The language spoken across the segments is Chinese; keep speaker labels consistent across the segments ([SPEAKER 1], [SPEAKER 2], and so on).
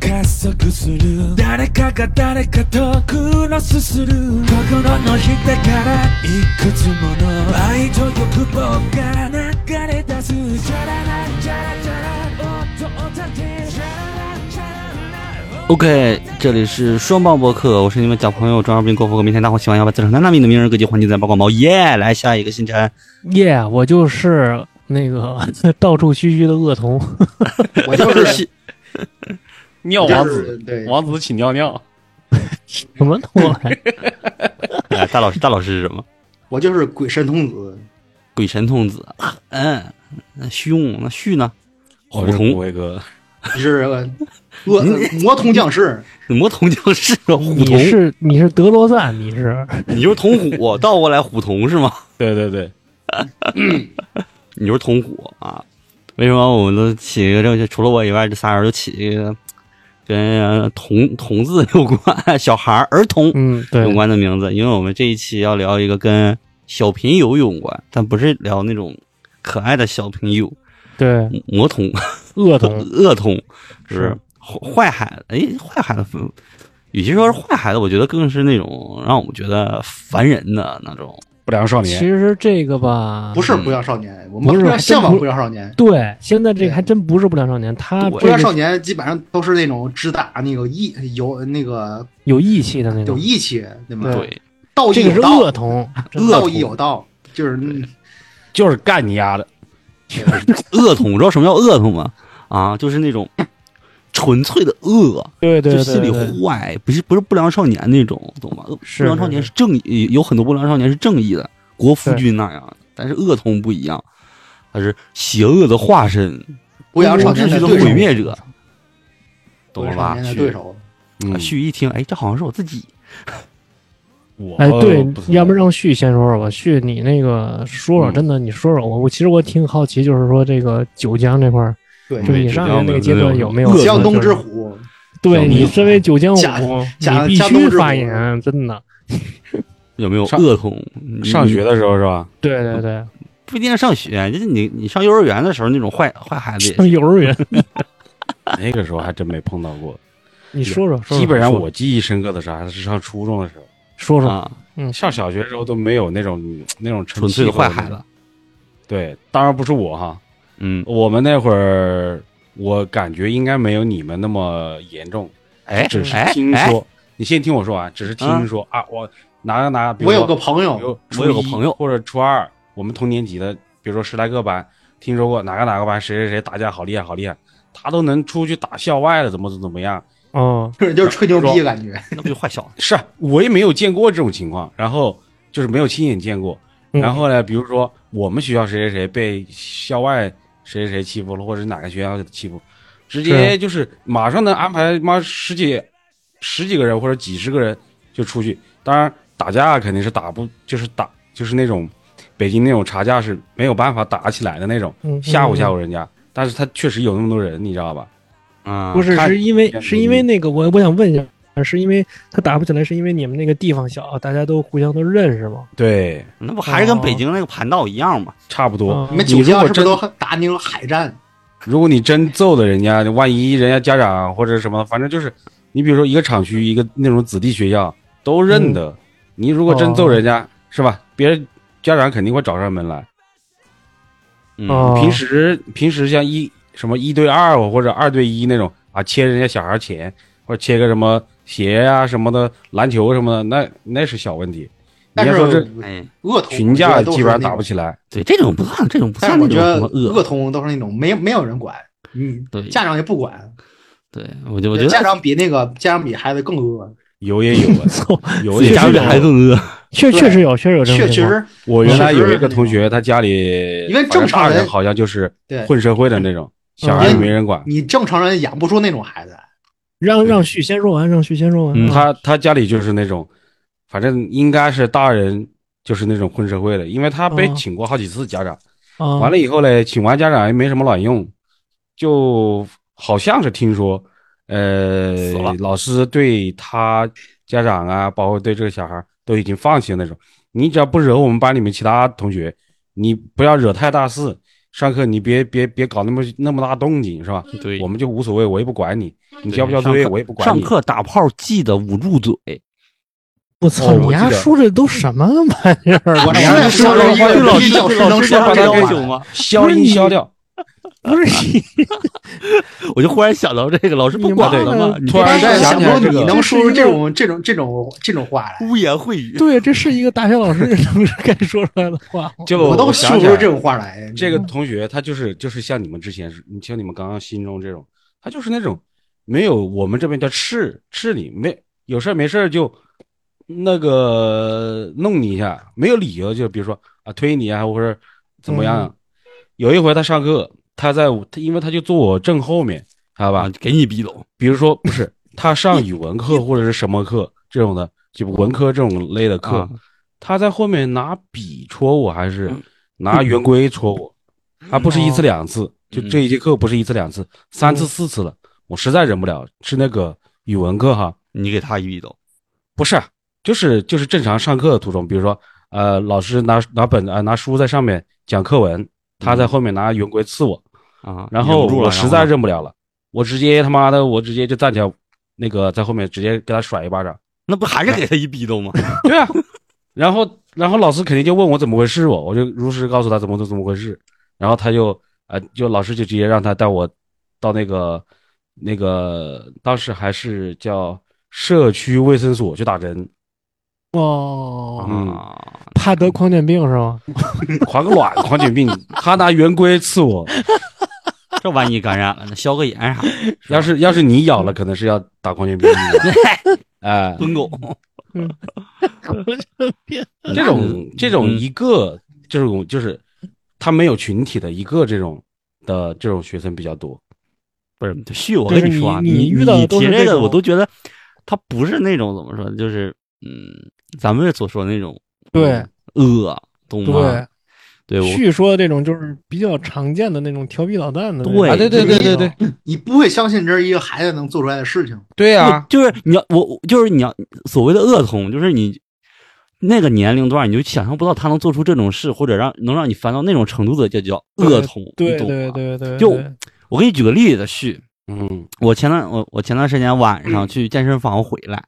[SPEAKER 1] くする誰かが誰かとクロスする心のひだからいくつもの愛と欲望が流れ出すチャララチャラチャラ音を立てチャララチャラな
[SPEAKER 2] OK，这里是双棒播客，我是你们讲朋友张二斌郭富和，明天大伙喜欢要把自称南大米的名人各级环节咱报广毛耶来下一个星辰，
[SPEAKER 3] 耶、我就是那个 到处虚虚的 恶童，
[SPEAKER 4] 我就是
[SPEAKER 2] 是
[SPEAKER 5] 尿
[SPEAKER 4] 就
[SPEAKER 5] 王子，
[SPEAKER 4] 是对，
[SPEAKER 5] 王子请尿尿。
[SPEAKER 3] 什么都来。
[SPEAKER 2] 哎，大老师大老师是什么？
[SPEAKER 4] 我就是鬼神童子，
[SPEAKER 2] 鬼神童子，啊嗯，那凶那旭呢？
[SPEAKER 5] 我
[SPEAKER 2] 虎
[SPEAKER 5] 是
[SPEAKER 2] 童
[SPEAKER 5] 古伟哥，
[SPEAKER 4] 你是呃恶魔童降世，
[SPEAKER 2] 魔童就是个虎
[SPEAKER 3] 你
[SPEAKER 2] 童，
[SPEAKER 3] 是你是德罗赞，你是
[SPEAKER 2] 你就是童虎，倒过来虎童是吗？
[SPEAKER 5] 对对对，
[SPEAKER 2] 你就是童虎啊？为什么我们都起一个这个？除了我以外，这仨人都起一个跟童童字有关、小孩儿、儿童
[SPEAKER 3] 嗯，对
[SPEAKER 2] 有，关的名字？因为我们这一期要聊一个跟小贫友有关，但不是聊那种可爱的小贫友，
[SPEAKER 3] 对，
[SPEAKER 2] 魔童、
[SPEAKER 3] 恶
[SPEAKER 2] 恶
[SPEAKER 3] 童
[SPEAKER 2] 恶童，就是
[SPEAKER 3] 是
[SPEAKER 2] 坏孩子。哎，坏孩子，与其说是坏孩子，我觉得更是那种让我们觉得烦人的那种。
[SPEAKER 5] 不良少
[SPEAKER 3] 其
[SPEAKER 5] 年。
[SPEAKER 3] 实这个吧，
[SPEAKER 4] 不是
[SPEAKER 2] 嗯
[SPEAKER 4] 不良少年，我
[SPEAKER 3] 不
[SPEAKER 4] 们
[SPEAKER 3] 是
[SPEAKER 4] 非常向往
[SPEAKER 3] 真不
[SPEAKER 4] 不良少年。
[SPEAKER 3] 对，现在这个还真不是不良少年，他
[SPEAKER 2] 对
[SPEAKER 4] 不
[SPEAKER 3] 这
[SPEAKER 4] 良少
[SPEAKER 3] 个
[SPEAKER 4] 年基本上都是那种只打那个义有那个
[SPEAKER 3] 有义气的那
[SPEAKER 4] 有
[SPEAKER 3] 种，
[SPEAKER 4] 义气，对吗？
[SPEAKER 2] 对，
[SPEAKER 4] 道义
[SPEAKER 3] 这个
[SPEAKER 4] 有
[SPEAKER 3] 是
[SPEAKER 4] 道，
[SPEAKER 3] 恶童，
[SPEAKER 2] 恶
[SPEAKER 4] 道
[SPEAKER 2] 童
[SPEAKER 4] 义有道，就是嗯
[SPEAKER 5] 就是干你丫的！
[SPEAKER 2] 恶童，你知道什么叫恶童吗？啊，就是那种纯粹的恶，
[SPEAKER 3] 对对
[SPEAKER 2] 就
[SPEAKER 3] 对
[SPEAKER 2] 心里
[SPEAKER 3] 对对，
[SPEAKER 2] 坏，不是不是不良少年那种，懂吗？呃
[SPEAKER 3] 是
[SPEAKER 2] 不良少年是正义，有很多不良少年是正义的，国夫君那样，但是恶童不一样，他是邪恶的化身，
[SPEAKER 4] 不良少
[SPEAKER 2] 秩
[SPEAKER 4] 年
[SPEAKER 2] 序
[SPEAKER 4] 的
[SPEAKER 2] 的
[SPEAKER 4] 对手
[SPEAKER 2] 毁，灭者，
[SPEAKER 4] 不
[SPEAKER 2] 懂
[SPEAKER 4] 良
[SPEAKER 2] 了
[SPEAKER 4] 少
[SPEAKER 2] 吧？
[SPEAKER 4] 年的
[SPEAKER 2] 旭
[SPEAKER 4] 对手。
[SPEAKER 5] 嗯
[SPEAKER 2] 啊，旭一听，哎，这好像是我自己，
[SPEAKER 5] 我
[SPEAKER 3] 哎，对
[SPEAKER 5] 不，是
[SPEAKER 3] 要不让旭先说说吧，旭，你那个说说，
[SPEAKER 2] 嗯
[SPEAKER 3] 真的，你说说我，我其实我挺好奇，就是说这个九江这块儿，
[SPEAKER 4] 对，
[SPEAKER 3] 就是
[SPEAKER 2] 对
[SPEAKER 3] 你上来那个阶段有没有
[SPEAKER 2] 九
[SPEAKER 4] 嗯江东
[SPEAKER 3] 就是
[SPEAKER 4] 之虎，
[SPEAKER 3] 对你身为九江
[SPEAKER 4] 假
[SPEAKER 3] 虎，
[SPEAKER 4] 假
[SPEAKER 3] 你必
[SPEAKER 4] 假东
[SPEAKER 3] 须
[SPEAKER 4] 之
[SPEAKER 3] 发
[SPEAKER 4] 虎
[SPEAKER 3] 言，真的，
[SPEAKER 2] 有没有
[SPEAKER 5] 上
[SPEAKER 2] 恶童？
[SPEAKER 5] 上
[SPEAKER 2] 你
[SPEAKER 5] 学的时候是吧？
[SPEAKER 3] 对对对，
[SPEAKER 2] 不一定上学，就是你你上幼儿园的时候那种坏坏孩子也
[SPEAKER 3] 上幼儿园，
[SPEAKER 5] 那个时候还真没碰到过。
[SPEAKER 3] 你说说，说说
[SPEAKER 5] 基本上
[SPEAKER 3] 说
[SPEAKER 5] 我记忆深刻的是还是上初中的时候，
[SPEAKER 3] 说
[SPEAKER 2] 是
[SPEAKER 3] 说，
[SPEAKER 2] 啊，
[SPEAKER 5] 上小学的时候都没有那种那种
[SPEAKER 2] 纯粹的坏孩
[SPEAKER 5] 子。
[SPEAKER 2] 子，
[SPEAKER 5] 对，当然不是我哈，
[SPEAKER 2] 嗯，
[SPEAKER 5] 我们那会儿我感觉应该没有你们那么严重，
[SPEAKER 2] 哎，
[SPEAKER 5] 只是
[SPEAKER 2] 哎
[SPEAKER 5] 听
[SPEAKER 2] 哎
[SPEAKER 5] 说。你先听我说完，只是听说啊，我哪个哪，比如
[SPEAKER 4] 我
[SPEAKER 5] 说
[SPEAKER 4] 有个朋
[SPEAKER 5] 比
[SPEAKER 4] 友，
[SPEAKER 5] 如初
[SPEAKER 2] 我有个
[SPEAKER 5] 一
[SPEAKER 2] 朋友
[SPEAKER 5] 或者初二，我们同年级的，比如说十来个班，听说过哪个哪个班谁谁谁打架好厉害好厉害，他都能出去打校外了，怎么怎么怎么样？
[SPEAKER 3] 哦，
[SPEAKER 4] 就是就是吹牛逼的感觉。
[SPEAKER 2] 那不就坏小子？
[SPEAKER 5] 是啊我也没有见过这种情况，然后就是没有亲眼见过。
[SPEAKER 3] 嗯
[SPEAKER 5] 然后呢，比如说我们学校谁谁谁被校外谁谁谁欺负了，或者是哪个学校欺负，直接就是马上能安排妈十几十几个人或者几十个人就出去。当然打架肯定是打不，就是打就是那种北京那种茶架是没有办法打起来的那种，
[SPEAKER 3] 嗯
[SPEAKER 5] 吓唬吓。
[SPEAKER 3] 嗯
[SPEAKER 5] 唬人家。但是他确实有那么多人，你知道吧？
[SPEAKER 2] 啊，
[SPEAKER 3] 不是，
[SPEAKER 5] 看
[SPEAKER 3] 是因为
[SPEAKER 5] 见
[SPEAKER 3] 是
[SPEAKER 5] 你
[SPEAKER 3] 因为那个，我我想问一下，是因为他打不起来，是因为你们那个地方小，啊大家都互相都认识吗？
[SPEAKER 5] 对，
[SPEAKER 2] 那不还是跟
[SPEAKER 5] 哦
[SPEAKER 2] 北京那个盘道一样吗？
[SPEAKER 5] 差不多。
[SPEAKER 3] 啊
[SPEAKER 4] 你们
[SPEAKER 5] 你
[SPEAKER 4] 九
[SPEAKER 5] 如
[SPEAKER 4] 江
[SPEAKER 5] 果
[SPEAKER 4] 是不是
[SPEAKER 5] 真
[SPEAKER 4] 都打那种海战？
[SPEAKER 5] 如果你真揍了人家，万一人家家长或者什么，反正就是你比如说一个厂区一个那种子弟学校都认得，你如果真揍人
[SPEAKER 2] 哦
[SPEAKER 5] 家、是吧？别人家长肯定会找上门来。
[SPEAKER 2] 嗯，
[SPEAKER 3] 哦，
[SPEAKER 5] 平时平时像一什么一对二或者二对一那种啊，切人家小孩钱或者切个什么鞋呀、什么的，篮球什么的，那那是小问题。你
[SPEAKER 4] 但
[SPEAKER 5] 要
[SPEAKER 4] 是
[SPEAKER 5] 说这
[SPEAKER 2] 哎，
[SPEAKER 4] 恶童
[SPEAKER 5] 群架
[SPEAKER 4] 我觉得都是
[SPEAKER 5] 基本上
[SPEAKER 4] 那
[SPEAKER 5] 打不
[SPEAKER 4] 种，
[SPEAKER 5] 起来，
[SPEAKER 2] 对，这种不算，这种不
[SPEAKER 4] 但
[SPEAKER 2] 算
[SPEAKER 4] 是
[SPEAKER 2] 那
[SPEAKER 4] 我觉
[SPEAKER 2] 种
[SPEAKER 4] 得
[SPEAKER 2] 什么恶，
[SPEAKER 4] 恶童都是那种没没有人管，嗯，
[SPEAKER 2] 对
[SPEAKER 4] 家长也不管，
[SPEAKER 2] 对我觉得我觉
[SPEAKER 4] 家
[SPEAKER 2] 得
[SPEAKER 4] 长比那个家长比孩子更恶。
[SPEAKER 5] 有也有 啊
[SPEAKER 3] 操，
[SPEAKER 5] 有
[SPEAKER 2] 自己
[SPEAKER 5] 也
[SPEAKER 2] 家
[SPEAKER 5] 有
[SPEAKER 2] 里还更恶，
[SPEAKER 3] 确
[SPEAKER 4] 对
[SPEAKER 3] 确实有，确实有这
[SPEAKER 4] 确
[SPEAKER 3] 种情况。
[SPEAKER 4] 实，
[SPEAKER 5] 我原来有一个同学，他家里
[SPEAKER 4] 因为正常
[SPEAKER 5] 反正大
[SPEAKER 4] 人
[SPEAKER 5] 人好像就是
[SPEAKER 4] 对嗯
[SPEAKER 5] 混社会的那种，小孩
[SPEAKER 4] 因
[SPEAKER 5] 也
[SPEAKER 4] 为
[SPEAKER 5] 没人管。
[SPEAKER 4] 你正常人养不出那种孩子。
[SPEAKER 3] 让
[SPEAKER 5] 对
[SPEAKER 3] 让旭先说完，让旭先说完。
[SPEAKER 2] 嗯
[SPEAKER 3] 啊
[SPEAKER 5] 他他家里就是那种，反正应该是大人就是那种混社会的，因为他被
[SPEAKER 3] 哦
[SPEAKER 5] 请过好几次家长。
[SPEAKER 3] 啊
[SPEAKER 5] 完了以后嘞，请完家长也没什么卵用，就好像是听说，呃
[SPEAKER 2] 死了，
[SPEAKER 5] 老师对他家长啊，包括对这个小孩儿都已经放弃了那种。你只要不惹我们班里面其他同学，你不要惹太大事，上课你别别别搞那么那么大动静，是吧？
[SPEAKER 2] 对
[SPEAKER 5] 我们就无所谓，我也不管你，你交不交作
[SPEAKER 2] 对
[SPEAKER 5] 业
[SPEAKER 2] 上课
[SPEAKER 5] 我也不管
[SPEAKER 2] 上
[SPEAKER 5] 你。
[SPEAKER 2] 课打炮记得捂住嘴，
[SPEAKER 3] 我操，
[SPEAKER 5] 哦
[SPEAKER 3] 你
[SPEAKER 5] 我
[SPEAKER 3] 丫
[SPEAKER 5] 记得
[SPEAKER 3] 说这都什么玩意儿？
[SPEAKER 4] 我
[SPEAKER 5] 哎呀
[SPEAKER 4] 是说了一
[SPEAKER 5] 这
[SPEAKER 4] 个
[SPEAKER 5] 老
[SPEAKER 4] 逼
[SPEAKER 5] 师
[SPEAKER 4] 教
[SPEAKER 5] 这
[SPEAKER 4] 师
[SPEAKER 5] 老
[SPEAKER 4] 能
[SPEAKER 5] 师
[SPEAKER 4] 说到
[SPEAKER 5] 把他
[SPEAKER 4] 这
[SPEAKER 5] 给
[SPEAKER 4] 个
[SPEAKER 5] 酒
[SPEAKER 4] 晚，
[SPEAKER 2] 吗？
[SPEAKER 5] 消
[SPEAKER 3] 不是
[SPEAKER 5] 音
[SPEAKER 3] 你
[SPEAKER 5] 消掉，
[SPEAKER 3] 不是你，
[SPEAKER 2] 我就忽然想到这个，老师不
[SPEAKER 3] 你
[SPEAKER 2] 管
[SPEAKER 3] 妈
[SPEAKER 2] 了
[SPEAKER 3] 的
[SPEAKER 2] 吗？你
[SPEAKER 5] 突然
[SPEAKER 4] 但是想
[SPEAKER 5] 想起来
[SPEAKER 4] 不
[SPEAKER 5] 这
[SPEAKER 4] 到你
[SPEAKER 5] 个
[SPEAKER 4] 能说出这种这种这种这种话来，
[SPEAKER 2] 污言秽语，
[SPEAKER 3] 对，这是一个大学老师能是该说出来的话吗？
[SPEAKER 5] 就
[SPEAKER 4] 我都说
[SPEAKER 5] 想
[SPEAKER 4] 不
[SPEAKER 5] 起
[SPEAKER 4] 出
[SPEAKER 5] 来
[SPEAKER 4] 这种话来。
[SPEAKER 5] 这个同学，他就是就是像你们之前是，你像你们刚刚心中这种，他就是那种没有我们这边叫吃吃你，没有事儿没事儿就那个弄你一下，没有理由，就比如说啊推你啊，或者怎么样啊。有一回他上课，他在我他因为他就坐我正后面，知道吧
[SPEAKER 2] 啊？，给你逼懂，
[SPEAKER 5] 比如说不是他上语文课或者是什么课这种的，就文科这种类的课，
[SPEAKER 2] 啊
[SPEAKER 5] 他在后面拿笔戳我，还是拿圆规戳我，还不是一次两次，就这一节课不是一次两次，三次四次了，我实在忍不了，是那个语文课哈，
[SPEAKER 2] 你给他一逼懂，
[SPEAKER 5] 不是，啊就是就是正常上课的途中，比如说呃，老师拿拿本啊、呃拿书在上面讲课文，他在后面拿圆规刺我，
[SPEAKER 2] 啊，
[SPEAKER 5] 然后
[SPEAKER 2] 忍不住
[SPEAKER 5] 我
[SPEAKER 2] 了，
[SPEAKER 5] 实在忍不了了，我直接他妈的我直接就站起来，那个在后面直接给他甩一巴掌。
[SPEAKER 2] 那不还是给他一逼懂吗？
[SPEAKER 5] 对啊，然后然后老师肯定就问我怎么回事我，我就如实告诉他怎么怎么回事，然后他就呃就老师就直接让他带我到那个那个当时还是叫社区卫生所去打针，
[SPEAKER 3] 哦，
[SPEAKER 5] 嗯
[SPEAKER 2] 啊，
[SPEAKER 3] 怕得狂犬病是吗？
[SPEAKER 5] 狂个卵狂犬病，他拿圆规刺我，
[SPEAKER 2] 这万一感染了呢，消个炎啥的，
[SPEAKER 5] 要 是要是你咬了，可能是要打狂犬病 的，哎、
[SPEAKER 2] 蹲狗，
[SPEAKER 5] 这种这种
[SPEAKER 2] 嗯
[SPEAKER 5] 一个这种就是他没有群体的一个这种的这种学生比较多，
[SPEAKER 2] 不是旭，我
[SPEAKER 3] 就是
[SPEAKER 2] 跟你说啊，
[SPEAKER 3] 你
[SPEAKER 2] 你
[SPEAKER 3] 你遇到的
[SPEAKER 2] 你
[SPEAKER 3] 都
[SPEAKER 2] 提
[SPEAKER 3] 是
[SPEAKER 2] 这
[SPEAKER 3] 这
[SPEAKER 2] 个，
[SPEAKER 3] 种
[SPEAKER 2] 我都觉得他不是那种怎么说，就是嗯，咱们所说的那种嗯
[SPEAKER 3] 对
[SPEAKER 2] 恶，懂吗
[SPEAKER 5] 啊
[SPEAKER 3] 对？，
[SPEAKER 2] 对，我
[SPEAKER 3] 旭说的这种就是比较常见的那种调皮捣蛋的那种，
[SPEAKER 2] 对
[SPEAKER 5] 啊对对对对对
[SPEAKER 4] 你不会相信这是一个孩子能做出来的事情。
[SPEAKER 5] 对呀、
[SPEAKER 2] 就是你要我我就是你要所谓的恶童，就是你那个年龄段，你就想象不到他能做出这种事，或者让能让你烦到那种程度的，就叫恶童。
[SPEAKER 3] 对
[SPEAKER 2] 你懂吗
[SPEAKER 3] 对对对，嗯
[SPEAKER 2] 就
[SPEAKER 3] 对
[SPEAKER 2] 我给你举个例子，旭，
[SPEAKER 5] 嗯
[SPEAKER 2] 我前段我我前段时间晚上去健身房回来，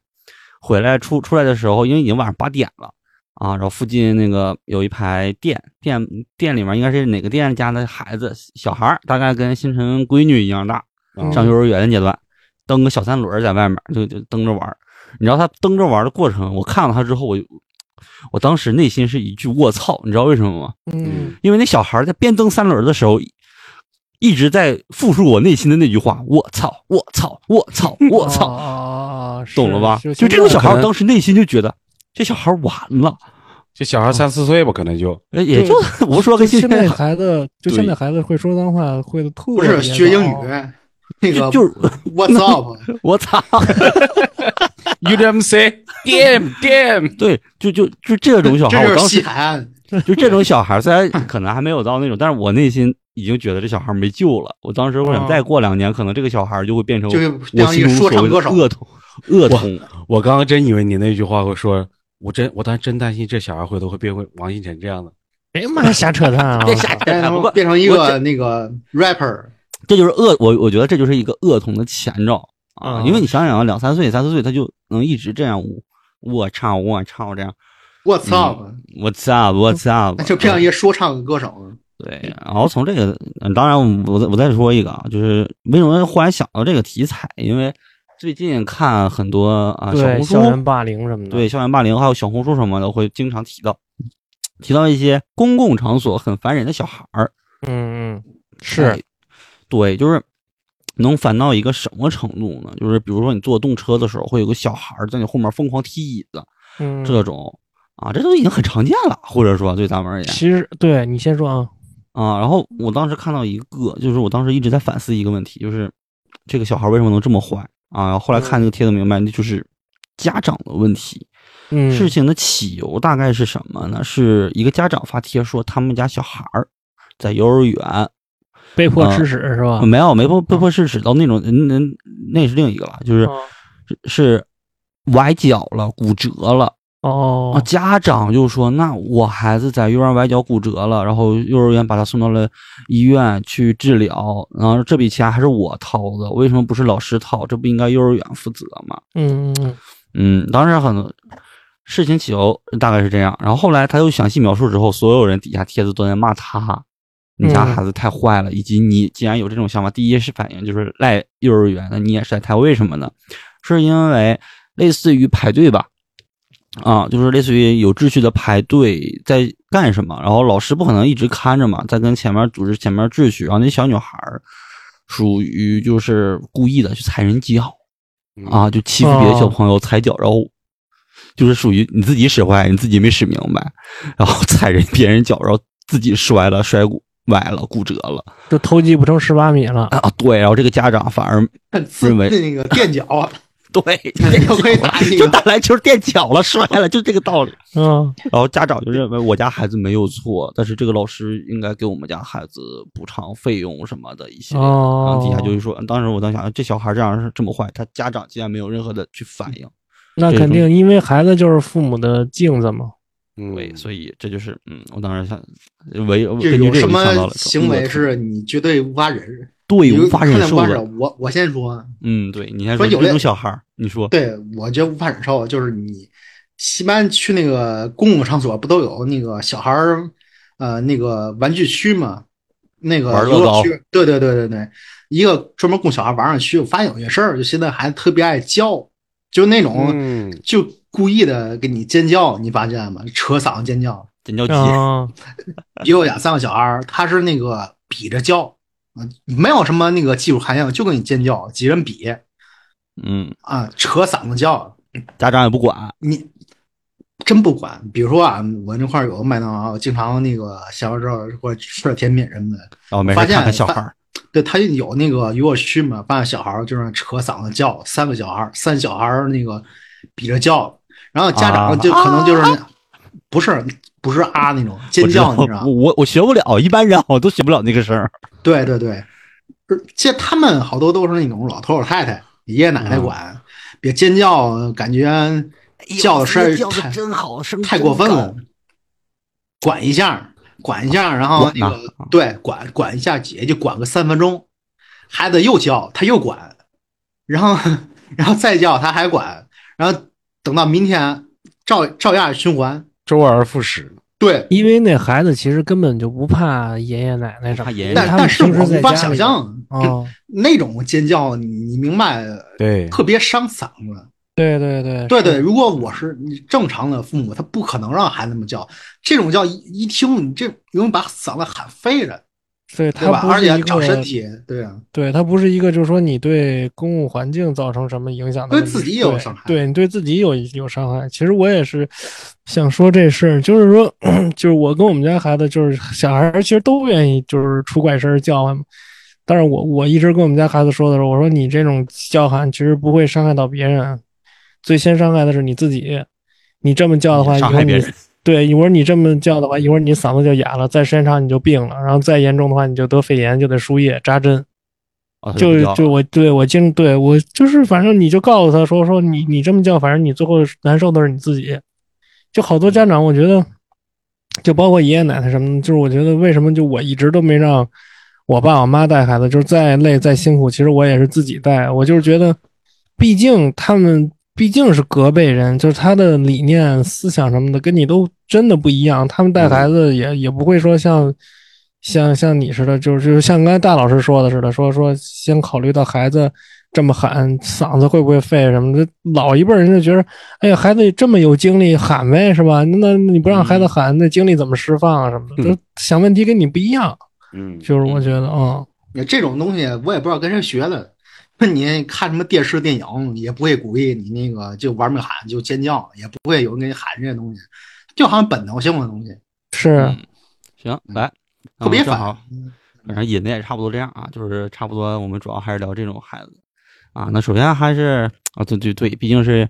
[SPEAKER 2] 回来出出来的时候，因为已经晚上八点了啊，然后附近那个有一排店店店里面应该是哪个店家的孩子小孩儿大概跟星辰闺女一样大，
[SPEAKER 5] 啊
[SPEAKER 2] 上幼儿园的阶段，蹬个小三轮儿在外面儿就就蹬着玩儿。你知道他蹬着玩儿的过程，我看到他之后，我我当时内心是一句卧槽，你知道为什么吗？
[SPEAKER 3] 嗯，
[SPEAKER 2] 因为那小孩儿在边蹬三轮儿的时候，一直在复述我内心的那句话：我操，我操，我
[SPEAKER 4] 哦
[SPEAKER 2] 操，我
[SPEAKER 3] 啊
[SPEAKER 2] 操，
[SPEAKER 3] 操，是
[SPEAKER 2] 懂了吧？
[SPEAKER 3] 是
[SPEAKER 2] 就这种小孩
[SPEAKER 5] 可
[SPEAKER 2] 儿，
[SPEAKER 5] 能
[SPEAKER 2] 当时内心就觉得这小孩儿完了，
[SPEAKER 5] 这小孩三四岁吧，可能就
[SPEAKER 2] 呃也就我说跟
[SPEAKER 3] 就
[SPEAKER 2] 现
[SPEAKER 3] 现
[SPEAKER 2] 在
[SPEAKER 3] 在孩子，就
[SPEAKER 2] 对
[SPEAKER 3] 现在孩子会说脏话，会的特别
[SPEAKER 4] 不是学英语
[SPEAKER 3] 早，
[SPEAKER 4] 那个
[SPEAKER 2] 就是
[SPEAKER 4] What's up？
[SPEAKER 2] 我操。
[SPEAKER 5] UDMC damn damn，
[SPEAKER 2] 对，就就就这种小孩儿，
[SPEAKER 4] 这
[SPEAKER 2] 我
[SPEAKER 4] 就
[SPEAKER 2] 当
[SPEAKER 4] 是
[SPEAKER 2] 时
[SPEAKER 4] 西海岸。
[SPEAKER 2] 就这种小孩，虽然可能还没有到那种，但是我内心已经觉得这小孩没救了。我当时我想再过两年，可能这个小孩就会变成
[SPEAKER 4] 哦就会
[SPEAKER 2] 我
[SPEAKER 4] 当一
[SPEAKER 2] 心
[SPEAKER 4] 个
[SPEAKER 2] 中所
[SPEAKER 4] 说唱
[SPEAKER 2] 谓的
[SPEAKER 4] 歌手
[SPEAKER 2] 恶童，恶童。
[SPEAKER 5] 我刚刚真以为你那句话会说，我真我当时真担心这小孩回头会变回王一晨这样的。
[SPEAKER 3] 哎呀妈呀，瞎扯淡啊！
[SPEAKER 2] 别瞎扯
[SPEAKER 4] 变
[SPEAKER 2] 淡，不过
[SPEAKER 4] 成变成一
[SPEAKER 2] 我
[SPEAKER 4] 个那个 rapper，
[SPEAKER 2] 这就是恶，我我觉得这就是一个恶童的前兆啊。
[SPEAKER 3] 啊
[SPEAKER 2] 因为你想想啊，两三岁、三四岁，他就能一直这样，我我操，我操，这样
[SPEAKER 4] What's up？
[SPEAKER 2] 我操，我操，
[SPEAKER 4] 那就变成一个说唱歌手。
[SPEAKER 2] 对，然后从这个，嗯当然我再我再说一个啊，就是为什么忽然想到这个题材？因为最近看很多啊小
[SPEAKER 3] 对
[SPEAKER 2] 红
[SPEAKER 3] 校园
[SPEAKER 2] 书，
[SPEAKER 3] 霸凌什么的，
[SPEAKER 2] 对校园霸凌还有小红书什么的，会经常提到提到一些公共场所很烦人的小孩儿。
[SPEAKER 3] 嗯
[SPEAKER 2] 哎
[SPEAKER 3] 嗯，是，
[SPEAKER 2] 对，就是能烦到一个什么程度呢？就是比如说你坐动车的时候，会有个小孩儿在你后面疯狂踢椅子，
[SPEAKER 3] 嗯，
[SPEAKER 2] 这种啊，这都已经很常见了，或者说对咱们而 言，
[SPEAKER 3] 其实对你先说啊，
[SPEAKER 2] 啊，然后我当时看到一个，就是我当时一直在反思一个问题，就是这个小孩为什么能这么坏啊？然后后来看那个帖子明白，那就是家长的问题。
[SPEAKER 3] 嗯，
[SPEAKER 2] 事情的起由大概是什么呢？是一个家长发帖说他们家小孩儿在幼儿园
[SPEAKER 3] 被迫
[SPEAKER 2] 啊
[SPEAKER 3] 吃屎是吧？
[SPEAKER 2] 没有没被被迫致使到那种，那那是另一个了，就是
[SPEAKER 3] 啊
[SPEAKER 2] 是崴脚了、骨折了啊，
[SPEAKER 3] 哦，
[SPEAKER 2] 家长就说：“那我孩子在幼儿园崴脚骨折了，然后幼儿园把他送到了医院去治疗，然后这笔钱还是我掏的，为什么不是老师掏？这不应该幼儿园负责吗
[SPEAKER 3] 嗯嗯嗯，？”
[SPEAKER 2] 嗯，当时很多事情起由大概是这样。然后后来他又详细描述之后，所有人底下帖子都在骂他，你家
[SPEAKER 3] 嗯
[SPEAKER 2] 孩子太坏了，以及你既然有这种想法，第一是反应就是赖幼儿园的，你也是在太为什么呢？是因为类似于排队吧，啊，就是类似于有秩序的排队在干什么，然后老师不可能一直看着嘛，在跟前面组织前面秩序，然后那小女孩儿属于就是故意的去踩人脚，啊，就欺负别的小朋友踩脚，然后就是属于你自己使坏，你自己没使明白，然后踩人别人脚，然后自己摔了摔骨。崴了，骨折了
[SPEAKER 3] 就投机不成十八米了。
[SPEAKER 2] 啊！对，然后这个家长反而
[SPEAKER 4] 自
[SPEAKER 2] 认为
[SPEAKER 4] 那个垫脚，
[SPEAKER 2] 对，
[SPEAKER 4] 又会打 你
[SPEAKER 2] 就打篮球垫脚了，摔了，就这个道理。
[SPEAKER 3] 嗯，
[SPEAKER 2] 然后家长就认为我家孩子没有错，但是这个老师应该给我们家孩子补偿费用什么的一些。然后
[SPEAKER 3] 哦，
[SPEAKER 2] 底下就是说，当时我当时想，这小孩这样是这么坏，他家长竟然没有任何的去反应，
[SPEAKER 3] 那
[SPEAKER 2] 这
[SPEAKER 3] 肯
[SPEAKER 2] 种
[SPEAKER 3] 定，因为孩子就是父母的镜子嘛。
[SPEAKER 5] 对
[SPEAKER 2] 对，所以这就是嗯，我当时想，唯
[SPEAKER 4] 这
[SPEAKER 2] 根据
[SPEAKER 4] 有
[SPEAKER 2] 这
[SPEAKER 4] 什
[SPEAKER 2] 个就想到
[SPEAKER 4] 么
[SPEAKER 2] 了
[SPEAKER 4] 行为是你绝对无法忍受？
[SPEAKER 2] 对
[SPEAKER 4] 有
[SPEAKER 2] 无法忍受
[SPEAKER 4] 看见
[SPEAKER 2] 的，
[SPEAKER 4] 不忍我我先说啊，
[SPEAKER 2] 嗯，对，你还
[SPEAKER 4] 说有
[SPEAKER 2] 这
[SPEAKER 4] 的
[SPEAKER 2] 种小孩儿，你说
[SPEAKER 4] 对我觉得无法忍受，就是你一般去那个公共场所不都有那个小孩儿呃那个玩具区嘛？那个
[SPEAKER 2] 玩乐
[SPEAKER 4] 游乐
[SPEAKER 2] 高
[SPEAKER 4] 区，对对对对对，一个专门供小孩玩儿的区。我发现有些事儿，就现在孩子特别爱叫，就那种、
[SPEAKER 5] 嗯，
[SPEAKER 4] 就故意的给你尖叫，你发现吗？扯嗓子尖叫。
[SPEAKER 2] 尖叫鸡，
[SPEAKER 3] 啊，
[SPEAKER 4] 也有两三个小孩儿，他是那个比着叫，嗯没有什么那个技术含量，就跟你尖叫，几人比
[SPEAKER 2] 嗯，
[SPEAKER 4] 啊，扯嗓子叫，
[SPEAKER 2] 家长也不管，
[SPEAKER 4] 你真不管。比如说啊，我那块儿有个麦当劳，我经常那个下班之后或者吃点甜品什么的，
[SPEAKER 2] 然后没事
[SPEAKER 4] 发现
[SPEAKER 2] 看看小孩儿，
[SPEAKER 4] 对他有那个游乐区嘛，发现小孩儿就是扯嗓子叫，三个小孩儿，三小孩儿那个比着叫，然后家
[SPEAKER 2] 啊
[SPEAKER 4] 长就可能就是那、不是不是啊那种啊尖
[SPEAKER 2] 我知
[SPEAKER 4] 叫，
[SPEAKER 2] 道
[SPEAKER 4] 你知道吗
[SPEAKER 2] 我？我我学不了，一般人啊我都学不了那个声儿，
[SPEAKER 4] 对对对，而且他们好多都是那种老头老太太、爷爷奶奶管，
[SPEAKER 2] 嗯
[SPEAKER 4] 别尖叫，感觉叫的声
[SPEAKER 2] 哎叫的
[SPEAKER 4] 太
[SPEAKER 2] 真好，声
[SPEAKER 4] 太过分了，管一下，管一下，然后那个
[SPEAKER 2] 管啊
[SPEAKER 4] 对管管一下，也就管个三分钟，孩子又叫，他又管，然后 然后再叫，他还管，然后等到明天照照样循环，
[SPEAKER 5] 周而复始，
[SPEAKER 4] 对。
[SPEAKER 3] 因为那孩子其实根本就不怕爷爷奶奶什
[SPEAKER 2] 怕
[SPEAKER 3] 么，
[SPEAKER 2] 爷爷
[SPEAKER 3] 因为
[SPEAKER 4] 但
[SPEAKER 3] 他
[SPEAKER 4] 但
[SPEAKER 3] 们
[SPEAKER 4] 是
[SPEAKER 3] 平
[SPEAKER 4] 我
[SPEAKER 3] 时
[SPEAKER 4] 无
[SPEAKER 3] 在
[SPEAKER 4] 法
[SPEAKER 3] 家
[SPEAKER 4] 想
[SPEAKER 3] 里
[SPEAKER 4] 象
[SPEAKER 3] 哦，
[SPEAKER 4] 那种尖叫，你你明白，
[SPEAKER 5] 对，
[SPEAKER 4] 特别伤嗓子。
[SPEAKER 3] 对对对，
[SPEAKER 4] 对对，
[SPEAKER 3] 是，
[SPEAKER 4] 如果我是正常的父母，他不可能让孩子们叫这种叫一一听你这容易把嗓子喊废了，
[SPEAKER 3] 对
[SPEAKER 4] 对
[SPEAKER 3] 他
[SPEAKER 4] 吧？
[SPEAKER 3] 不
[SPEAKER 4] 而
[SPEAKER 3] 是
[SPEAKER 4] 且
[SPEAKER 3] 一
[SPEAKER 4] 长身
[SPEAKER 3] 个，
[SPEAKER 4] 体，对啊，
[SPEAKER 3] 对他不是一个，就是说你对公共环境造成什么影响的
[SPEAKER 4] 对
[SPEAKER 3] 问题，
[SPEAKER 4] 自己有伤害
[SPEAKER 3] 对对你对自己有有伤害。其实我也是想说这事儿，就是说，就是我跟我们家孩子，就是小孩儿其实都愿意就是出怪声儿叫唤嘛。但是我我一直跟我们家孩子说的时候，我说你这种叫喊其实不会伤害到别人，最先伤害的是你自己。你这么叫的话，以
[SPEAKER 2] 伤
[SPEAKER 3] 后
[SPEAKER 2] 害别
[SPEAKER 3] 你
[SPEAKER 2] 人，
[SPEAKER 3] 对一会儿你这么叫的话，一会儿你嗓子就哑了，再时间长你就病了，然后再严重的话你就得肺炎，就得输液扎针。
[SPEAKER 2] 哦他
[SPEAKER 3] 就
[SPEAKER 2] 不叫
[SPEAKER 3] 就我对我经对我就是反正你就告诉他说说你你这么叫，反正你最后难受的是你自己。就好多家长，我觉得，就包括爷爷奶奶什么的，就是我觉得为什么就我一直都没让我爸我妈带孩子，就是再累再辛苦，其实我也是自己带。我就是觉得，毕竟他们毕竟是隔辈人，就是他的理念、思想什么的跟你都真的不一样。他们
[SPEAKER 2] 嗯
[SPEAKER 3] 带孩子也、也不会说像像像你似的，就是就是像刚才大老师说的似的，说说先考虑到孩子这么喊嗓子会不会废什么的。老一辈人就觉得，哎呀，孩子这么有精力喊呗，是吧？那那你不让
[SPEAKER 2] 嗯
[SPEAKER 3] 孩子喊，那精力怎么释放啊什么的？
[SPEAKER 5] 嗯
[SPEAKER 3] 就想问题跟你不一样，
[SPEAKER 5] 嗯，
[SPEAKER 3] 就是我觉得啊。嗯
[SPEAKER 4] 这种东西我也不知道跟谁学的。那你看什么电视、电影，也不会鼓励你那个就玩命喊、就尖叫，也不会有人给你喊这些东西，就好像本能性的东西。
[SPEAKER 3] 是，
[SPEAKER 2] 嗯行来，
[SPEAKER 4] 特别
[SPEAKER 2] 嗯正
[SPEAKER 4] 烦
[SPEAKER 2] 好反正引的也差不多这样啊，就是差不多我们主要还是聊这种孩子啊。那首先还是啊，对对对，毕竟是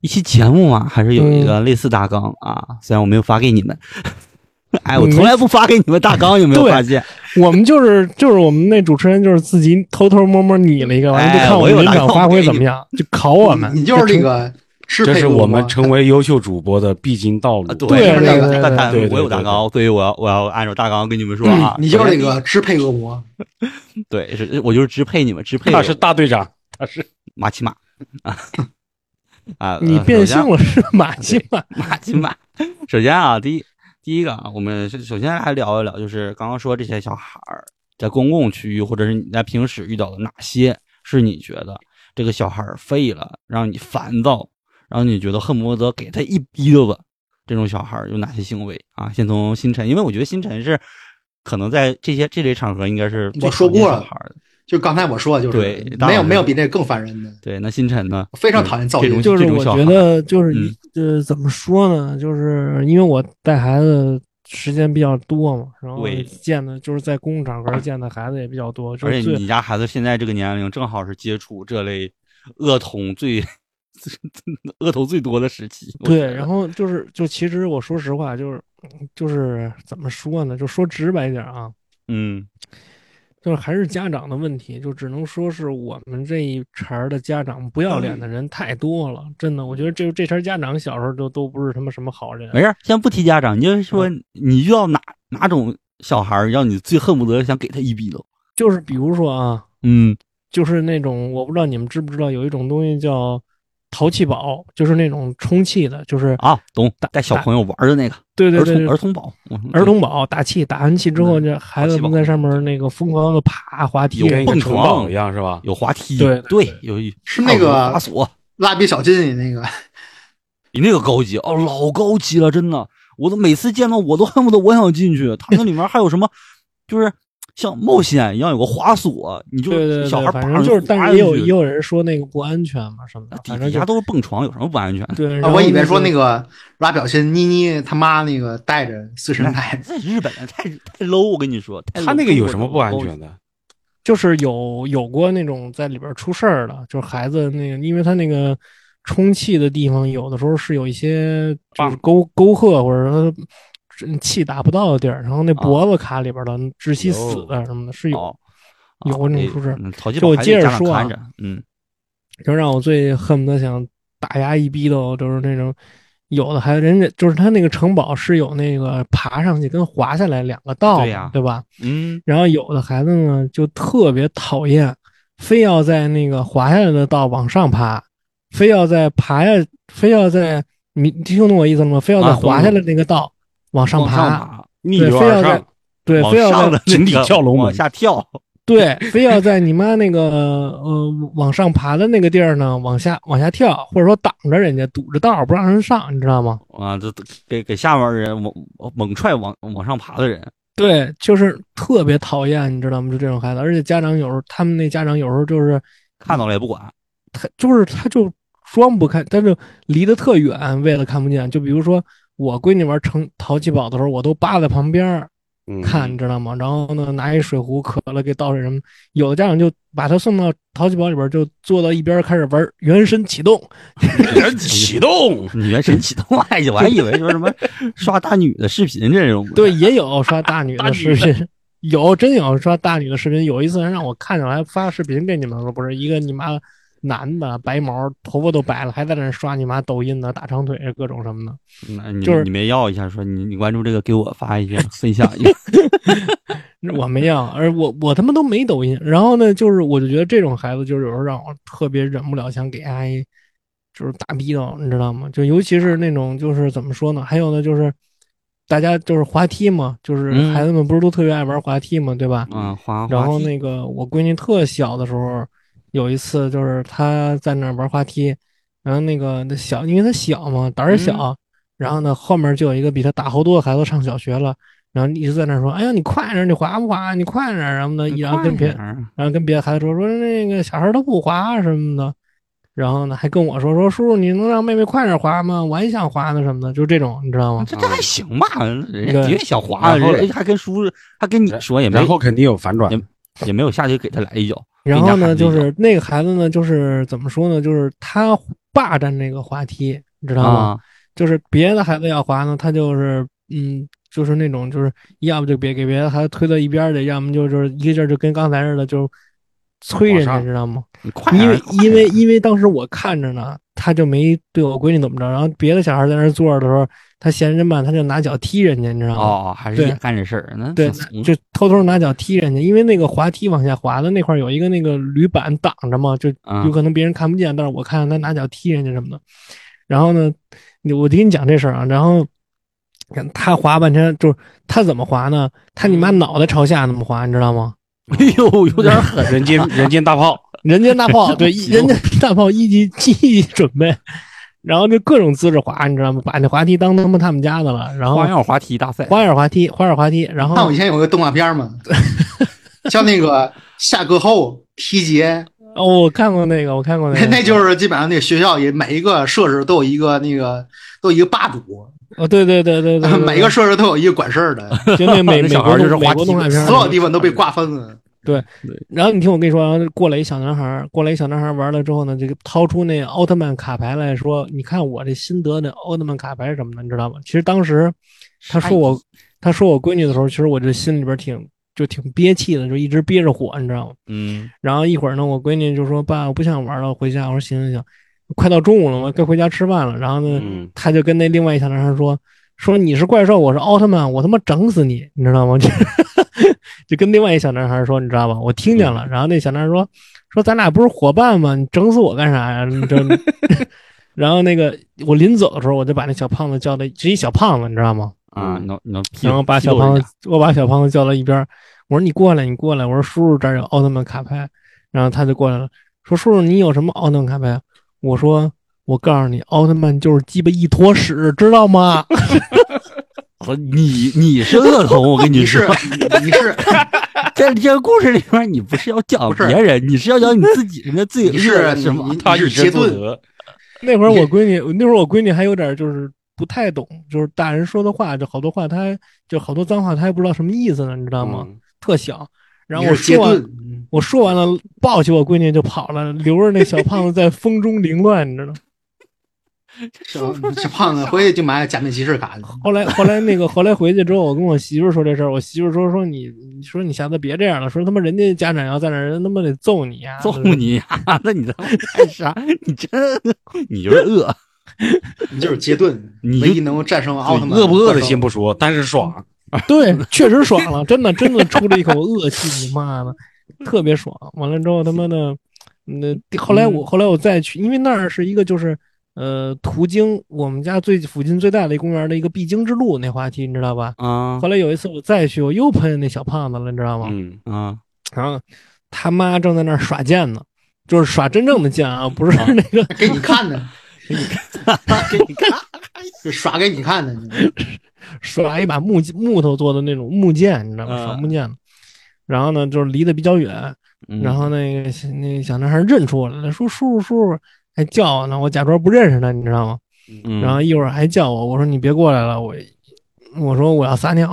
[SPEAKER 2] 一期节目嘛，还是有一个类似大纲啊。虽然我没有发给你们， 哎，我
[SPEAKER 3] 你没
[SPEAKER 2] 从来不发给你们大纲，有没有
[SPEAKER 3] 对
[SPEAKER 2] 发现？
[SPEAKER 3] 我们就是就是我们那主持人就是自己偷偷摸摸拟了一个，完了就
[SPEAKER 2] 哎
[SPEAKER 3] 看
[SPEAKER 2] 我
[SPEAKER 3] 们
[SPEAKER 2] 有
[SPEAKER 3] 临
[SPEAKER 2] 来
[SPEAKER 3] 场
[SPEAKER 2] 过
[SPEAKER 3] 发
[SPEAKER 2] 我给
[SPEAKER 3] 挥
[SPEAKER 2] 你
[SPEAKER 3] 怎么样，就考我们。
[SPEAKER 4] 你就是
[SPEAKER 3] 这
[SPEAKER 4] 那个是
[SPEAKER 5] 这
[SPEAKER 4] 配
[SPEAKER 5] 是
[SPEAKER 4] 合
[SPEAKER 5] 我
[SPEAKER 4] 吗
[SPEAKER 5] 们成为优秀主播的必经道路。
[SPEAKER 2] 啊对，
[SPEAKER 3] 对
[SPEAKER 2] 就是那
[SPEAKER 4] 对
[SPEAKER 2] 个大大
[SPEAKER 5] 对对
[SPEAKER 2] 我有大纲，所以我要我要按照大纲跟你们说啊。
[SPEAKER 4] 嗯你就是那个支配恶魔，
[SPEAKER 2] 对，是我就是支配你们，支配
[SPEAKER 5] 他是大队长，他是
[SPEAKER 2] 马奇马 啊啊！
[SPEAKER 3] 你
[SPEAKER 2] 呃
[SPEAKER 3] 变
[SPEAKER 2] 首先
[SPEAKER 3] 性了是马戏吧？
[SPEAKER 2] 马金马。首先啊，第一第一个啊，我们是首先来聊一聊，就是刚刚说这些小孩儿在公共区域，或者是你在平时遇到的哪些是你觉得这个小孩儿废了，让你烦躁，让你觉得恨不得给他一逼溜子。这种小孩儿有哪些行为啊？先从星辰，因为我觉得星辰是可能在这些这类场合应该是最
[SPEAKER 4] 我说
[SPEAKER 2] 讨厌
[SPEAKER 4] 过
[SPEAKER 2] 小
[SPEAKER 4] 了
[SPEAKER 2] 孩儿的。
[SPEAKER 4] 就刚才我说的就是
[SPEAKER 2] 对当
[SPEAKER 4] 没有
[SPEAKER 2] 然
[SPEAKER 4] 没有比这更烦人的。
[SPEAKER 2] 对，那星辰呢？
[SPEAKER 4] 非常讨厌噪
[SPEAKER 2] 这
[SPEAKER 4] 音
[SPEAKER 2] 种
[SPEAKER 3] 就是
[SPEAKER 2] 这种嗯
[SPEAKER 3] 我
[SPEAKER 2] 小
[SPEAKER 3] 觉
[SPEAKER 2] 孩儿
[SPEAKER 3] 得就是一呃，怎么说呢？就是因为我带孩子时间比较多嘛，然后
[SPEAKER 2] 对
[SPEAKER 3] 见的就是在公共场合见的孩子也比较多，就
[SPEAKER 2] 而
[SPEAKER 3] 是
[SPEAKER 2] 且
[SPEAKER 3] 最
[SPEAKER 2] 你家孩子现在这个年龄，正好是接触这类恶童最 恶童最多的时期。我觉
[SPEAKER 3] 对，
[SPEAKER 2] 得
[SPEAKER 3] 然后就是就其实我说实话，就是就是怎么说呢？就说直白一点啊，
[SPEAKER 2] 嗯，
[SPEAKER 3] 就是还是家长的问题，就只能说是我们这一茬儿的家长不要脸的人太多了，真的，我觉得这这茬儿家长小时候都都不是什么什么好人。
[SPEAKER 2] 没事儿，先不提家长，你就是说
[SPEAKER 3] 嗯
[SPEAKER 2] 你遇到哪哪种小孩儿让你最恨不得想给他一逼头？
[SPEAKER 3] 就是比如说啊，
[SPEAKER 2] 嗯，
[SPEAKER 3] 就是那种我不知道你们知不知道，有一种东西叫淘气堡，就是那种充气的，就是
[SPEAKER 2] 啊，懂
[SPEAKER 3] 打，
[SPEAKER 2] 带小朋友玩儿的那个
[SPEAKER 3] 对对
[SPEAKER 2] 儿
[SPEAKER 3] 对
[SPEAKER 2] 童
[SPEAKER 3] 对
[SPEAKER 2] 儿童嗯宝，
[SPEAKER 3] 儿童堡打气，打完气之后，这孩子们在上面那个疯狂的爬滑梯
[SPEAKER 2] 有，
[SPEAKER 5] 跟一个
[SPEAKER 2] 蹦
[SPEAKER 5] 城
[SPEAKER 2] 床
[SPEAKER 5] 堡一样是吧？
[SPEAKER 2] 有滑梯，
[SPEAKER 3] 对
[SPEAKER 2] 有一
[SPEAKER 4] 是那个
[SPEAKER 2] 还有滑索，
[SPEAKER 4] 蜡笔小新里那个，
[SPEAKER 2] 比那个高级哦，老高级了，真的，我都每次见到我都恨不得我想进去。他那里面还有什么，就是像冒险一样有个滑索，你就
[SPEAKER 3] 对对对，
[SPEAKER 2] 小孩
[SPEAKER 3] 反
[SPEAKER 2] 爬
[SPEAKER 3] 正就是，但是也有也
[SPEAKER 2] 有，
[SPEAKER 3] 有人说那个不安全嘛什么的，
[SPEAKER 2] 啊底
[SPEAKER 3] 反
[SPEAKER 2] 底
[SPEAKER 3] 正就
[SPEAKER 2] 下都是蹦床，有什么不安全？的？
[SPEAKER 3] 哦对。
[SPEAKER 4] 啊
[SPEAKER 3] 然后
[SPEAKER 4] 我以为说那
[SPEAKER 3] 个，
[SPEAKER 4] 个蜡笔小新妮妮他妈那个带着随身带，
[SPEAKER 2] 在日本太太 low，我跟你说，太 low,
[SPEAKER 5] 他那个有什么不安全的？
[SPEAKER 3] 就是有有过那种在里边出事儿的，就是孩子那个，因为他那个充气的地方，有的时候是有一些就是沟沟壑或者说气打不到的地儿，然后那脖子卡里边了，窒息死的什么的，是有
[SPEAKER 2] 啊哦，
[SPEAKER 3] 有
[SPEAKER 2] 啊哎
[SPEAKER 3] 那种出事儿
[SPEAKER 2] 嗯淘气
[SPEAKER 3] 就
[SPEAKER 2] 堡
[SPEAKER 3] 我
[SPEAKER 2] 还
[SPEAKER 3] 接
[SPEAKER 2] 得
[SPEAKER 3] 着
[SPEAKER 2] 家长
[SPEAKER 3] 说啊
[SPEAKER 2] 看着，嗯，
[SPEAKER 3] 就让我最恨不得想打压一逼的，就是那种有的还人家就是他那个城堡是有那个爬上去跟滑下来两个道嘛，
[SPEAKER 2] 对呀
[SPEAKER 3] 对吧？
[SPEAKER 2] 嗯，
[SPEAKER 3] 然后有的孩子呢就特别讨厌，非要在那个滑下来的道往上爬，非要在爬下，非要在你听懂我意思了吗？非要在
[SPEAKER 2] 啊懂
[SPEAKER 3] 滑下
[SPEAKER 2] 了
[SPEAKER 3] 来那个道往上
[SPEAKER 2] 往
[SPEAKER 3] 爬，
[SPEAKER 2] 上爬，
[SPEAKER 5] 逆
[SPEAKER 3] 对
[SPEAKER 5] 流
[SPEAKER 3] 非
[SPEAKER 5] 而
[SPEAKER 3] 要在
[SPEAKER 5] 上，
[SPEAKER 3] 对，
[SPEAKER 2] 往
[SPEAKER 3] 非要
[SPEAKER 2] 上
[SPEAKER 3] 在
[SPEAKER 2] 的
[SPEAKER 5] 井底
[SPEAKER 2] 那个
[SPEAKER 5] 跳龙
[SPEAKER 2] 往
[SPEAKER 5] 门
[SPEAKER 2] 下跳，
[SPEAKER 3] 对，非要在你妈那个呃往上爬的那个地儿呢，往下往下跳，或者说挡着人家，堵着道不让人上，你知道吗？
[SPEAKER 2] 啊，这这给给下面人猛猛踹往往上爬的人，
[SPEAKER 3] 对，就是特别讨厌，你知道吗？就这种孩子，而且家长有时候他们那家长有时候就是
[SPEAKER 2] 看到了也不管，
[SPEAKER 3] 他就是他就装不看，但是离得特远，为了看不见。就比如说我闺女玩成淘气堡的时候，我都扒在旁边儿
[SPEAKER 5] 嗯
[SPEAKER 3] 看，你知道吗？然后呢，拿一水壶渴了给倒水什么，有的家长就把他送到淘气堡里边儿，就坐到一边儿开始玩原神启动。
[SPEAKER 5] 人启动，
[SPEAKER 2] 你原神启动爱去，我还以为说什 么刷大女的视频这种。
[SPEAKER 3] 对，也有刷大女的视频，有真有刷大女的视频。有一次还让我看见了，还发视频给你们了，不是一个你妈男的白毛，头发都白了，还在那儿刷你妈抖音呢，大长腿各种什么的。
[SPEAKER 2] 那你
[SPEAKER 3] 就是
[SPEAKER 2] 你们要一下，说你你关注这个，给我发一下，分享 一下。
[SPEAKER 3] 我没要，而我我他妈都没抖音。然后呢，就是我就觉得这种孩子，就是有时候让我特别忍不了，想给阿姨就是打逼到，你知道吗？就尤其是那种就是怎么说呢？还有呢，就是大家就是滑梯嘛，就是
[SPEAKER 2] 嗯
[SPEAKER 3] 孩子们不是都特别爱玩滑梯嘛，对吧？
[SPEAKER 2] 嗯，滑
[SPEAKER 3] 然后
[SPEAKER 2] 滑梯
[SPEAKER 3] 那个我闺女特小的时候，有一次就是她在那儿玩滑梯，然后那个那小，因为她小嘛，胆儿小，
[SPEAKER 2] 嗯
[SPEAKER 3] 然后呢后面就有一个比她大好多的孩子上小学了，然后一直在那儿说：“哎呀，你快点儿，你滑不滑？你快点儿！”然后呢，然后跟别
[SPEAKER 2] 快点儿
[SPEAKER 3] 然后跟别的孩子说说那个小孩儿都不滑什么的，然后呢还跟我说说叔叔，你能让妹妹快点儿滑吗？我也想滑呢什么的，就这种你知道吗？
[SPEAKER 2] 这这还行吧，人家
[SPEAKER 3] 对
[SPEAKER 2] 的确想滑，
[SPEAKER 5] 然后
[SPEAKER 2] 人家还跟叔还跟你说也没
[SPEAKER 5] 然后肯定有反转
[SPEAKER 2] 也。也没有下去给他来一脚。
[SPEAKER 3] 然后呢，
[SPEAKER 2] 给
[SPEAKER 3] 就
[SPEAKER 2] 你家孩子一脚
[SPEAKER 3] 是那个孩子呢，就是怎么说呢，就是他霸占那个滑梯，你知道吗？
[SPEAKER 2] 啊，
[SPEAKER 3] 就是别的孩子要滑呢，他就是嗯，就是那种就是要不就别给别的孩子推到一边儿去，要么就就是一个劲儿就跟刚才似的，就催人
[SPEAKER 5] 往
[SPEAKER 3] 家，
[SPEAKER 5] 上
[SPEAKER 3] 知道吗？
[SPEAKER 2] 你快点
[SPEAKER 3] 因
[SPEAKER 2] 儿，
[SPEAKER 3] 为因为因为当时我看着呢，他就没对我闺女怎么着，然后别的小孩在那儿坐着的时候，他嫌人慢，他就拿脚踢人家，你知道吗？
[SPEAKER 2] 哦，还是
[SPEAKER 3] 对
[SPEAKER 2] 也干这事儿，那
[SPEAKER 3] 对
[SPEAKER 2] 挺，怂
[SPEAKER 3] 就偷偷拿脚踢人家，因为那个滑梯往下滑的那块儿有一个那个铝板挡着嘛，就
[SPEAKER 2] 啊
[SPEAKER 3] 有可能别人看不见，但是我看见他拿脚踢人家什么的。然后呢，你我就跟你讲这事儿啊，然后他滑半天，就是他怎么滑呢？他你妈脑袋朝下那么滑，你知道吗？
[SPEAKER 2] 哎 呦，有点狠，
[SPEAKER 5] 人 间人间大炮，
[SPEAKER 3] 人间 大炮，对，一人间大炮一级一级准备，然后就各种姿势滑，你知道吗？把那滑梯当他妈他们家的了，然后
[SPEAKER 2] 花样滑梯大赛，
[SPEAKER 3] 花样滑梯，花样滑梯，然
[SPEAKER 4] 看
[SPEAKER 3] 后
[SPEAKER 4] 我以前有个动画片嘛，叫那个下课后踢毽，
[SPEAKER 3] 哦，我看过那个，我看过 那个，
[SPEAKER 4] 那就是基本上那学校也每一个设施都有一个那个都有一个霸主，
[SPEAKER 3] 哦，对对对 对对，对
[SPEAKER 4] 每个设施都有一个管事儿的，
[SPEAKER 3] 就那美
[SPEAKER 2] 那
[SPEAKER 3] 美
[SPEAKER 2] 小孩
[SPEAKER 3] 国
[SPEAKER 2] 就是
[SPEAKER 3] 动
[SPEAKER 2] 滑
[SPEAKER 3] 美国
[SPEAKER 2] 梯
[SPEAKER 3] 动画片儿，
[SPEAKER 4] 所有地方都被瓜分了。
[SPEAKER 3] 然后你听我跟你说，然后就过来一小男孩儿，过来一小男孩儿玩了之后呢，这个掏出那奥特曼卡牌来说：“你看我这新得的奥特曼卡牌是什么的，你知道吗？”其实当时他说我，他说我闺女的时候，其实我这心里边挺就挺憋气的，就一直憋着火，你知道吗？
[SPEAKER 2] 嗯，
[SPEAKER 3] 然后一会儿呢，我闺女就说：“爸，我不想玩了，回家。”我说：“行行行，快到中午了嘛，该回家吃饭了。”然后呢，
[SPEAKER 5] 嗯，
[SPEAKER 3] 他就跟那另外一小男孩说：“说你是怪兽，我是奥特曼，我他妈整死你，你知道吗？” 就就跟另外一小男孩说：“你知道吧？我听见了。”然后那小男孩说：“说咱俩不是伙伴吗？你整死我干啥呀？你这。” 然后那个我临走的时候，我就把那小胖子叫到，是一小胖子，你知道吗？
[SPEAKER 2] 啊，你能你能劈，
[SPEAKER 3] 嗯然后把
[SPEAKER 2] 劈
[SPEAKER 3] 小
[SPEAKER 2] 斗人
[SPEAKER 3] 胖
[SPEAKER 2] 家
[SPEAKER 3] 子，我把小胖子叫到一边儿，我说你过来，你过来，我说叔叔这儿有奥特曼卡牌，然后他就过来了，说叔叔你有什么奥特曼卡牌？啊我说我告诉你，奥特曼就是鸡巴一坨屎，知道吗？
[SPEAKER 2] 我你你是恶童，我跟
[SPEAKER 4] 你
[SPEAKER 2] 你说
[SPEAKER 4] 是，你是
[SPEAKER 2] 在这个故事里面，你不是要讲
[SPEAKER 4] 不是
[SPEAKER 2] 别人，你是要讲你自己，人家自己
[SPEAKER 4] 你是
[SPEAKER 2] 恶是吗
[SPEAKER 4] 你？
[SPEAKER 5] 他与
[SPEAKER 4] 是
[SPEAKER 5] 之
[SPEAKER 4] 邪
[SPEAKER 5] 不
[SPEAKER 4] 盾
[SPEAKER 5] 得，
[SPEAKER 3] 那会儿我闺女，那会儿我闺女还有点就是不太懂，就是大人说的话，就好多话她就好多脏话，她还不知道什么意思呢，你知道吗？
[SPEAKER 5] 嗯
[SPEAKER 3] 特小。然后
[SPEAKER 4] 你
[SPEAKER 3] 我
[SPEAKER 4] 是杰
[SPEAKER 3] 说完，
[SPEAKER 4] 顿，嗯
[SPEAKER 3] 我说完了，抱起我闺女就跑了，留着那小胖子在风中凌乱，你知道吗。
[SPEAKER 4] 小小胖子回去就买假面骑士卡去。
[SPEAKER 3] 后来 后来那个后来回去之后，我跟我媳妇儿说这事儿，我媳妇儿说说你你说你下次别这样了，说他妈人家家长要在那儿，人他妈得揍你啊呀、
[SPEAKER 2] 揍你 呀、那你在那干啥？你真，你就是饿，
[SPEAKER 4] 你就是杰顿，
[SPEAKER 2] 你就
[SPEAKER 4] 唯一能够战胜奥特曼。
[SPEAKER 5] 饿不饿的先不说，但是爽，
[SPEAKER 3] 对，确实爽了，真的真的出了一口恶气，你 妈的，特别爽。完了之后他妈的，那后来
[SPEAKER 2] 嗯
[SPEAKER 3] 我后来我再去，因为那儿是一个就是呃途经我们家最附近最大的一公园的一个必经之路，那滑梯你知道吧？
[SPEAKER 2] 啊
[SPEAKER 3] 后来有一次我再去，我又碰见那小胖子了，你知道吗？
[SPEAKER 5] 嗯，
[SPEAKER 2] 啊！
[SPEAKER 3] 然后他妈正在那儿耍剑呢，就是耍真正的剑啊，不是 那个
[SPEAKER 4] 给你看的，给你看，耍给你看的。
[SPEAKER 3] 耍一把木木头做的那种木剑，你知道吗？
[SPEAKER 2] 嗯
[SPEAKER 3] 耍木剑呢。然后呢，就是离得比较远，
[SPEAKER 2] 嗯
[SPEAKER 3] 然后那个小那小男孩认出我来了，说叔叔叔叔，还叫我呢，我假装不认识他，你知道吗？
[SPEAKER 2] 嗯
[SPEAKER 3] 然后一会儿还叫我，我说你别过来了，我我说我要撒尿，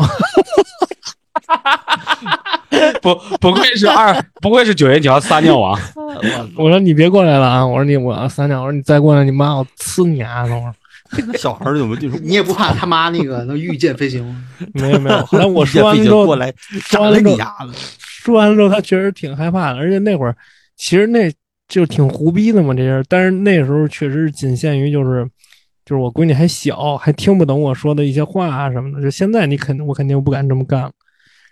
[SPEAKER 5] 不不愧是二，不愧是九元桥撒尿 王，
[SPEAKER 2] 嗯
[SPEAKER 3] 我说你别过来了啊，我说你我要撒尿，我说你再过来你妈我呲你啊， 等会儿。
[SPEAKER 2] 那小孩儿怎么就说
[SPEAKER 4] 你也不怕他妈那个能御剑飞行？
[SPEAKER 3] 没有没有，后来我说完
[SPEAKER 2] 飞
[SPEAKER 3] 了
[SPEAKER 2] 机
[SPEAKER 3] 之后，
[SPEAKER 2] 过来
[SPEAKER 3] 说
[SPEAKER 2] 扎
[SPEAKER 3] 完了
[SPEAKER 2] 了
[SPEAKER 3] 之后
[SPEAKER 2] 你啊丫的，
[SPEAKER 3] 说完了之后，他确实挺害怕的，而且那会儿其实那就挺胡逼的嘛，这些。但是那时候确实仅限于就是就是我闺女还小，还听不懂我说的一些话啊什么的。就现在你肯我肯定不敢这么干了。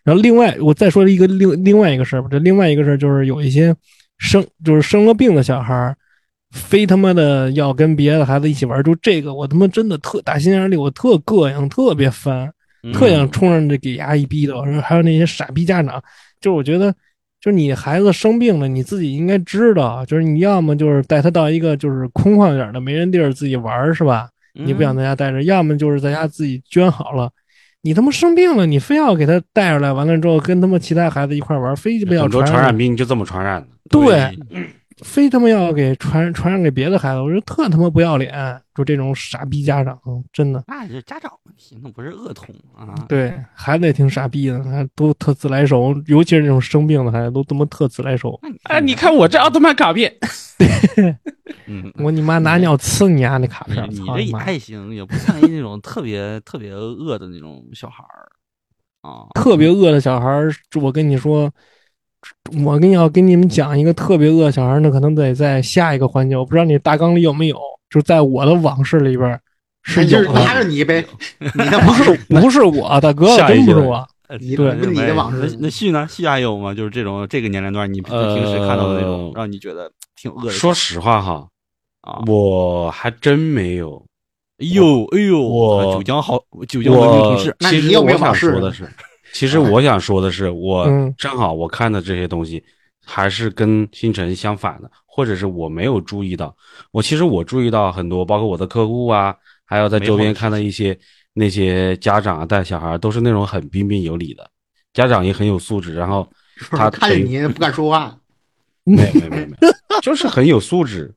[SPEAKER 3] 然后另外我再说一个另另外一个事儿吧，这另外一个事儿就是有一些生就是生了病的小孩儿。非他妈的要跟别的孩子一起玩儿，就这个我他妈真的特打心眼里我特膈应，特别烦。
[SPEAKER 2] 嗯
[SPEAKER 5] 嗯
[SPEAKER 3] 特想冲上去给丫一逼的。我说还有那些傻逼家长，就是我觉得，就是你孩子生病了，你自己应该知道，啊就是你要么就是带他到一个就是空旷点儿的没人地儿自己玩儿是吧？
[SPEAKER 2] 嗯
[SPEAKER 3] 你不想在家待着，要么就是在家自己捐好了。你他妈生病了，你非要给他带出来，完了之后跟他妈其他孩子一块儿玩儿，非鸡巴要
[SPEAKER 5] 很多
[SPEAKER 3] 传
[SPEAKER 5] 传染
[SPEAKER 3] 病，
[SPEAKER 5] 病就这么传染的，
[SPEAKER 3] 对，非他妈要给传传染给别的孩子，我觉得特他妈不要脸，就这种傻逼家长，真的。
[SPEAKER 2] 那是家长问题，那不是恶童啊。
[SPEAKER 3] 对，孩子也挺傻逼的，还都特自来熟，尤其是那种生病的孩子，都他妈特自来熟。
[SPEAKER 2] 那你
[SPEAKER 5] 哎，你看我这奥特曼卡片，
[SPEAKER 2] 嗯，
[SPEAKER 3] 我你妈拿尿呲你啊丫、那卡
[SPEAKER 2] 你
[SPEAKER 3] 片，
[SPEAKER 2] 哎你
[SPEAKER 3] 操
[SPEAKER 2] 这
[SPEAKER 3] 你
[SPEAKER 2] 也
[SPEAKER 3] 妈！
[SPEAKER 2] 还行，也不像人那种特别特别恶的那种小孩儿啊，
[SPEAKER 3] 特别饿的小孩儿，我跟你说，我跟你要跟你们讲一个特别恶小孩儿，那可能得在下一个环节，我不知道你大纲里有没有，就在我的往事里边儿是
[SPEAKER 4] 那就
[SPEAKER 3] 有啊
[SPEAKER 4] 是拉
[SPEAKER 3] 的，
[SPEAKER 4] 着你呗，你的 不是
[SPEAKER 3] 不是我啊大哥，
[SPEAKER 5] 下
[SPEAKER 3] 真
[SPEAKER 5] 一
[SPEAKER 3] 不
[SPEAKER 5] 节
[SPEAKER 3] 是我，
[SPEAKER 2] 呃
[SPEAKER 4] 你
[SPEAKER 3] 对
[SPEAKER 4] 不是你的往事
[SPEAKER 2] 那那旭呢？旭还有吗？就是这种这个年龄段，你平平时看到的那种
[SPEAKER 5] 呃，
[SPEAKER 2] 让你觉得挺恶心
[SPEAKER 5] 说实话哈，
[SPEAKER 2] 啊！
[SPEAKER 5] 我还真没有。
[SPEAKER 2] 哎呦哎呦，
[SPEAKER 5] 我
[SPEAKER 2] 九江好，九江文明
[SPEAKER 5] 我
[SPEAKER 2] 同事，
[SPEAKER 4] 那
[SPEAKER 5] 其
[SPEAKER 4] 你
[SPEAKER 5] 实
[SPEAKER 4] 有没
[SPEAKER 5] 我
[SPEAKER 4] 有
[SPEAKER 5] 想
[SPEAKER 4] 往事
[SPEAKER 5] 说的是，其实我想说的是，我
[SPEAKER 3] 嗯
[SPEAKER 5] 正好我看的这些东西还是跟星辰相反的，或者是我没有注意到。我其实我注意到很多，包括我的客户啊，还有在周边看到一些那些家长啊带小孩，都是那种很彬彬有礼的，家长也很有素质，然后 他
[SPEAKER 4] 看着
[SPEAKER 5] 等于
[SPEAKER 4] 你不敢说话，
[SPEAKER 5] 没有没有没有没有，就是很有素质，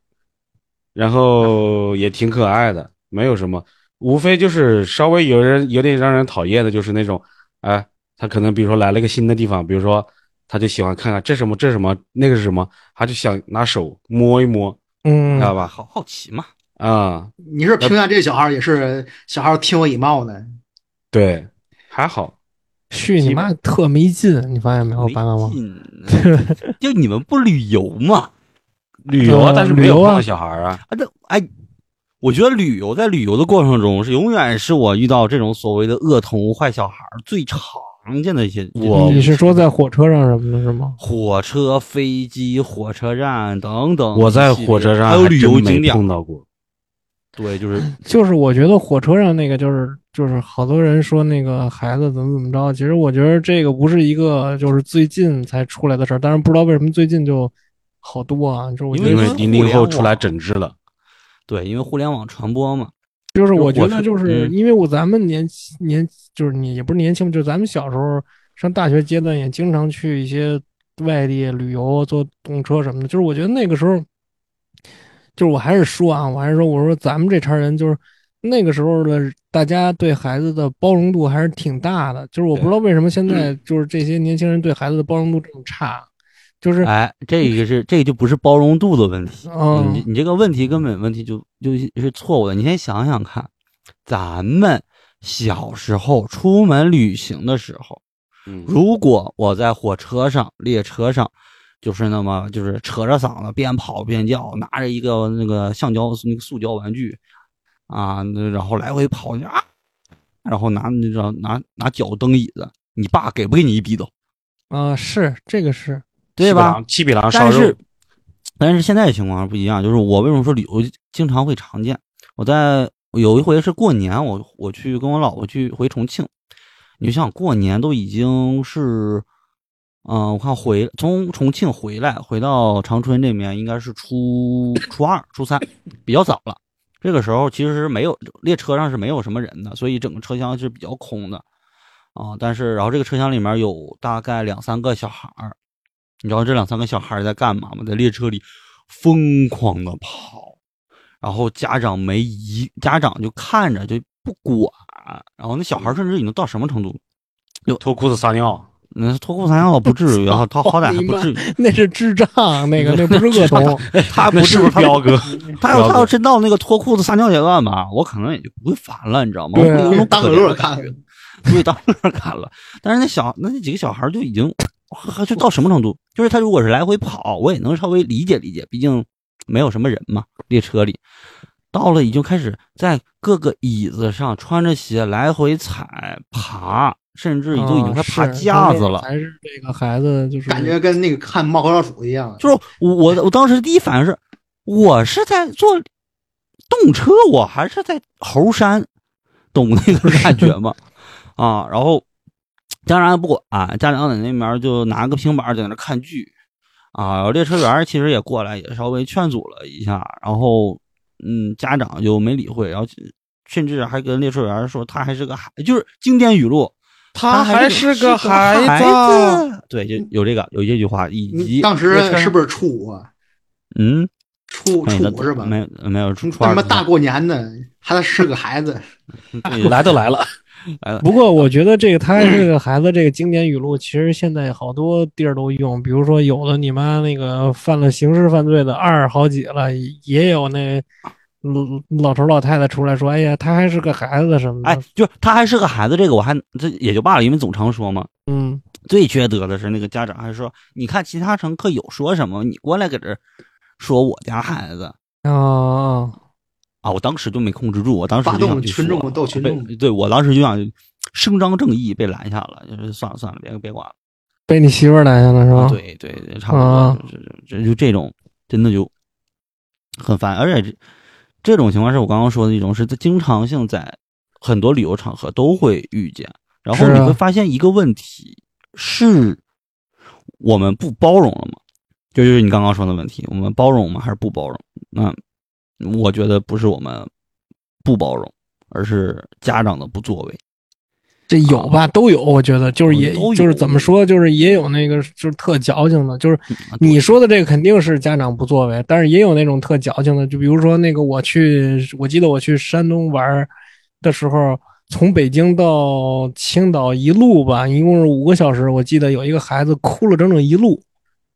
[SPEAKER 5] 然后也挺可爱的，没有什么，无非就是稍微有人有点让人讨厌的，就是那种，哎，他可能比如说来了个新的地方，比如说他就喜欢看看这什么这什么那个是什么，他就想拿手摸一摸，知
[SPEAKER 3] 嗯，
[SPEAKER 5] 道吧？
[SPEAKER 2] 好好奇嘛，
[SPEAKER 5] 啊、
[SPEAKER 4] 你是评价这小孩儿也是小孩儿挺有礼貌的，
[SPEAKER 5] 对，还好，
[SPEAKER 3] 去你妈特没劲，你发现没有，
[SPEAKER 2] 没
[SPEAKER 3] 白马王？
[SPEAKER 2] 劲。就你们不旅游吗？
[SPEAKER 5] 旅游啊，
[SPEAKER 3] 呃
[SPEAKER 5] 但是没有
[SPEAKER 3] 旅游啊
[SPEAKER 5] 碰到小孩儿啊，
[SPEAKER 2] 啊，这哎，我觉得旅游在旅游的过程中是永远是我遇到这种所谓的恶童坏小孩儿最常见的一些。
[SPEAKER 5] 我
[SPEAKER 3] 你是说在火车上什么的，是吗？
[SPEAKER 2] 火车、飞机、火车站等等一系列，
[SPEAKER 5] 我在火车上
[SPEAKER 2] 还有
[SPEAKER 5] 还
[SPEAKER 2] 旅
[SPEAKER 5] 真
[SPEAKER 2] 游
[SPEAKER 5] 没
[SPEAKER 2] 景点，
[SPEAKER 5] 碰到过，
[SPEAKER 2] 对，就是
[SPEAKER 3] 就是我觉得火车上那个就是就是好多人说那个孩子怎么怎么着，其实我觉得这个不是一个就是最近才出来的事儿，但是不知道为什么最近就好多啊，就是我觉
[SPEAKER 2] 因
[SPEAKER 5] 因
[SPEAKER 2] 为
[SPEAKER 5] 为
[SPEAKER 3] 得
[SPEAKER 5] 零零后出来整治了，
[SPEAKER 2] 对，因为互联网传播嘛，
[SPEAKER 3] 就是我觉得就
[SPEAKER 2] 我是
[SPEAKER 3] 是
[SPEAKER 2] 嗯
[SPEAKER 3] 因为我咱们年年就是你也不是年轻，就是咱们小时候上大学阶段也经常去一些外地旅游坐动车什么的，就是我觉得那个时候。就是我还是说啊，我还是说，我说咱们这茬人就是那个时候的，大家对孩子的包容度还是挺大的。就是我不知道为什么现在就是这些年轻人对孩子的包容度这么差，就是
[SPEAKER 2] 哎，这个是这个就不是包容度的问题，你
[SPEAKER 3] 嗯
[SPEAKER 2] 你这个问题根本问题就就是错误的。你先想想看，咱们小时候出门旅行的时候，
[SPEAKER 5] 嗯
[SPEAKER 2] 如果我在火车上、列车上，就是那么就是扯着嗓子边跑边叫，拿着一个那个橡胶那个塑胶玩具啊，那然后来回跑啊，然后拿那种拿拿脚蹬椅子，你爸给不给你一逼斗，
[SPEAKER 3] 啊、是这个是
[SPEAKER 2] 对吧？？
[SPEAKER 5] 七匹狼烧
[SPEAKER 2] 但
[SPEAKER 5] 肉
[SPEAKER 2] 是，但是现在情况不一样，就是我为什么说旅游经常会常见？我在有一回是过年，我我去跟我老婆去回重庆，你就想过年都已经是，嗯、我看回从重庆回来，回到长春这边应该是初初二、初三，比较早了。这个时候其实是没有列车上是没有什么人的，所以整个车厢是比较空的啊、但是然后这个车厢里面有大概两三个小孩儿，你知道这两三个小孩儿在干嘛吗？在列车里疯狂的跑，然后家长没一家长就看着就不管，然后那小孩儿甚至已经到什么程度？
[SPEAKER 5] 脱裤子撒尿。
[SPEAKER 2] 那脱裤子撒尿不至 于啊，他好歹还不至于，
[SPEAKER 3] 那是智障，那个那不 是恶童。
[SPEAKER 2] 他不
[SPEAKER 5] 那
[SPEAKER 2] 至
[SPEAKER 5] 是
[SPEAKER 2] 于
[SPEAKER 5] 不是彪哥？
[SPEAKER 2] 他要他要真到那个脱裤子撒尿阶段吧，我可能也就不会烦了，你知道吗？我
[SPEAKER 3] 对
[SPEAKER 2] 会有一种
[SPEAKER 4] 啊当
[SPEAKER 2] 可
[SPEAKER 4] 个
[SPEAKER 2] 怜
[SPEAKER 4] 乐
[SPEAKER 2] 的
[SPEAKER 4] 看
[SPEAKER 2] 感觉，不会当乐看了。但是那小那那几个小孩儿就已经，哇就到什么程度？就是他如果是来回跑，我也能稍微理解理解，毕竟没有什么人嘛，列车里。到了已经开始在各个椅子上穿着鞋来回踩爬，甚至哦都已经快爬
[SPEAKER 3] 啊是
[SPEAKER 2] 架子
[SPEAKER 3] 那
[SPEAKER 2] 了。
[SPEAKER 3] 还是这个孩子就是
[SPEAKER 4] 感觉跟那个看《猫和老鼠》一样。
[SPEAKER 2] 就是我我我当时第一反应是，我是在坐动车，我还是在猴山，懂那个感觉吗？ 啊，然后家长也不管、家长在那边就拿个平板在那看剧啊。然后列车员其实也过来，也稍微劝阻了一下，然后嗯，家长就没理会，然后甚至还跟列车员说他还是个孩，就是经典语录。他还
[SPEAKER 5] 是
[SPEAKER 2] 个
[SPEAKER 5] 个孩
[SPEAKER 2] 孩
[SPEAKER 5] 子，
[SPEAKER 2] 子，对，就有这个有这句话，以及
[SPEAKER 4] 你当时
[SPEAKER 2] 列车上
[SPEAKER 4] 是不是初五啊？
[SPEAKER 2] 嗯，
[SPEAKER 4] 初
[SPEAKER 2] 没
[SPEAKER 4] 初
[SPEAKER 2] 那
[SPEAKER 4] 五是吧？
[SPEAKER 2] 没没有初初
[SPEAKER 4] 他
[SPEAKER 2] 二
[SPEAKER 4] 妈
[SPEAKER 2] 初
[SPEAKER 4] 大过年的，还得是个孩子，
[SPEAKER 2] 三对
[SPEAKER 5] 来都来了，
[SPEAKER 2] 来了，
[SPEAKER 3] 不过我觉得这个他这个孩子这个经典语录，其实现在好多地儿都用，比如说有的你妈那个犯了刑事犯罪的二好几了，也有那老老头老太太出来说，哎呀，他还
[SPEAKER 4] 哎
[SPEAKER 3] 是个孩子什么的，
[SPEAKER 2] 哎，就是他还是个孩子，这个我还这也就罢了，因为总常说嘛。
[SPEAKER 3] 嗯，
[SPEAKER 2] 最缺德的是那个家长还说，你看其他乘客有说什么，你过来搁这儿说我家孩子
[SPEAKER 3] 啊啊
[SPEAKER 2] 啊！我当时就没控制住，我当时
[SPEAKER 4] 发
[SPEAKER 2] 就
[SPEAKER 4] 动
[SPEAKER 2] 想去
[SPEAKER 4] 群
[SPEAKER 2] 说
[SPEAKER 4] 众斗群
[SPEAKER 2] 被
[SPEAKER 4] 众，
[SPEAKER 2] 对我当时就想声张正义，被拦下了，就是算了算了，别别管了。
[SPEAKER 3] 被你媳妇儿拦下了是吧？
[SPEAKER 2] 对对对，差不多
[SPEAKER 3] 啊，
[SPEAKER 2] 这这就这种真的就很烦，而且这这种情况是我刚刚说的一种，是在经常性在很多旅游场合都会遇见，然后
[SPEAKER 3] 是
[SPEAKER 2] 你
[SPEAKER 3] 啊
[SPEAKER 2] 会发现一个问题是，我们不包容了吗？这就是你刚刚说的问题，我们包容吗？还是不包容？那我觉得不是我们不包容，而是家长的不作为。
[SPEAKER 3] 这有吧，都有，我觉得就是也
[SPEAKER 2] 哦都有
[SPEAKER 3] 就是怎么说，就是也有那个就是特矫情的，就是
[SPEAKER 2] 啊
[SPEAKER 3] 你说的这个肯定是家长不作为，但是也有那种特矫情的，就比如说那个我去，我记得我去山东玩儿的时候，从北京到青岛一路吧，一共是五个小时，我记得有一个孩子哭了整整一路，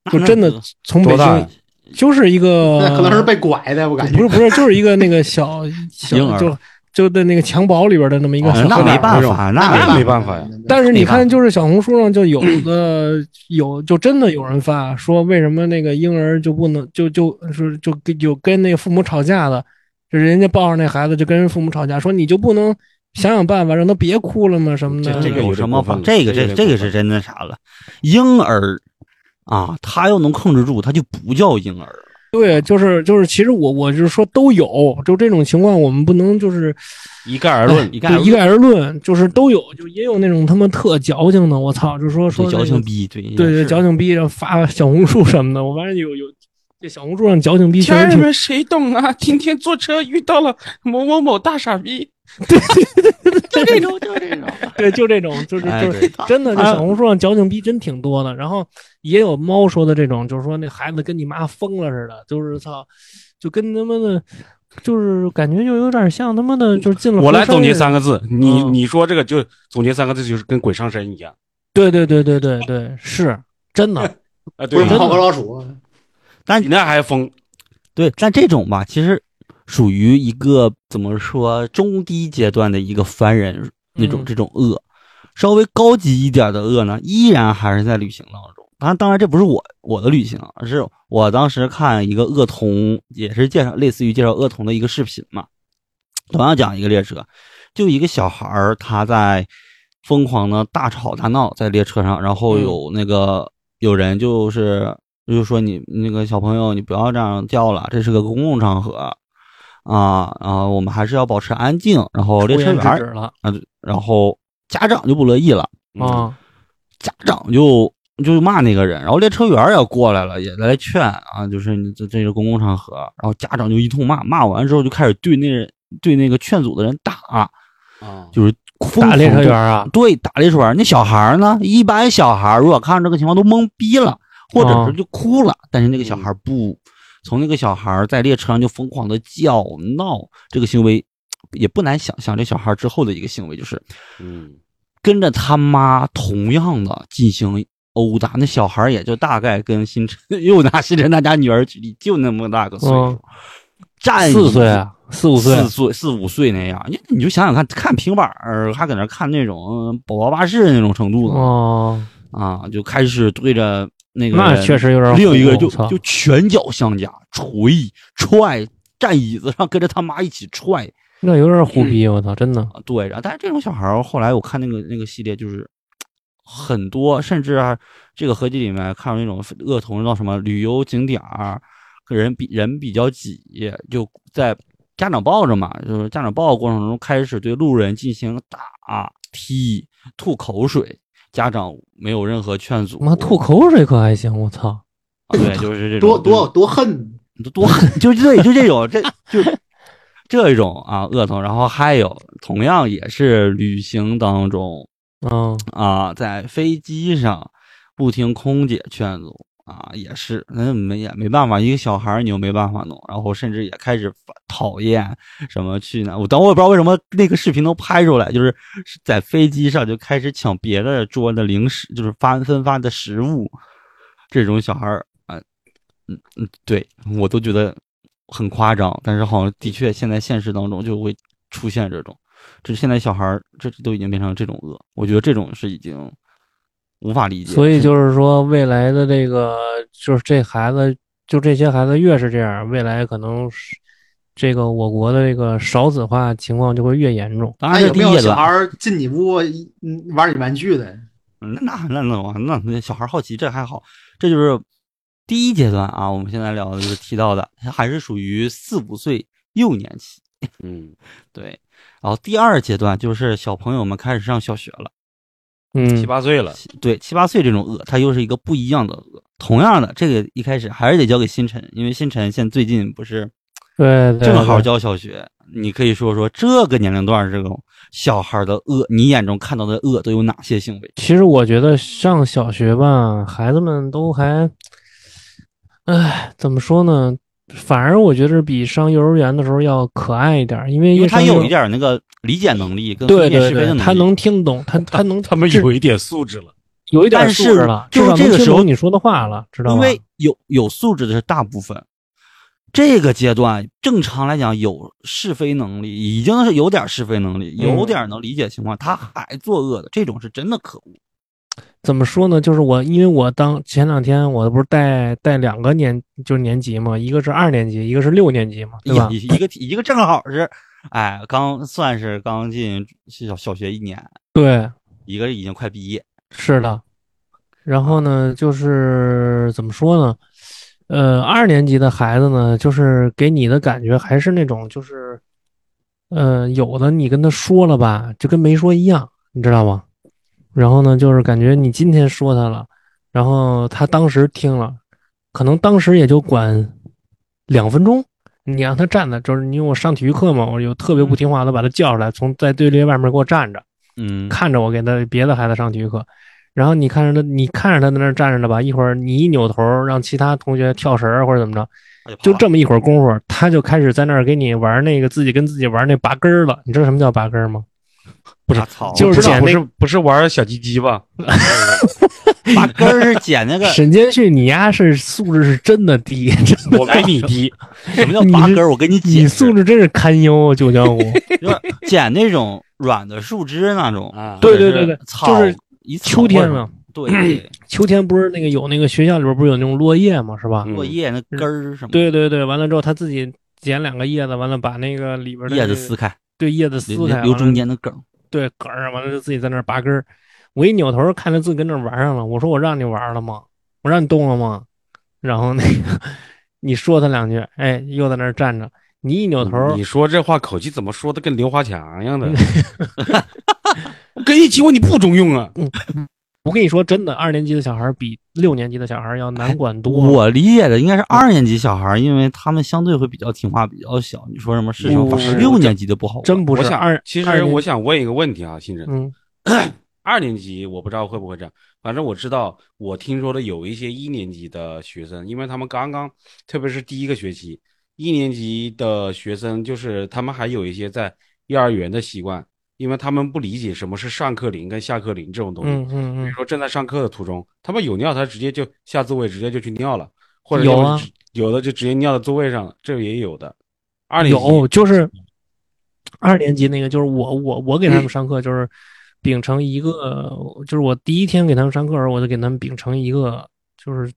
[SPEAKER 3] 就真的从北
[SPEAKER 5] 多大
[SPEAKER 3] 京
[SPEAKER 5] 呀
[SPEAKER 3] 就是一个
[SPEAKER 4] 那可能是被拐的，我感觉
[SPEAKER 3] 不是不是就是一个那个小小
[SPEAKER 2] 婴儿
[SPEAKER 3] 就就在那个襁褓里边的那么一个
[SPEAKER 2] 啊
[SPEAKER 3] 小
[SPEAKER 2] 那
[SPEAKER 3] 孩
[SPEAKER 2] 没
[SPEAKER 3] 儿
[SPEAKER 2] 办法，那
[SPEAKER 5] 那
[SPEAKER 2] 没
[SPEAKER 5] 没办法呀。
[SPEAKER 3] 但是你
[SPEAKER 2] 没办
[SPEAKER 3] 看，
[SPEAKER 2] 法
[SPEAKER 3] 就是小红书上就 有的有，就真的有人发说，为什么那个婴儿就不能就就是就跟有跟那个父母吵架的，就人家抱着那孩子就跟人父母吵架，说你就不能想想办法让他别哭了吗？什么的
[SPEAKER 5] 这，个
[SPEAKER 2] 有
[SPEAKER 5] 有点
[SPEAKER 2] 什么
[SPEAKER 5] 过分
[SPEAKER 2] 法
[SPEAKER 5] 了
[SPEAKER 2] 这个
[SPEAKER 5] 这个有
[SPEAKER 2] 这
[SPEAKER 5] 点
[SPEAKER 2] 这个
[SPEAKER 5] 过
[SPEAKER 2] 是
[SPEAKER 5] 分
[SPEAKER 2] 真的啥了？婴儿啊，他要能控制住，他就不叫婴儿了。
[SPEAKER 3] 对，就是就是，其实我我就是说都有，就这种情况，我们不能就是
[SPEAKER 5] 一概而论，
[SPEAKER 2] 你看
[SPEAKER 3] 就，一概而论，就是都有，就也有那种他妈特矫情的，我操，就说说
[SPEAKER 2] 这
[SPEAKER 3] 那
[SPEAKER 2] 矫
[SPEAKER 3] 个
[SPEAKER 2] 情逼，对
[SPEAKER 3] 对对，
[SPEAKER 2] 是
[SPEAKER 3] 矫情逼，然后发小红书什么的，我发现有有这小红书上矫情逼确
[SPEAKER 5] 家
[SPEAKER 3] 实
[SPEAKER 5] 人
[SPEAKER 3] 挺，
[SPEAKER 5] 们谁懂啊？今天坐车遇到了某某某大傻逼，
[SPEAKER 2] 就这种就这种，
[SPEAKER 3] 对，就这种，就是
[SPEAKER 2] 哎
[SPEAKER 3] 就是
[SPEAKER 2] 对
[SPEAKER 3] 真的，就
[SPEAKER 2] 啊
[SPEAKER 3] 小红书上矫情逼真挺多的。然后也有猫说的这种，就是说那孩子跟你妈疯了似的，就是操，就跟他妈的，就是感觉就有点像他妈的，就是进了
[SPEAKER 5] 我来
[SPEAKER 3] 火山
[SPEAKER 5] 总结
[SPEAKER 3] 那种
[SPEAKER 5] 三个字，你
[SPEAKER 3] 嗯
[SPEAKER 5] 你说这个就总结三个字就是跟鬼上身一样
[SPEAKER 3] 对对对对对对，是真的，
[SPEAKER 5] 啊！
[SPEAKER 4] 不
[SPEAKER 5] 对
[SPEAKER 4] 是，猫和老鼠，
[SPEAKER 5] 比那还疯，
[SPEAKER 2] 对，但这种吧，其实属于一个怎么说中低阶段的一个凡人那种
[SPEAKER 3] 嗯
[SPEAKER 2] 这种恶，稍微高级一点的恶呢，依然还是在旅行当中。啊当然，当然这不是我我的旅行，而是我当时看一个恶童，也是介绍类似于介绍恶童的一个视频嘛，同样讲一个列车，就一个小孩儿他在疯狂的大吵大闹在列车上，然后
[SPEAKER 3] 嗯
[SPEAKER 2] 有那个、有人就是就说你那个小朋友你不要这样叫了，这是个公共场合啊啊，我们还是要保持安静。然后列
[SPEAKER 3] 抽
[SPEAKER 2] 车
[SPEAKER 3] 烟制
[SPEAKER 2] 员儿
[SPEAKER 3] 止了
[SPEAKER 2] 啊，然后家长就不乐意了，
[SPEAKER 5] 嗯
[SPEAKER 3] 啊，
[SPEAKER 2] 家长就就骂那个人，然后列车员儿也过来了，也来劝啊，就是你这这是公共场合，然后家长就一通骂，骂完之后就开始对那人对那个劝阻的人打，
[SPEAKER 5] 啊，
[SPEAKER 2] 就是疯
[SPEAKER 3] 打列
[SPEAKER 2] 狂
[SPEAKER 3] 车
[SPEAKER 2] 地
[SPEAKER 3] 员啊，
[SPEAKER 2] 对，打了一圈儿。那小孩儿呢？一般小孩儿如果看到这个情况都懵逼了，或者
[SPEAKER 3] 哦
[SPEAKER 2] 是就哭了，但是那个
[SPEAKER 3] 嗯
[SPEAKER 2] 小孩儿不，从那个小孩儿在列车上就疯狂的叫闹，这个行为也不难想象，这小孩儿之后的一个行为就是
[SPEAKER 5] 嗯，
[SPEAKER 2] 跟着他妈同样的进行殴打。那小孩儿也就大概跟星辰 又拿星辰他家女儿举例，就那么大个岁数
[SPEAKER 3] 嗯，
[SPEAKER 2] 站一
[SPEAKER 3] 四岁啊，四五岁
[SPEAKER 2] 四岁四五岁那样，你你就想想看，看平板儿还搁那看那种嗯宝宝巴士那种程度呢、
[SPEAKER 3] 哦，
[SPEAKER 2] 啊，就开始对着那个
[SPEAKER 3] 那
[SPEAKER 2] 人
[SPEAKER 3] 确实有点
[SPEAKER 2] 另一个人
[SPEAKER 3] 虎
[SPEAKER 2] 就
[SPEAKER 3] 我操
[SPEAKER 2] 就拳脚相加，捶踹，站椅子上跟着他妈一起踹
[SPEAKER 3] 那有点虎逼，我操，真的，
[SPEAKER 2] 啊，对，然后但是这种小孩儿后来我看那个那个系列就是很多，甚至啊这个合集里面看到那种恶童到什么旅游景点儿，人比人比较挤，就在家长抱着嘛，就是家长抱的过程中开始对路人进行打踢、吐口水，家长没有任何劝阻，
[SPEAKER 3] 妈吐口水可还行，我操，
[SPEAKER 2] 啊对，就是这种
[SPEAKER 4] 多多多恨，
[SPEAKER 2] 多狠，就这就这种这就这种啊恶童，然后还有同样也是旅行当中。
[SPEAKER 3] 嗯，
[SPEAKER 2] 啊，在飞机上不听空姐劝阻啊，也是，那没也没办法，一个小孩儿你又没办法弄，然后甚至也开始发讨厌什么去哪，我但我也不知道为什么那个视频能拍出来，就是是在飞机上就开始抢别的桌的零食，就是发分发的食物，这种小孩儿啊，嗯嗯，对我都觉得很夸张，但是好像的确现在现实当中就会出现这种。这现在小孩儿，这都已经变成这种恶，我觉得这种是已经无法理解。
[SPEAKER 3] 所以就是说，未来的这个就是这孩子，就这些孩子越是这样，未来可能是这个我国的这个少子化情况就会越严重。
[SPEAKER 2] 当然这
[SPEAKER 4] 哎，有
[SPEAKER 2] 是第
[SPEAKER 4] 没
[SPEAKER 2] 一
[SPEAKER 4] 有
[SPEAKER 2] 阶
[SPEAKER 4] 小孩
[SPEAKER 2] 段，
[SPEAKER 4] 儿进你屋嗯玩你玩具的？
[SPEAKER 2] 嗯那那那那那那小孩好奇这还好，这就是第一阶段啊。我们现在聊的就是提到的，它还是属于四五岁幼年期。
[SPEAKER 5] 嗯，
[SPEAKER 2] 对，然后第二阶段就是小朋友们开始上小学了，
[SPEAKER 3] 嗯，
[SPEAKER 5] 七八岁了，
[SPEAKER 2] 对，七八岁这种恶，它又是一个不一样的恶。同样的，这个一开始还是得交给星辰，因为星辰现在最近不是
[SPEAKER 3] 对，对
[SPEAKER 2] 正好
[SPEAKER 3] 对
[SPEAKER 2] 教小学，你可以说说这个年龄段这种小孩的恶，你眼中看到的恶都有哪些行为？
[SPEAKER 3] 其实我觉得上小学吧，孩子们都还，唉，怎么说呢？反而我觉得比上幼儿园的时候要可爱一点，因为
[SPEAKER 2] 因为
[SPEAKER 3] 上
[SPEAKER 2] 他
[SPEAKER 3] 幼
[SPEAKER 2] 有一点那个理解能力跟分
[SPEAKER 3] 对
[SPEAKER 2] 辨
[SPEAKER 3] 对
[SPEAKER 2] 是非的
[SPEAKER 3] 对，
[SPEAKER 2] 能力，
[SPEAKER 3] 他能听懂，他 他能
[SPEAKER 5] 他们
[SPEAKER 3] 至
[SPEAKER 5] 有一点素质了。
[SPEAKER 3] 有一点
[SPEAKER 2] 但
[SPEAKER 3] 素
[SPEAKER 2] 是
[SPEAKER 3] 质了，至
[SPEAKER 2] 就是
[SPEAKER 3] 少
[SPEAKER 2] 这
[SPEAKER 3] 能
[SPEAKER 2] 个
[SPEAKER 3] 听
[SPEAKER 2] 时候
[SPEAKER 3] 懂你说的话了，知道
[SPEAKER 2] 因
[SPEAKER 3] 吗？
[SPEAKER 2] 为有有素质的是大部分。这个阶段正常来讲有是非能力，已经是有点是非能力，
[SPEAKER 3] 嗯
[SPEAKER 2] 有点能理解情况，他还作恶的，这种是真的可恶。
[SPEAKER 3] 怎么说呢？就是我，因为我当前两天我不是带带两个年，就是年级嘛，一个是二年级，一个是六年级嘛，对吧？
[SPEAKER 2] 一一个一个正好是，哎，刚算是刚进小小学一年，
[SPEAKER 3] 对，
[SPEAKER 2] 一个已经快毕业，
[SPEAKER 3] 是的。然后呢，就是怎么说呢？呃，二年级的孩子呢，就是给你的感觉还是那种，就是，呃，有的你跟他说了吧，就跟没说一样，你知道吗？然后呢，就是感觉你今天说他了，然后他当时听了，可能当时也就管两分钟，你让他站着，就是因为我上体育课嘛，我有特别不听话的，把他叫出来，从在队列外面给我站着。
[SPEAKER 2] 嗯，
[SPEAKER 3] 看着我给他别的孩子上体育课，然后你看着他，你看着他在那儿站着呢吧，一会儿你一扭头让其他同学跳绳儿啊或者怎么着，
[SPEAKER 2] 哎
[SPEAKER 3] 就这么一会儿功夫，他就开始在那儿给你玩那个自己跟自己玩那拔根儿了。你知道什么叫拔根儿吗？
[SPEAKER 2] 不是草，
[SPEAKER 3] 就是
[SPEAKER 5] 知道
[SPEAKER 3] 捡
[SPEAKER 5] 不
[SPEAKER 3] 那
[SPEAKER 5] 是不是玩小鸡鸡吧？
[SPEAKER 2] 拔根儿是捡 那个，
[SPEAKER 3] 沈建旭，你丫是素质是真的 低，真的
[SPEAKER 5] 我没你低，
[SPEAKER 2] 什么叫拔根儿？我给你解
[SPEAKER 3] 你
[SPEAKER 2] 释
[SPEAKER 3] 素，质真是堪忧，九 江湖。
[SPEAKER 2] 就是捡那种软的树枝那种，
[SPEAKER 5] 啊
[SPEAKER 3] 对
[SPEAKER 2] 或者
[SPEAKER 3] 对对
[SPEAKER 2] 是
[SPEAKER 3] 对
[SPEAKER 2] 草
[SPEAKER 3] 就是
[SPEAKER 2] 一草
[SPEAKER 3] 秋天
[SPEAKER 2] 或者
[SPEAKER 3] 嘛，
[SPEAKER 2] 对对，
[SPEAKER 3] 秋天不是那个有那个学校里边不是有那种落叶吗？是吧？
[SPEAKER 5] 嗯
[SPEAKER 2] 落叶那根儿什么的，
[SPEAKER 3] 对对对，完了之后他自己捡两个叶子，完了把那个里边的
[SPEAKER 2] 叶
[SPEAKER 3] 那
[SPEAKER 2] 子
[SPEAKER 3] 个
[SPEAKER 2] 撕开，
[SPEAKER 3] 对叶子撕
[SPEAKER 2] 留
[SPEAKER 3] 开，完
[SPEAKER 2] 留
[SPEAKER 3] 了
[SPEAKER 2] 中间的梗儿。
[SPEAKER 3] 对梗儿，啊完了就自己在那儿拔根儿。我一扭头看他自己跟那儿玩上了，我说我让你玩了吗？我让你动了吗？然后那个你说他两句，哎，又在那儿站着。你一扭头，
[SPEAKER 5] 你说这话口气怎么说的跟刘华强一样的？我给你机会你不中用啊！
[SPEAKER 3] 我跟你说真的，二年级的小孩儿比六年级的小孩儿要难管多了。
[SPEAKER 2] 我理解的应该是二年级小孩儿，因为他们相对会比较听话，比较小。你说什么事情，
[SPEAKER 3] 不
[SPEAKER 2] 反
[SPEAKER 3] 是
[SPEAKER 2] 正六年级的不好玩，
[SPEAKER 3] 真不
[SPEAKER 5] 我
[SPEAKER 3] 是
[SPEAKER 5] 想
[SPEAKER 3] 二，
[SPEAKER 5] 其
[SPEAKER 3] 二
[SPEAKER 5] 实
[SPEAKER 3] 年
[SPEAKER 5] 我想问一个问题啊，新人，
[SPEAKER 3] 嗯
[SPEAKER 5] 二年级我不知道会不会这样，反正我知道，我听说的有一些一年级的学生，因为他们刚刚，特别是第一个学期，一年级的学生就是他们还有一些在幼儿园的习惯，因为他们不理解什么是上课铃跟下课铃这种东西。
[SPEAKER 3] 嗯嗯
[SPEAKER 5] 比
[SPEAKER 3] 嗯
[SPEAKER 5] 如，说正在上课的途中，他们有尿，他直接就下座位直接就去尿了，或者
[SPEAKER 3] 有
[SPEAKER 5] 就
[SPEAKER 3] 啊
[SPEAKER 5] 是直有的就直接尿到座位上了，这也有的。二年级
[SPEAKER 3] 有就是
[SPEAKER 2] 嗯
[SPEAKER 3] 二年级那个，就是我我我给他们上课就是秉承一个，就是我第一天给他们上课的时候，我就给他们秉承一个就是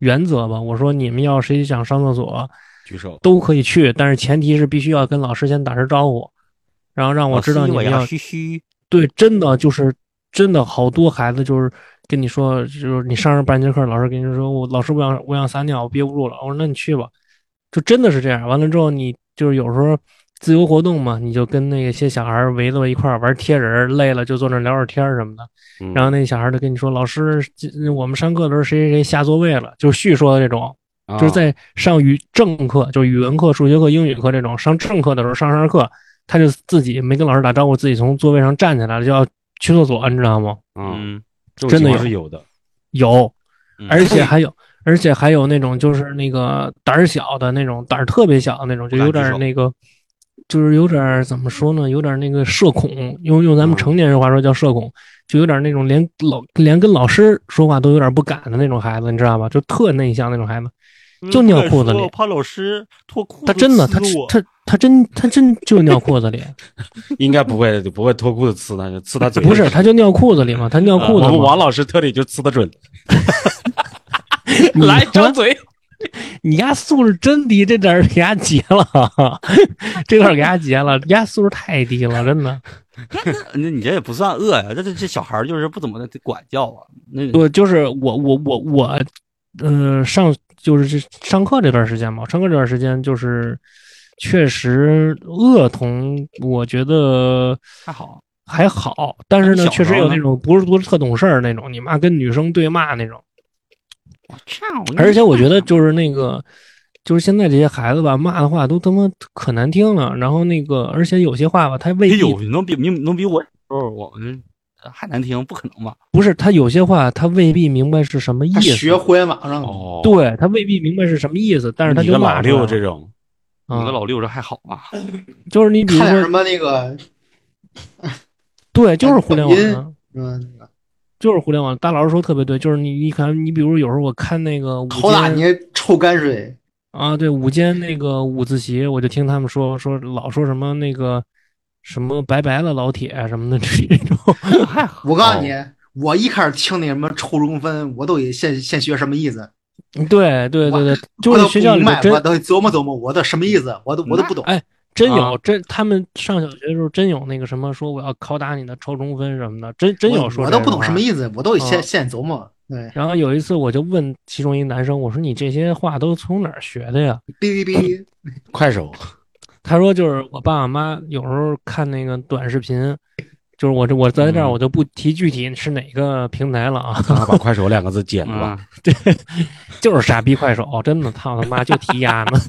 [SPEAKER 3] 原则吧。我说你们要谁想上厕所
[SPEAKER 5] 举手，
[SPEAKER 3] 都可以去，但是前提是必须要跟老师先打声招呼，然后让我
[SPEAKER 2] 老
[SPEAKER 3] 知道
[SPEAKER 2] 师
[SPEAKER 3] 你
[SPEAKER 2] 我
[SPEAKER 3] 们
[SPEAKER 2] 要
[SPEAKER 3] 要
[SPEAKER 2] 嘘嘘，
[SPEAKER 3] 对，真的就是真的好多孩子就是跟你说，就是你上着半节课，老师跟你说，我老师我想我想撒尿，我憋不住了。我说那你去吧，就真的是这样。完了之后，你就是有时候自由活动嘛，你就跟那些小孩儿围到一块儿玩贴人儿，累了就坐那儿聊会儿天儿什么的。
[SPEAKER 5] 嗯
[SPEAKER 3] 然后那小孩儿就跟你说，老师，今我们上课的时候谁谁谁下座位了，就是叙说的这种。
[SPEAKER 5] 啊
[SPEAKER 3] 就是在上语正课，就是语文课、数学课、英语课这种上正课的时候，上上着课，他就自己没跟老师打招呼，自己从座位上站起来了，就要去厕所，你知道吗？
[SPEAKER 5] 嗯，
[SPEAKER 2] 嗯，
[SPEAKER 5] 这种
[SPEAKER 3] 真的
[SPEAKER 5] 情况
[SPEAKER 3] 有
[SPEAKER 5] 是有的。
[SPEAKER 3] 有
[SPEAKER 2] 嗯，
[SPEAKER 3] 而且还有，而且还有那种就是那个胆儿小的那种，胆儿特别小的那种，就有点儿那个，就是有点儿怎么说呢，有点儿那个社恐，用用咱们
[SPEAKER 5] 嗯
[SPEAKER 3] 成年人话说叫社恐，就有点儿那种连老连跟老师说话都有点儿不敢的那种孩子，你知道吧？就特内向那种孩子。
[SPEAKER 2] 嗯
[SPEAKER 3] 就尿裤子
[SPEAKER 2] 你
[SPEAKER 3] 里
[SPEAKER 2] 说我怕老师脱裤子，
[SPEAKER 3] 他真的，他他他真他真就尿裤子里，
[SPEAKER 5] 应该不会不会脱裤子呲他，就呲他嘴。
[SPEAKER 3] 不是，他就尿裤子里嘛，他尿嗯裤子
[SPEAKER 5] 呃我们
[SPEAKER 3] 嘛。
[SPEAKER 5] 王老师特点就呲的准。
[SPEAKER 3] 你
[SPEAKER 5] 来
[SPEAKER 3] 他妈
[SPEAKER 5] 张嘴，
[SPEAKER 3] 你丫素质真低，这点儿给丫截了， 这段儿给丫截了，丫素质太低了，真的。
[SPEAKER 2] 那你这也不算饿呀，这这这小孩儿就是不怎么的管教啊。那
[SPEAKER 3] 我就是我我我我，呃，上就是这上课这段时间嘛，上课这段时间就是确实恶童，我觉得
[SPEAKER 2] 还好，
[SPEAKER 3] 还好，但是
[SPEAKER 2] 那
[SPEAKER 3] 呢，
[SPEAKER 2] 你小
[SPEAKER 3] 确实
[SPEAKER 2] 时候
[SPEAKER 3] 有
[SPEAKER 2] 呢
[SPEAKER 3] 那种不是不是特懂事儿那种，你妈跟女生对骂那种。
[SPEAKER 2] 我操！
[SPEAKER 4] 嗯
[SPEAKER 3] 而且我觉得就是那个，就是现在这些孩子吧，骂的话都他妈可难听了，然后那个，而且有些话吧，他未
[SPEAKER 2] 哎
[SPEAKER 3] 必
[SPEAKER 2] 呦，你能比你能比我哦，我们还难听，不可能吧？
[SPEAKER 3] 不是他有些话他未必明白是什么意
[SPEAKER 4] 他
[SPEAKER 3] 思，
[SPEAKER 4] 学互联网上了，
[SPEAKER 5] 哦，
[SPEAKER 3] 对他未必明白是什么意思，但是他
[SPEAKER 5] 你
[SPEAKER 3] 就
[SPEAKER 5] 个
[SPEAKER 3] 骂
[SPEAKER 5] 老
[SPEAKER 3] 出来
[SPEAKER 5] 六
[SPEAKER 3] 了
[SPEAKER 5] 这种，
[SPEAKER 2] 你个
[SPEAKER 3] 啊，
[SPEAKER 2] 老六这还好啊？
[SPEAKER 3] 就是你比如
[SPEAKER 4] 看点什
[SPEAKER 3] 说
[SPEAKER 4] 么那个，
[SPEAKER 3] 对，就是互联网
[SPEAKER 4] 抖
[SPEAKER 3] 上。
[SPEAKER 4] 嗯，
[SPEAKER 3] 就是互联网，大老师说特别对，就是你，你看，你比如有时候我看那个午
[SPEAKER 4] 头打
[SPEAKER 3] 间
[SPEAKER 4] 你臭泔水，
[SPEAKER 3] 啊，对，午间那个午自习，我就听他们说说老说什么那个什么拜拜了老铁啊什么的这种，
[SPEAKER 2] 还好，
[SPEAKER 4] 我
[SPEAKER 3] 哦
[SPEAKER 4] 告诉你，我一开始听那什么初中分，我都得先先学什么意思，
[SPEAKER 3] 嗯对对对对，就
[SPEAKER 4] 我
[SPEAKER 3] 是
[SPEAKER 4] 都
[SPEAKER 3] 学
[SPEAKER 4] 不
[SPEAKER 3] 校里
[SPEAKER 4] 明
[SPEAKER 3] 头
[SPEAKER 4] 白，我
[SPEAKER 3] 真
[SPEAKER 4] 都得琢磨琢磨，我都什么意思，我都我都不懂。
[SPEAKER 3] 哎，真有、
[SPEAKER 2] 啊
[SPEAKER 3] 真，他们上小学的时候真有那个什么说我要拷打你的超中分什么的，真真有
[SPEAKER 4] 我
[SPEAKER 3] 说
[SPEAKER 4] 我
[SPEAKER 3] 这
[SPEAKER 4] 都不
[SPEAKER 3] 种
[SPEAKER 4] 懂什
[SPEAKER 3] 话
[SPEAKER 4] 么意思，我都得先
[SPEAKER 3] 啊
[SPEAKER 4] 先琢磨。对，
[SPEAKER 3] 然后有一次我就问其中一男生，我说你这些话都从哪儿学的呀？
[SPEAKER 4] 哔哔哔，
[SPEAKER 5] 快 手
[SPEAKER 3] 他说就是我爸我妈有时候看那个短视频，就是我这我在这儿
[SPEAKER 5] 嗯
[SPEAKER 3] 我就不提具体是哪个平台了啊，
[SPEAKER 5] 让他把快手两个字剪了吧。
[SPEAKER 3] 嗯
[SPEAKER 2] 啊，
[SPEAKER 3] 就是傻逼快手，真的操他妈就提鸭呢，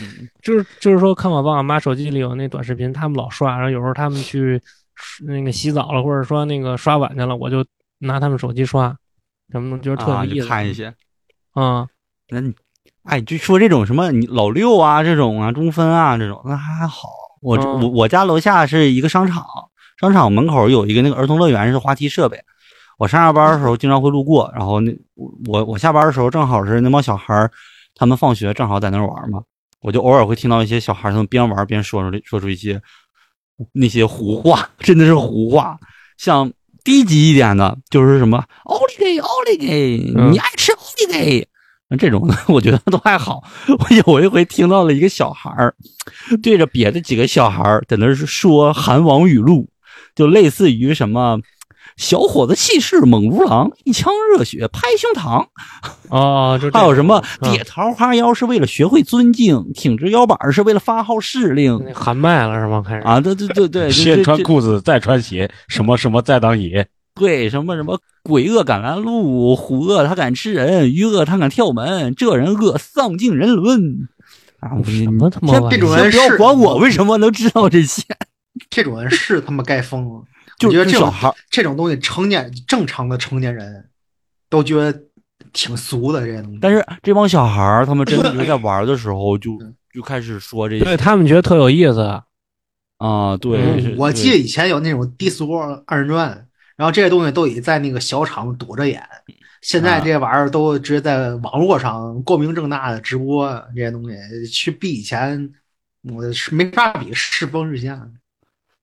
[SPEAKER 2] 嗯
[SPEAKER 3] 就是就是说看我爸我妈手机里有那短视频，他们老刷，然后有时候他们去那个洗澡了，或者说那个刷碗去了，我就拿他们手机刷，什么的就是特
[SPEAKER 2] 啊
[SPEAKER 3] 有意
[SPEAKER 2] 你
[SPEAKER 3] 思
[SPEAKER 2] 看一些。
[SPEAKER 3] 啊，
[SPEAKER 2] 那你哎，就说这种什么你老六啊，这种啊，中分啊，这种那还好。我、
[SPEAKER 3] 嗯
[SPEAKER 2] 我我家楼下是一个商场，商场门口有一个那个儿童乐园，是滑梯设备。我上下班的时候经常会路过，然后那我我下班的时候正好是那帮小孩儿，他们放学正好在那儿玩嘛，我就偶尔会听到一些小孩儿他们边玩边说出说出一些那些胡话，真的是胡话，像低级一点的，就是什么奥利给奥利给，
[SPEAKER 3] 嗯
[SPEAKER 2] 你爱吃奥利给，这种的 我觉得都还好。我有一回听到了一个小孩儿对着别的几个小孩儿在那儿说韩王语录，就类似于什么。小伙子气势猛如狼，一腔热血拍胸膛。
[SPEAKER 3] 哦，就这
[SPEAKER 2] 还有
[SPEAKER 3] 种
[SPEAKER 2] 什么
[SPEAKER 3] 嗯
[SPEAKER 2] 叠桃花腰是为了学会尊敬，挺直腰板儿是为了发号施令
[SPEAKER 3] 那喊麦了是吗？开始
[SPEAKER 2] 啊！对对对对，就
[SPEAKER 5] 先
[SPEAKER 2] 这
[SPEAKER 5] 穿
[SPEAKER 2] 这
[SPEAKER 5] 裤子，再穿鞋，什么什么再当爷。
[SPEAKER 2] 对，什么什么鬼恶敢拦路，虎恶他敢吃人，鱼恶他敢跳门，这人恶丧尽人伦啊！我
[SPEAKER 3] 什么他妈
[SPEAKER 2] 先
[SPEAKER 3] 玩意
[SPEAKER 4] 这
[SPEAKER 3] 儿
[SPEAKER 4] 种人
[SPEAKER 2] 先不要
[SPEAKER 4] 是
[SPEAKER 2] 管我为什么能知道这些，
[SPEAKER 4] 这种人是他妈该疯了。
[SPEAKER 2] 就
[SPEAKER 4] 我觉得
[SPEAKER 2] 是
[SPEAKER 4] 这
[SPEAKER 2] 小
[SPEAKER 4] 种
[SPEAKER 2] 孩儿
[SPEAKER 4] 这种东西，成年正常的成年人都觉得挺俗的这些东西。
[SPEAKER 2] 但是这帮小孩儿他们真的就是 在玩儿的时候就
[SPEAKER 4] 嗯
[SPEAKER 2] 就开始说这
[SPEAKER 3] 对
[SPEAKER 2] 些
[SPEAKER 3] 他们觉得特有意思，
[SPEAKER 2] 啊，对，
[SPEAKER 3] 嗯
[SPEAKER 2] 是
[SPEAKER 4] 我记
[SPEAKER 2] 对
[SPEAKER 4] 得以前有那种低俗二人转，然后这些东西都得在那个小厂躲着演，现
[SPEAKER 2] 啊
[SPEAKER 4] 在这些玩意儿都直接在网络上光明正大的直播，这些东西去比以前我是没法比，世风日下。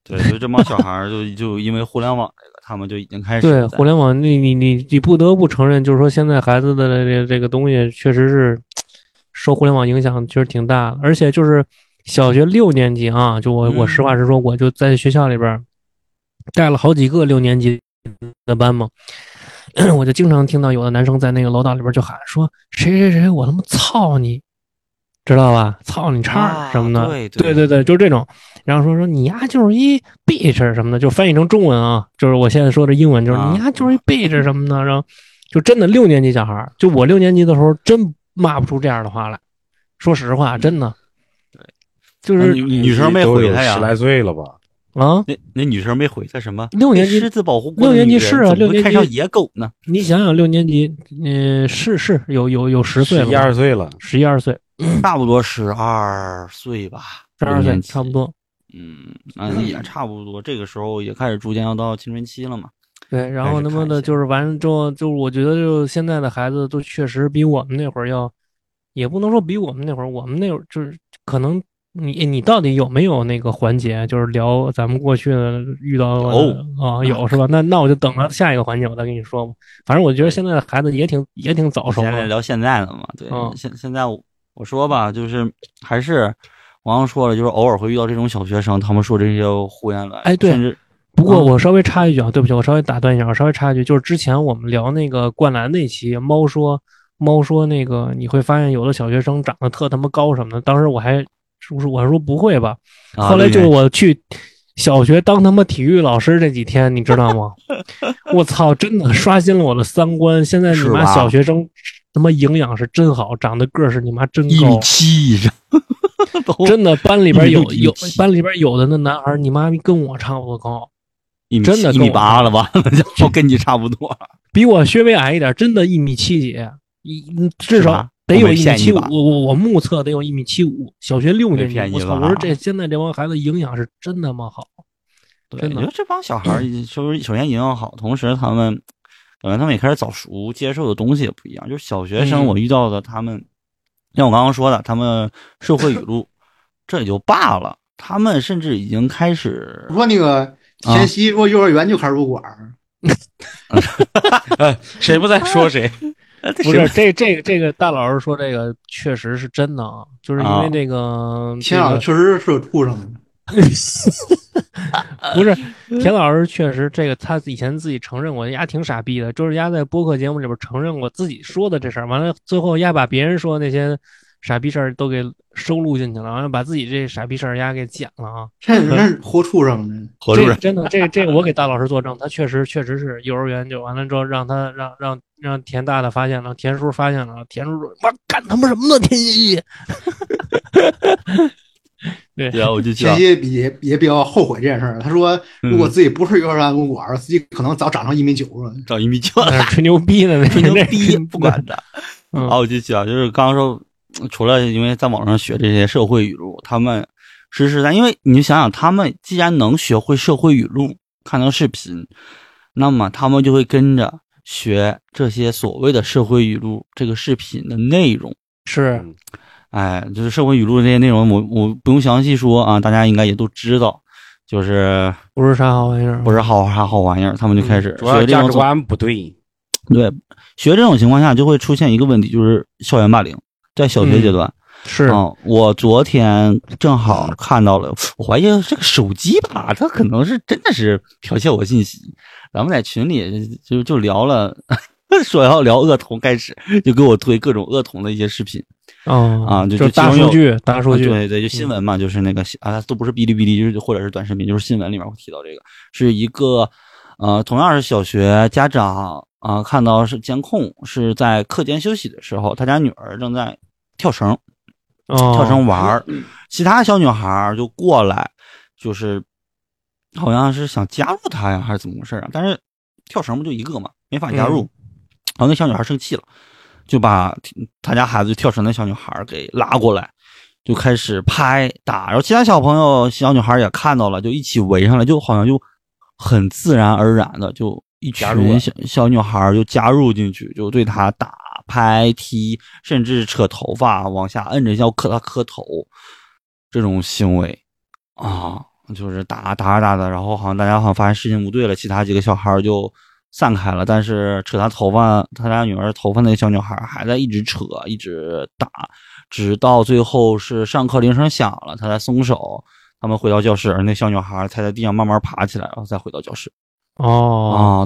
[SPEAKER 2] 对，就这帮小孩儿就就因为互联网这个，他们就已经开始
[SPEAKER 3] 对
[SPEAKER 2] 在
[SPEAKER 3] 互联网，你你你你不得不承认，就是说现在孩子的这这个东西确实是受互联网影响确实挺大的，而且就是小学六年级啊，就我我
[SPEAKER 2] 嗯
[SPEAKER 3] 实话实说，我就在学校里边儿带了好几个六年级的班嘛。 我就经常听到有的男生在那个楼道里边就喊说谁谁谁我他妈操你，知道吧？操你叉儿
[SPEAKER 2] 啊
[SPEAKER 3] 什么的，
[SPEAKER 2] 对对
[SPEAKER 3] 对对对，就是这种。然后说说你呀、就是一 bitch 什么的，就翻译成中文啊，就是我现在说的英文，就是
[SPEAKER 2] 啊
[SPEAKER 3] 你呀、就是一 bitch 什么的。 然后就真的六年级小孩儿，就我六年级的时候，真骂不出这样的话来。说实话，真的，对，就
[SPEAKER 2] 那
[SPEAKER 3] 是
[SPEAKER 2] 女女生没
[SPEAKER 5] 都
[SPEAKER 2] 回
[SPEAKER 5] 有
[SPEAKER 2] 他呀
[SPEAKER 5] 十，来岁了吧？
[SPEAKER 3] 啊，
[SPEAKER 2] 那那女生没回他什么？
[SPEAKER 3] 六年级
[SPEAKER 2] 被狮子保护过
[SPEAKER 3] 六
[SPEAKER 2] 的
[SPEAKER 3] 年级
[SPEAKER 2] 女人
[SPEAKER 3] 是啊
[SPEAKER 2] 怎么
[SPEAKER 3] 六
[SPEAKER 2] 会
[SPEAKER 3] 年
[SPEAKER 2] 看
[SPEAKER 3] 级
[SPEAKER 2] 上野狗呢？
[SPEAKER 3] 你想想，六年级，呃，是是有有有十岁
[SPEAKER 5] 十
[SPEAKER 3] 了
[SPEAKER 5] 一
[SPEAKER 3] 吧，
[SPEAKER 5] 二岁了，
[SPEAKER 3] 十一二岁，
[SPEAKER 2] 差不多十二岁吧，
[SPEAKER 3] 十二
[SPEAKER 2] 六
[SPEAKER 3] 岁
[SPEAKER 2] 年级
[SPEAKER 3] 差不。多。
[SPEAKER 2] 嗯，啊，也差不多，这个时候也开始逐渐要到青春期了嘛。
[SPEAKER 3] 对，然
[SPEAKER 2] 开
[SPEAKER 3] 后
[SPEAKER 2] 始
[SPEAKER 3] 他妈
[SPEAKER 2] 看一
[SPEAKER 3] 的
[SPEAKER 2] 下
[SPEAKER 3] 就是完了之后，就是我觉得就现在的孩子都确实比我们那会儿要也不能说比我们那会儿，我们那会儿就是可能你你到底有没有那个环节，就是聊咱们过去的遇到的
[SPEAKER 2] 有
[SPEAKER 3] 啊有是吧？那那我就等着下一个环节我再跟你说吧。反正我觉得现在的孩子也挺也挺早熟
[SPEAKER 2] 现在
[SPEAKER 3] 的，
[SPEAKER 2] 聊现在的嘛，对
[SPEAKER 3] 嗯，
[SPEAKER 2] 现、现在我我说吧，就是还是王刚说了，就是偶尔会遇到这种小学生，他们说这些胡言乱语，
[SPEAKER 3] 哎对
[SPEAKER 2] 甚至
[SPEAKER 3] 不过我稍微插一句啊，对不起，我稍微打断一下，我稍微插一句，就是之前我们聊那个灌篮那期，猫说猫说那个你会发现有的小学生长得特他妈高什么的，当时我还是不是我还说不会吧，
[SPEAKER 2] 啊
[SPEAKER 3] 后来就
[SPEAKER 2] 对
[SPEAKER 3] 是我去小学当他妈体育老师这几天，你知道 吗？我操，真的刷新了我的三观。现在你
[SPEAKER 2] 是
[SPEAKER 3] 妈
[SPEAKER 2] 吧
[SPEAKER 3] 小学生他妈营养是真好，长得个儿是你妈真
[SPEAKER 2] 一米
[SPEAKER 3] 高，
[SPEAKER 2] 七以上，都
[SPEAKER 3] 真的班里边有
[SPEAKER 2] 一米六
[SPEAKER 3] 有
[SPEAKER 2] 一米七
[SPEAKER 3] 班里边有的那男孩，你妈逼跟我差不多高。
[SPEAKER 2] 一米
[SPEAKER 3] 真的
[SPEAKER 2] 七一
[SPEAKER 3] 跟
[SPEAKER 2] 米
[SPEAKER 3] 我嗯
[SPEAKER 2] 八了吧， 就跟你差不多了。
[SPEAKER 3] 比我稍微矮一点，真的一米七几，一嗯至
[SPEAKER 2] 是
[SPEAKER 3] 少
[SPEAKER 2] 吧
[SPEAKER 3] 得
[SPEAKER 2] 我
[SPEAKER 3] 有
[SPEAKER 2] 没
[SPEAKER 3] 一米
[SPEAKER 2] 骗
[SPEAKER 3] 七
[SPEAKER 2] 你
[SPEAKER 3] 五
[SPEAKER 2] 吧。
[SPEAKER 3] 我我我目测得有一米七五，小学六
[SPEAKER 2] 没
[SPEAKER 3] 年级
[SPEAKER 2] 骗，你
[SPEAKER 3] 我
[SPEAKER 2] 吧
[SPEAKER 3] 操！我说这现在这帮孩子营养是真他妈好，
[SPEAKER 2] 对，
[SPEAKER 3] 真
[SPEAKER 2] 我觉
[SPEAKER 3] 的
[SPEAKER 2] 得这帮小孩儿就是首先营养好，同时他们感觉他们也开始早熟，接受的东西也不一样。就是小学生
[SPEAKER 3] 嗯
[SPEAKER 2] 我遇到的他们，像我刚刚说的，他们社会语录这也就罢了，他们甚至已经开始
[SPEAKER 4] 不过那个
[SPEAKER 2] 啊
[SPEAKER 4] 前夕说幼儿园就开始入馆儿，
[SPEAKER 5] 谁不在说谁，
[SPEAKER 3] 不是这这个这个大老师说这个确实是真的啊，就是因
[SPEAKER 2] 啊
[SPEAKER 3] 为这个
[SPEAKER 4] 天啊，
[SPEAKER 3] 这个
[SPEAKER 4] 确实是有畜 生的。
[SPEAKER 3] 不是呃田老师确实这个他以前自己承认过，丫挺傻逼的，就是丫在播客节目里边承认过自己说的这事儿，完了最后丫把别人说的那些傻逼事儿都给收录进去了，完了把自己这傻逼事儿丫给剪了啊。
[SPEAKER 4] 这人是活畜生的，
[SPEAKER 2] 活
[SPEAKER 3] 这个真的，这个这个我给大老师作证，他确实确实是幼儿园就完了之后，让他让让让田大大发现了，田叔发现了，田叔说：“妈干他妈什么呢？田一，
[SPEAKER 2] 对啊，我就知道
[SPEAKER 4] 前，夕也也比较后悔这件事儿。他说，
[SPEAKER 2] 嗯
[SPEAKER 4] 如果自己不是幼儿园入馆儿，自己可能早长成一米九了。
[SPEAKER 2] 找一米九
[SPEAKER 3] 那是吹牛逼呢，那
[SPEAKER 2] 吹牛
[SPEAKER 3] 那
[SPEAKER 2] 逼，不管 他。
[SPEAKER 3] 嗯
[SPEAKER 2] 啊，我就讲，就是刚刚说，除了因为在网上学这些社会语录，他们实实在，因为你想想，他们既然能学会社会语录，看到视频，那么他们就会跟着学这些所谓的社会语录这个视频的内容。
[SPEAKER 3] 是
[SPEAKER 2] 哎，就是社会语录这些内容，我我不用详细说啊，大家应该也都知道，就是
[SPEAKER 3] 不是啥好玩意儿？
[SPEAKER 2] 不是好啥好玩意儿，他们就开始
[SPEAKER 5] 嗯主要
[SPEAKER 2] 学这
[SPEAKER 5] 价
[SPEAKER 2] 种
[SPEAKER 5] 值观不对。
[SPEAKER 2] 对，学这种情况下就会出现一个问题，就是校园霸凌，在小学阶段。
[SPEAKER 3] 是
[SPEAKER 2] 嗯，我昨天正好看到了，我怀疑这个手机吧，它可能是真的是剽窃我信息。咱们在群里就就聊了， 说要聊恶童开始，就给我推各种恶童的一些视频
[SPEAKER 3] 嗯
[SPEAKER 2] 啊就
[SPEAKER 3] 就
[SPEAKER 2] 就
[SPEAKER 3] 大
[SPEAKER 2] 其中
[SPEAKER 3] 数
[SPEAKER 2] 有
[SPEAKER 3] 据，大数
[SPEAKER 2] 啊
[SPEAKER 3] 据，嗯
[SPEAKER 2] 对对，就新闻嘛，就是那个啊，它都不是哔哩哔哩，就是或者是短视频，就是新闻里面会提到这个，是一个呃，同样是小学家长啊、看到是监控是在课间休息的时候，他家女儿正在跳绳，
[SPEAKER 3] 哦
[SPEAKER 2] 跳绳玩儿，其他小女孩儿就过来，就是好像是想加入她呀，还是怎么回事儿啊？但是跳绳不就一个嘛，没法加入。
[SPEAKER 3] 嗯
[SPEAKER 2] 然后那小女孩儿生气了，就把她家孩子就跳绳的小女孩儿给拉过来，就开始拍打。然后其他小朋友、小女孩儿也看到了，就一起围上来，就好像就很自然而然的就一
[SPEAKER 5] 加入
[SPEAKER 2] 群
[SPEAKER 5] 了
[SPEAKER 2] 小小女孩儿就加入进去，就对她打。拍踢，甚至扯头发往下摁着要磕她磕头，这种行为啊，就是打啊打着打的，然后好像大家好像发现事情不对了，其他几个小孩儿就散开了，但是扯她头发，她家女儿头发那个小女孩儿还在一直扯，一直打，直到最后是上课铃声响了，她才松手。他们回到教室，而那小女孩儿才在地上慢慢爬起来，然后再回到教室。
[SPEAKER 3] 哦，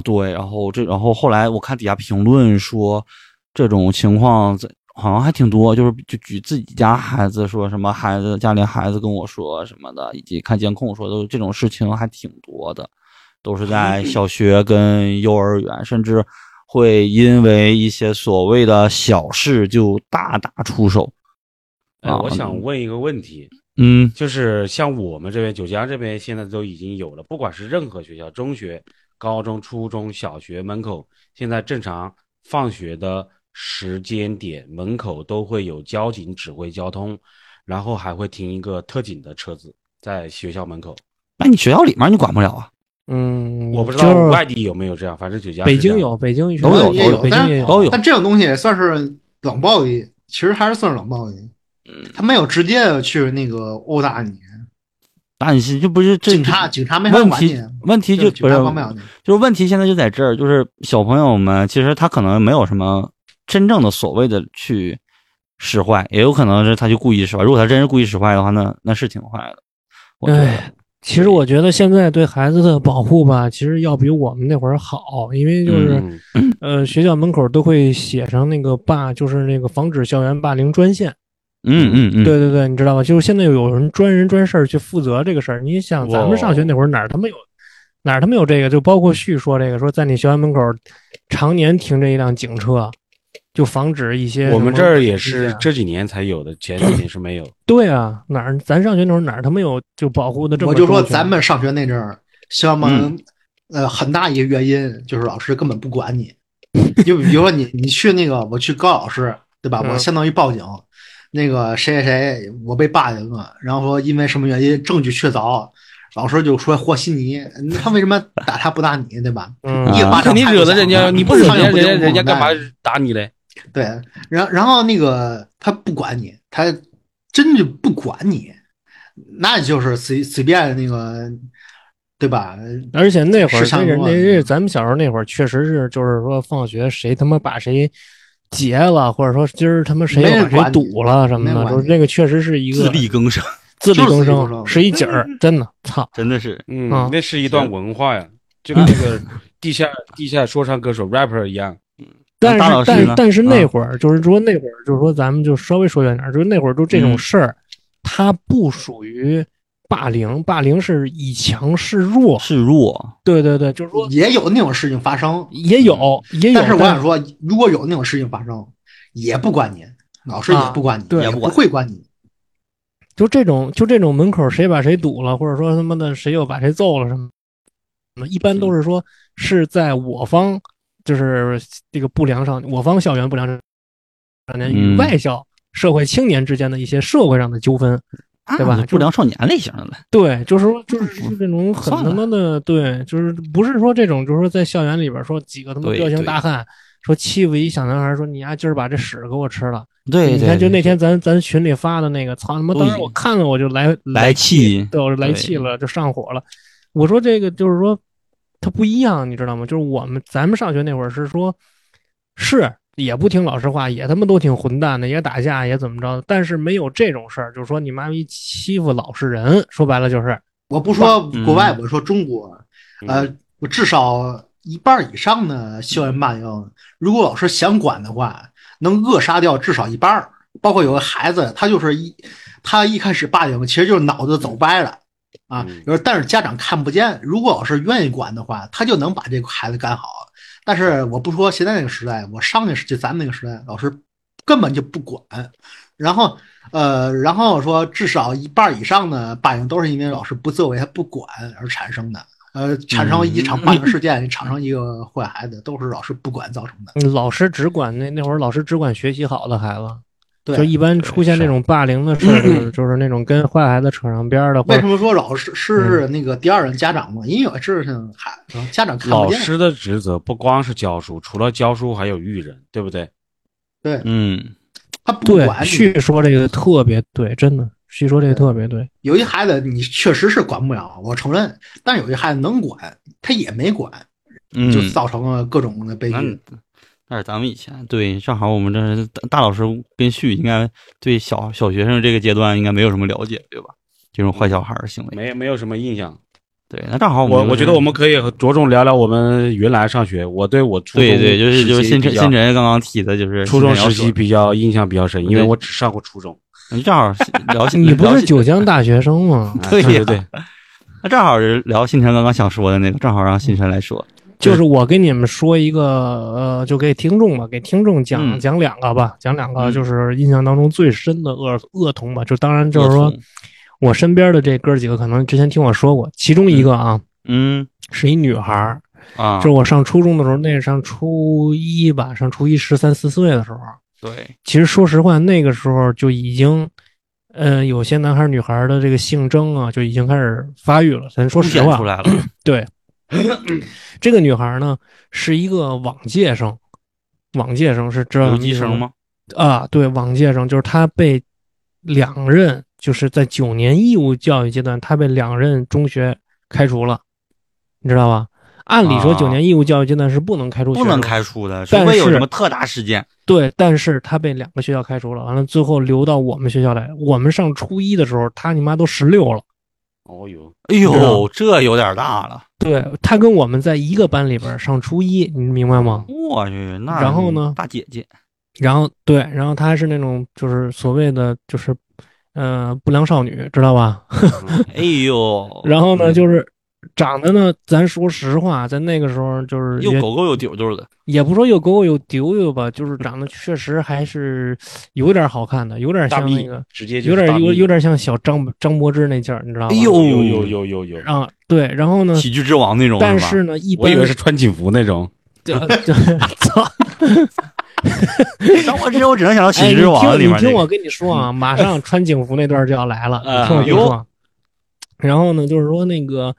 [SPEAKER 2] 啊，对，然后这，然后后来我看底下评论说，这种情况在好像还挺多，就是就举自己家孩子说什么孩子家里孩子跟我说什么的，以及看监控说都这种事情还挺多的，都是在
[SPEAKER 4] 哎
[SPEAKER 2] 小学跟幼儿园，甚至会因为一些所谓的小事就大打出手。
[SPEAKER 5] 哎，
[SPEAKER 3] 哦
[SPEAKER 2] 啊
[SPEAKER 5] 我想问一个问题，
[SPEAKER 2] 嗯
[SPEAKER 5] 就是像我们这边九江这边现在都已经有了，不管是任何学校，中学、高中、初中小学门口，现在正常放学的时间点门口都会有交警指挥交通，然后还会停一个特警的车子在学校门口。
[SPEAKER 2] 那你学校里面你管不了啊？
[SPEAKER 3] 嗯，
[SPEAKER 5] 我不知
[SPEAKER 3] 就
[SPEAKER 5] 道
[SPEAKER 3] 是
[SPEAKER 5] 外地有没有这样，反正九江是
[SPEAKER 3] 北京
[SPEAKER 5] 这样。
[SPEAKER 3] 有，北京
[SPEAKER 2] 都有
[SPEAKER 3] 也
[SPEAKER 4] 都有
[SPEAKER 3] 北京也
[SPEAKER 2] 都有
[SPEAKER 4] 但这种东西也算是冷暴力，其实还是算是冷暴力。他没有直接去那个殴打你，
[SPEAKER 2] 那你是就不是这
[SPEAKER 4] 警察警察没法
[SPEAKER 2] 问
[SPEAKER 4] 管你
[SPEAKER 2] 题，问题就
[SPEAKER 4] 对
[SPEAKER 2] 不
[SPEAKER 4] 警
[SPEAKER 2] 是
[SPEAKER 4] 察帮不了你。
[SPEAKER 2] 就是问题现在就在这儿，就是小朋友们其实他可能没有什么真正的所谓的去使坏，也有可能是他就故意使坏。如果他真是故意使坏的话，那那是挺坏的。我觉得
[SPEAKER 3] 哎，其实我觉得现在对孩子的保护吧，其实要比我们那会儿好，因为就是、
[SPEAKER 5] 嗯
[SPEAKER 3] 呃，学校门口都会写上那个霸，就是那个防止校园霸凌专线。
[SPEAKER 2] 嗯嗯嗯，
[SPEAKER 3] 对对对，你知道吧？就是现在有人专人专事儿去负责这个事儿。你想，咱们
[SPEAKER 5] 哦
[SPEAKER 3] 上学那会儿哪儿他妈有，哪儿他妈有这个？就包括旭说这个，说在你学校门口常年停着一辆警车，就防止一些
[SPEAKER 5] 我们
[SPEAKER 3] 什么
[SPEAKER 5] 这儿也
[SPEAKER 3] 事
[SPEAKER 5] 是
[SPEAKER 3] 件
[SPEAKER 5] 这几年才有的，前几年是没有。
[SPEAKER 3] 对啊，哪儿咱上学那会儿哪儿他妈有就保护的这么？
[SPEAKER 4] 我就说咱们上学那阵儿，校门呃很大一个原因就是老师根本不管你。就比如说你你去那个我去高老师对吧？
[SPEAKER 3] 嗯
[SPEAKER 4] 我相当于报警，那个谁谁谁我被霸凌了，然后说因为什么原因证据确凿，老师就说和稀泥，他为什么打他不打你对吧？
[SPEAKER 3] 嗯
[SPEAKER 4] 一巴掌
[SPEAKER 5] 你肯定
[SPEAKER 4] 拍不
[SPEAKER 5] 惹
[SPEAKER 4] 响
[SPEAKER 5] 了人家，
[SPEAKER 4] 了
[SPEAKER 5] 你嗯不惹
[SPEAKER 4] 苍
[SPEAKER 5] 人
[SPEAKER 4] 蝇
[SPEAKER 5] 家，
[SPEAKER 4] 不
[SPEAKER 5] 人
[SPEAKER 4] 叮
[SPEAKER 5] 家人家
[SPEAKER 4] 咣
[SPEAKER 5] 干嘛
[SPEAKER 4] 当
[SPEAKER 5] 打你嘞？
[SPEAKER 4] 对，然然后那个他不管你，他真就不管你，那就是随随便那个，对吧？
[SPEAKER 3] 而且那会儿
[SPEAKER 4] 时常
[SPEAKER 3] 那人
[SPEAKER 4] 乱
[SPEAKER 3] 那是咱们小时候那会儿，确实是就是说放学谁他妈把谁劫了，或者说今儿他妈谁
[SPEAKER 4] 没
[SPEAKER 3] 又
[SPEAKER 4] 人
[SPEAKER 3] 把谁
[SPEAKER 4] 管你
[SPEAKER 3] 堵了什么
[SPEAKER 4] 没
[SPEAKER 3] 的，
[SPEAKER 4] 人管
[SPEAKER 3] 就是
[SPEAKER 4] 你
[SPEAKER 3] 那个确实是一个
[SPEAKER 2] 自力更生，
[SPEAKER 3] 自力
[SPEAKER 4] 就是
[SPEAKER 3] 更
[SPEAKER 4] 自力更
[SPEAKER 3] 生，
[SPEAKER 4] 生嗯
[SPEAKER 3] 是一景儿，真的，操，
[SPEAKER 2] 真的是
[SPEAKER 3] 啊
[SPEAKER 5] 嗯，那是一段文化呀，就跟那个地下地下说唱歌手 rapper 一样。
[SPEAKER 3] 但
[SPEAKER 2] 大老
[SPEAKER 3] 是
[SPEAKER 2] 师呢
[SPEAKER 3] 但但是
[SPEAKER 2] 啊
[SPEAKER 3] 那会儿、就是说那会儿就是说咱们就稍微说远点儿，就是那会儿就这种
[SPEAKER 2] 嗯
[SPEAKER 3] 事儿，它不属于霸凌，霸凌是以强示弱，
[SPEAKER 2] 示弱，
[SPEAKER 3] 对对对，就是说
[SPEAKER 4] 也有那种事情发生，
[SPEAKER 3] 也有也有，
[SPEAKER 4] 但是我想说，如果有那种事情发生，也不管你，老师也
[SPEAKER 3] 啊
[SPEAKER 4] 不管你，
[SPEAKER 3] 对
[SPEAKER 4] 也
[SPEAKER 2] 也不
[SPEAKER 4] 不
[SPEAKER 2] 管
[SPEAKER 4] 会管你。
[SPEAKER 3] 就这种就这种门口谁把谁堵了，或者说他妈的谁又把谁揍了什么，一般都是说
[SPEAKER 2] 嗯
[SPEAKER 3] 是在我方，就是这个不良少我方校园不良少年与
[SPEAKER 2] 嗯
[SPEAKER 3] 外校社会青年之间的一些社会上的纠纷。对吧
[SPEAKER 2] 啊就不良少年类型的了。
[SPEAKER 3] 对，就是说，就是就是这种很
[SPEAKER 2] 算
[SPEAKER 3] 他
[SPEAKER 2] 了
[SPEAKER 3] 妈的，对，就是不是说这种，就是说在校园里边说几个他妈
[SPEAKER 2] 对
[SPEAKER 3] 彪形
[SPEAKER 2] 对
[SPEAKER 3] 大汉，说欺负一小男孩，说你丫、今儿把这屎给我吃了。
[SPEAKER 2] 嗯对
[SPEAKER 3] 你看，就那天咱咱群里发的那个，操他妈！
[SPEAKER 2] 都
[SPEAKER 3] 当时
[SPEAKER 2] 已
[SPEAKER 3] 我看了我就来
[SPEAKER 2] 来气
[SPEAKER 3] 对，我就来
[SPEAKER 2] 对
[SPEAKER 3] 气了，就上火了。我说这个就是说，它不一样，你知道吗？就是我们咱们上学那会儿是说，是也不听老师话，也他妈都挺混蛋的，也打架，也怎么着，但是没有这种事儿，就是说你妈逼欺负老实人，说白了就是，
[SPEAKER 4] 我不说
[SPEAKER 2] 嗯
[SPEAKER 4] 国外，我说中国，
[SPEAKER 3] 嗯
[SPEAKER 4] 呃，我至少一半以上的校园霸凌，如果老师想管的话，能扼杀掉至少一半儿。包括有个孩子，他就是一，他一开始霸凌，其实就是脑子走歪了啊
[SPEAKER 5] 嗯。
[SPEAKER 4] 就是但是家长看不见，如果老师愿意管的话，他就能把这个孩子干好。但是我不说现在那个时代，我上个时就咱们那个时代，老师根本就不管。然后，呃，然后说至少一半以上的霸凌都是因为老师不作为、他不管而产生的。呃，产生一场霸凌事件，产生一个坏孩子，都是老师不管造成的。
[SPEAKER 3] 老师只管那那会儿老师只管学习好的孩子。
[SPEAKER 4] 对
[SPEAKER 3] 就一般出现这种霸凌的事儿，就是就是那种跟坏孩子扯上边儿的，或
[SPEAKER 4] 为
[SPEAKER 3] 者
[SPEAKER 4] 什么说老
[SPEAKER 3] 嗯
[SPEAKER 4] 师是那个第二任家长呢？因为有些事情还嗯家长看不
[SPEAKER 5] 老
[SPEAKER 4] 见。
[SPEAKER 5] 师的职责不光是教书，除了教书还有育人，对不对？
[SPEAKER 4] 对
[SPEAKER 2] 嗯，
[SPEAKER 4] 他不
[SPEAKER 3] 对，
[SPEAKER 4] 管你，
[SPEAKER 3] 旭说这个特别对，真的，旭说这个特别对。
[SPEAKER 4] 有些孩子你确实是管不了，我承认。但有些孩子能管，他也没管，
[SPEAKER 2] 嗯
[SPEAKER 4] 就造成了各种的悲
[SPEAKER 2] 那
[SPEAKER 4] 剧。
[SPEAKER 2] 那是咱们以前对，正好我们这是大大老师跟旭应该对小小学生这个阶段应该没有什么了解，对吧？这种坏小孩儿行为，
[SPEAKER 5] 嗯没没有什么印象。
[SPEAKER 2] 对，那正好
[SPEAKER 5] 我
[SPEAKER 2] 们
[SPEAKER 5] 我
[SPEAKER 2] 就是
[SPEAKER 5] 觉得我们可以着重聊聊我们原来上学，我对我初中
[SPEAKER 2] 对对，就是就是
[SPEAKER 5] 时期
[SPEAKER 2] 新
[SPEAKER 5] 比
[SPEAKER 2] 陈
[SPEAKER 5] 较
[SPEAKER 2] 新陈刚刚提的，就是
[SPEAKER 5] 初中时
[SPEAKER 2] 新
[SPEAKER 5] 期
[SPEAKER 2] 陈
[SPEAKER 5] 比较印象比较深，因
[SPEAKER 2] 对
[SPEAKER 5] 为我只上过初中。
[SPEAKER 2] 要说，正好 聊新，
[SPEAKER 3] 你不
[SPEAKER 2] 聊
[SPEAKER 3] 是
[SPEAKER 2] 新
[SPEAKER 3] 九江大学生吗？
[SPEAKER 5] 啊
[SPEAKER 2] 对呀
[SPEAKER 5] 对对，
[SPEAKER 2] 那正好是聊新陈刚刚想说的那个，正好让新陈来
[SPEAKER 5] 嗯
[SPEAKER 2] 说。
[SPEAKER 3] 就是我给你们说一个，呃，就给听众吧，给听众讲
[SPEAKER 2] 嗯
[SPEAKER 3] 讲两个吧，讲两个
[SPEAKER 2] 嗯
[SPEAKER 3] 就是印象当中最深的恶恶童吧。就当然就是说
[SPEAKER 2] 恶童，
[SPEAKER 3] 我身边的这哥几个可能之前听我说过，其中一个啊
[SPEAKER 2] 嗯
[SPEAKER 3] 是一女孩儿，
[SPEAKER 2] 啊，
[SPEAKER 3] 就是我上初中的时候，那是上初一吧，上初一十三四岁的时候，
[SPEAKER 2] 对，
[SPEAKER 3] 其实说实话，那个时候就已经，呃，有些男孩儿女孩儿的这个性征啊，就已经开始发育了。咱说
[SPEAKER 2] 凸
[SPEAKER 3] 实
[SPEAKER 2] 显
[SPEAKER 3] 话
[SPEAKER 2] 出，来了，
[SPEAKER 3] 对，这个女孩儿呢是一个往届生，往届生是知道
[SPEAKER 2] 留
[SPEAKER 3] 什么意
[SPEAKER 2] 级
[SPEAKER 3] 思吗
[SPEAKER 2] 生？吗？
[SPEAKER 3] 啊，对，往届生就是他被两任，就是在九年义务教育阶段，他被两任中学开除了，你知道吧？按理说
[SPEAKER 2] 啊
[SPEAKER 3] 九年义务教育阶段是不能开除学
[SPEAKER 2] 不
[SPEAKER 3] 生，
[SPEAKER 2] 能开除的，除
[SPEAKER 3] 但
[SPEAKER 2] 非有
[SPEAKER 3] 是
[SPEAKER 2] 什么特大事件。
[SPEAKER 3] 对，但是他被两个学校开除了，完了最后留到我们学校来。我们上初一的时候，他你妈都十六了。
[SPEAKER 5] 哦呦，
[SPEAKER 2] 哎
[SPEAKER 3] 知
[SPEAKER 2] 呦
[SPEAKER 3] 道，
[SPEAKER 2] 这有点大了。
[SPEAKER 3] 对他跟我们在一个班里边儿上初一，你明白吗？
[SPEAKER 2] 我去，那
[SPEAKER 3] 然后呢
[SPEAKER 2] 大姐姐，
[SPEAKER 3] 然后对，然后他还是那种就是所谓的就是，呃，不良少女，知道吧？
[SPEAKER 2] 哎呦，
[SPEAKER 3] 然后呢，
[SPEAKER 2] 嗯
[SPEAKER 3] 就是长得呢，咱说实话，在那个时候就是
[SPEAKER 2] 又
[SPEAKER 3] 也
[SPEAKER 2] 狗狗又丢丢的，
[SPEAKER 3] 也不说又狗狗又丢丢吧，就是长得确实还是有点好看的，有点
[SPEAKER 5] 大
[SPEAKER 3] 像那
[SPEAKER 5] 臂
[SPEAKER 3] 个，
[SPEAKER 5] 直接就
[SPEAKER 3] 有
[SPEAKER 5] 是
[SPEAKER 3] 点
[SPEAKER 5] 大哦
[SPEAKER 3] 有
[SPEAKER 5] 臂
[SPEAKER 3] 有点像小张张柏芝那劲儿，你知道吧？
[SPEAKER 2] 哎
[SPEAKER 5] 有
[SPEAKER 2] 呦
[SPEAKER 5] 有有有有，
[SPEAKER 3] 啊，对，然后呢，
[SPEAKER 2] 喜剧之王那种。
[SPEAKER 3] 但
[SPEAKER 2] 吧
[SPEAKER 3] 是呢，一般
[SPEAKER 5] 我以为是穿寝服那种，
[SPEAKER 3] 呃对操，
[SPEAKER 2] 当我只我只能想到喜
[SPEAKER 3] 哎，
[SPEAKER 2] 剧
[SPEAKER 3] 你
[SPEAKER 2] 之王
[SPEAKER 3] 听
[SPEAKER 2] 里面
[SPEAKER 3] 你听
[SPEAKER 2] 那个
[SPEAKER 3] 我
[SPEAKER 2] 嗯
[SPEAKER 3] 跟你说啊，马上穿警服那段就要来了，
[SPEAKER 2] 啊
[SPEAKER 3] 你听我跟你
[SPEAKER 2] 哟
[SPEAKER 3] 说啊。然后呢，就是说那个，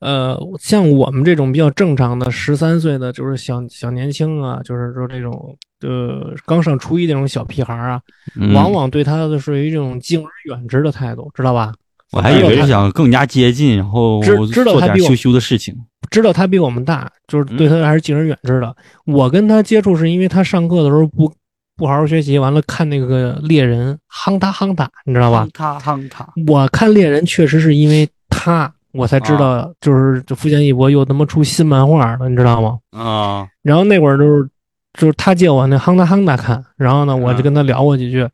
[SPEAKER 3] 呃，像我们这种比较正常的十三岁的，就是小小年轻啊，就是说这种呃刚上初一那种小屁孩儿啊，
[SPEAKER 2] 嗯
[SPEAKER 3] 往往对他的是一种敬而远之的态度，知道吧？
[SPEAKER 2] 我还以
[SPEAKER 3] 知
[SPEAKER 2] 为
[SPEAKER 3] 道
[SPEAKER 2] 是
[SPEAKER 3] 他
[SPEAKER 2] 想更加接近，然后
[SPEAKER 3] 知知道
[SPEAKER 2] 做
[SPEAKER 3] 他
[SPEAKER 2] 点
[SPEAKER 3] 比我
[SPEAKER 2] 羞羞的事情。
[SPEAKER 3] 知道他比我们大，就是对
[SPEAKER 2] 嗯
[SPEAKER 3] 他还是敬而远之的。我跟他接触是因为他上课的时候不不好好学习，完了看那个猎人，夯他夯他，你知道吧？
[SPEAKER 2] 他夯他，
[SPEAKER 3] 我看猎人确实是因为他，我才知
[SPEAKER 2] 啊
[SPEAKER 3] 道，就是这富坚义博又他妈出新漫画了，你知道吗？
[SPEAKER 2] 啊，
[SPEAKER 3] 然后那会儿就是就是他借我那《夯达夯达》看，然后呢，我就跟
[SPEAKER 2] 啊
[SPEAKER 3] 他聊过几句。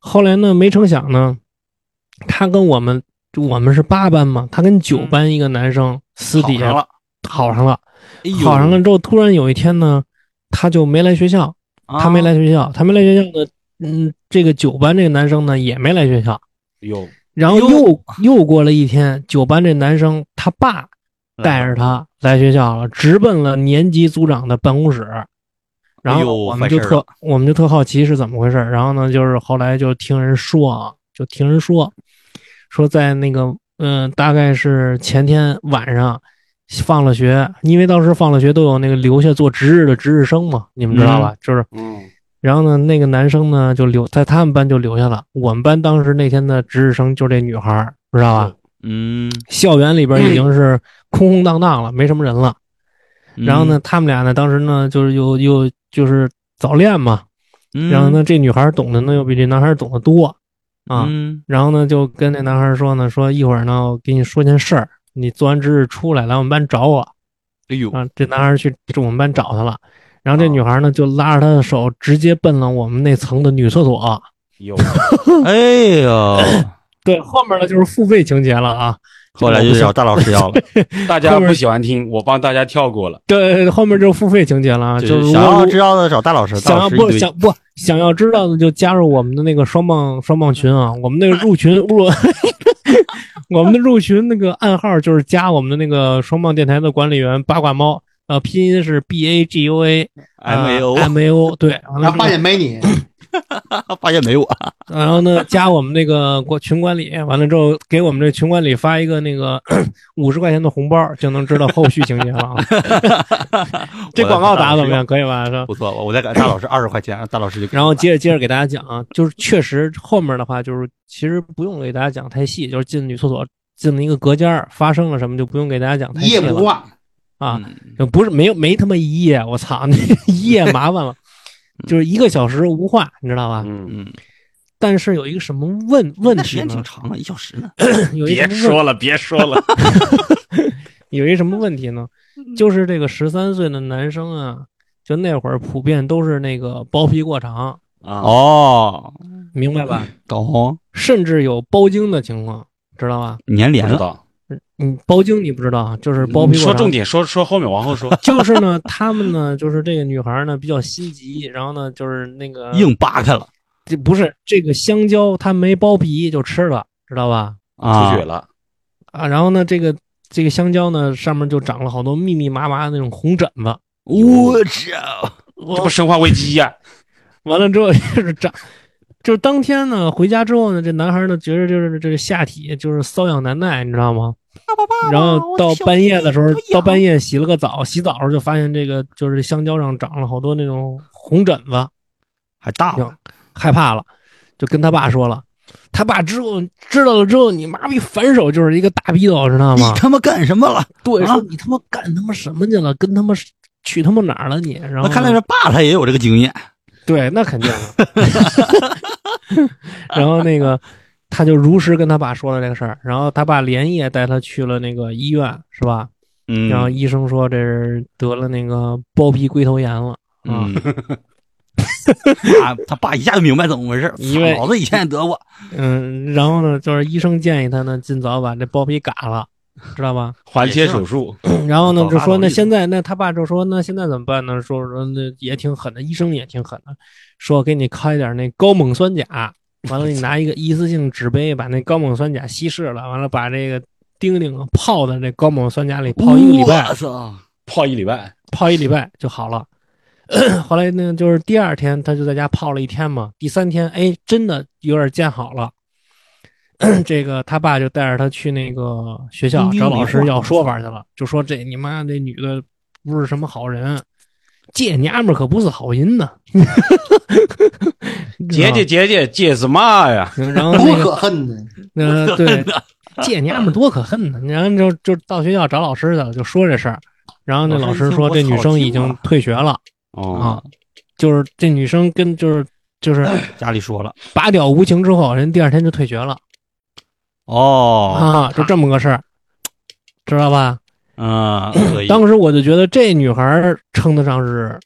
[SPEAKER 3] 后来呢，没成想呢，他跟我们就我们是八班嘛，他跟九班一个男生私底
[SPEAKER 2] 嗯好上
[SPEAKER 3] 下
[SPEAKER 2] 了，
[SPEAKER 3] 好上了，
[SPEAKER 2] 哎呦
[SPEAKER 3] 好上了之后，突然有一天呢，他就没来学校，他没，来
[SPEAKER 2] 啊
[SPEAKER 3] 学校，他没来学校呢，嗯，这个九班这个男生呢也没来学校。
[SPEAKER 5] 有
[SPEAKER 3] 然后
[SPEAKER 2] 哟
[SPEAKER 3] 又又过了一天，九班这男生他爸
[SPEAKER 2] 嗯
[SPEAKER 3] 带着他来学校了，直奔了年级组长的办公室。然
[SPEAKER 2] 哎呦
[SPEAKER 3] 后我们就
[SPEAKER 2] 哎坏事儿
[SPEAKER 3] 特
[SPEAKER 2] 了
[SPEAKER 3] 我们就特好奇是怎么回事儿。然后呢，就是后来就听人说啊，就听人说，说在那个嗯、呃大概是前天晚上放了学，因为当时放了学都有那个留下做值日的值日生嘛，你们知道吧？就是
[SPEAKER 5] 嗯
[SPEAKER 3] 然后呢，那个男生呢就留在他们班就留下了。我们班当时那天的值日生就这女孩儿，知道吧？
[SPEAKER 2] 嗯，
[SPEAKER 3] 校园里边已经是空空荡荡 了，没什么人了。
[SPEAKER 2] 嗯
[SPEAKER 3] 然后呢，，他们俩呢，当时呢就是又又就是早恋嘛。
[SPEAKER 2] 嗯
[SPEAKER 3] 然后呢，，这女孩儿懂得呢又比这男孩儿懂得多啊。
[SPEAKER 2] 嗯
[SPEAKER 3] 然后呢，就跟那男孩儿说呢，说一会儿呢我给你说件事儿，你做完值日出来来我们班找我。
[SPEAKER 2] 哎呦，
[SPEAKER 3] 啊，这男孩儿去我们班找他了，然后这
[SPEAKER 2] 啊
[SPEAKER 3] 女孩儿呢就拉着他的手，直接奔了我们那层的女厕所。
[SPEAKER 5] 有，
[SPEAKER 2] 哎 呦，
[SPEAKER 3] 对，后面呢就是付费情节了啊。
[SPEAKER 2] 后来就找大老师要了，
[SPEAKER 5] 大家不喜欢听，我帮大家跳过了，
[SPEAKER 3] 对，后面就是付费情节了啊，
[SPEAKER 2] 就是是
[SPEAKER 3] 如
[SPEAKER 2] 想
[SPEAKER 3] 果
[SPEAKER 2] 要知道的找大老师，大
[SPEAKER 3] 想
[SPEAKER 2] 老
[SPEAKER 3] 要
[SPEAKER 2] 师一
[SPEAKER 3] 不
[SPEAKER 2] 堆
[SPEAKER 3] 想不想要知道的就加入我们的那个双棒双棒群啊，我们那个入 群入，我们的入群那个暗号就是加我们的那个双棒电台的管理员八卦猫，呃，拼音是 B A G U A 呃
[SPEAKER 2] M A O，
[SPEAKER 3] M A O，对， 完了
[SPEAKER 4] 然
[SPEAKER 3] 之
[SPEAKER 4] 后
[SPEAKER 3] 后
[SPEAKER 4] 发现没你，
[SPEAKER 3] 哎
[SPEAKER 2] 发现没我，
[SPEAKER 3] 然后呢，加我们那个国群管理，完了之后给我们这群管理发一个那个五十块钱的红包，就能知道后续情节了啊。这广告打得怎么样？？可以吧？是吧
[SPEAKER 2] 不错，我我再给大老师二十块钱，让大老师就
[SPEAKER 3] 然后接着接着给大家讲啊，就是确实后面的话就是其实不用给大家讲太细，就是进女厕所进了一个隔间儿发生了什么就不用给大家讲太
[SPEAKER 4] 一
[SPEAKER 3] 细
[SPEAKER 4] 夜不
[SPEAKER 3] 了
[SPEAKER 4] 挂。
[SPEAKER 3] 啊，
[SPEAKER 2] 嗯
[SPEAKER 3] 就不是没有没他妈一夜，我操， 那一夜麻烦了，就是一个小时无话，你知道吧？
[SPEAKER 5] 嗯，
[SPEAKER 2] 嗯，
[SPEAKER 3] 但是有一个什么问问
[SPEAKER 2] 那时
[SPEAKER 3] 题
[SPEAKER 2] 间挺
[SPEAKER 3] 呢？
[SPEAKER 2] 长啊，一小时呢，
[SPEAKER 3] 有一个
[SPEAKER 5] 别
[SPEAKER 3] 什么问
[SPEAKER 5] 说了，别说 了，
[SPEAKER 3] 有一什么问题呢？就是这个十三岁的男生啊，就那会儿普遍都是那个包皮过长，
[SPEAKER 5] 啊，
[SPEAKER 2] 哦，
[SPEAKER 3] 明白吧？
[SPEAKER 2] 懂，
[SPEAKER 3] 甚至有包茎的情况，知道吧？
[SPEAKER 2] 粘
[SPEAKER 5] 不
[SPEAKER 2] 连
[SPEAKER 5] 知
[SPEAKER 2] 了，
[SPEAKER 5] 道，
[SPEAKER 3] 嗯，包茎你不知道啊，就是包
[SPEAKER 5] 你
[SPEAKER 3] 皮过
[SPEAKER 5] 嗯说
[SPEAKER 3] 长，
[SPEAKER 5] 重。点，说说后面，往后 说
[SPEAKER 3] 就是呢，他们呢，就是这个女孩呢比较心急，然后呢，就是那个，
[SPEAKER 2] 硬扒开了
[SPEAKER 3] 这不是这个香蕉，它没剥皮就吃了，知道吧？
[SPEAKER 2] 啊
[SPEAKER 5] 出血，了，
[SPEAKER 3] 啊，然后呢，这个这个香蕉呢上面就长了好多密密麻麻的那种红疹子，
[SPEAKER 2] 我操，
[SPEAKER 5] 这不生化危机呀？
[SPEAKER 3] 完了之后 就是长，就是当天呢回家之后呢，这男孩呢觉着就是这个下体就是瘙痒难耐，你知道吗？然后到半夜的时候，到半夜洗了个澡，洗澡的时候就发现这个就是香蕉上长了好多那种红疹子，
[SPEAKER 2] 还大
[SPEAKER 3] 有害怕了，就跟他爸说了。他爸之后知道了之后，你妈逼反手就是一个大逼斗，知道
[SPEAKER 2] 你
[SPEAKER 3] 吗？
[SPEAKER 2] 他妈干什么了？
[SPEAKER 3] 对，
[SPEAKER 2] 啊
[SPEAKER 3] 说你他妈干他妈什么去了？跟他妈去他妈哪儿了你？然
[SPEAKER 2] 那
[SPEAKER 3] 后
[SPEAKER 2] 看来这爸他也有这个经验，
[SPEAKER 3] 对，那肯定 的。然后那个他就如实跟他爸说了这个事儿，然后他爸连夜带他去了那个医院，是吧？
[SPEAKER 2] 嗯，
[SPEAKER 3] 然后啊医生说这是得了那个包皮龟头炎了。啊
[SPEAKER 2] 嗯， 爸他爸一下就明白怎么回事，
[SPEAKER 3] 因为
[SPEAKER 2] 老子以前也得过，
[SPEAKER 3] 嗯，然后呢，就是医生建议他呢，尽早把这包皮嘎了，知道吧？
[SPEAKER 5] 环切手术，
[SPEAKER 3] 嗯然后呢，
[SPEAKER 2] 早
[SPEAKER 3] 就
[SPEAKER 2] 拉
[SPEAKER 3] 说
[SPEAKER 2] 倒
[SPEAKER 3] 那
[SPEAKER 2] 立
[SPEAKER 3] 现在那他爸就说那现在怎么办呢？说说那也挺狠的，医生也挺狠的，说我给你开点那高锰酸钾，完了你拿一个一次性纸杯把那高锰酸钾稀释了，完了把这个丁丁啊泡在这高锰酸钾里泡一个礼拜，
[SPEAKER 2] 我操，
[SPEAKER 5] 泡一礼拜，
[SPEAKER 3] 泡一礼拜就好了。 后来呢，就是第二天他就在家泡了一天嘛，第三天哎，真的有点见好了。 这个他爸就带着他去那个学校
[SPEAKER 2] 丁丁
[SPEAKER 3] 找
[SPEAKER 2] 没
[SPEAKER 3] 老师
[SPEAKER 2] 话
[SPEAKER 3] 要说法去了，就说这你妈这女的不是什么好人，这娘们儿可不是好人 呐。嗯
[SPEAKER 5] 姐姐姐姐姐是嘛呀？
[SPEAKER 3] 然后
[SPEAKER 4] 多
[SPEAKER 3] 那个
[SPEAKER 4] 可恨呢！
[SPEAKER 3] 呃，对，这娘们儿多可恨呢！然后就就到学校找老师去了，就说这事儿。然后那
[SPEAKER 2] 老
[SPEAKER 3] 老
[SPEAKER 2] 师
[SPEAKER 3] 师
[SPEAKER 2] 一听
[SPEAKER 3] 说，
[SPEAKER 2] 我
[SPEAKER 3] 这女
[SPEAKER 2] 操
[SPEAKER 3] 生
[SPEAKER 2] 惊
[SPEAKER 3] 已经
[SPEAKER 2] 了
[SPEAKER 3] 退学了
[SPEAKER 5] 哦，
[SPEAKER 3] 啊，就是这女生跟就是 就是
[SPEAKER 2] 家里说了，
[SPEAKER 3] 拔屌无情之后，人第二天就退学了
[SPEAKER 2] 哦，
[SPEAKER 3] 啊，就这么个事儿，知道吧？
[SPEAKER 2] 嗯，可以，
[SPEAKER 3] 啊当时我就觉得这女孩儿称得上是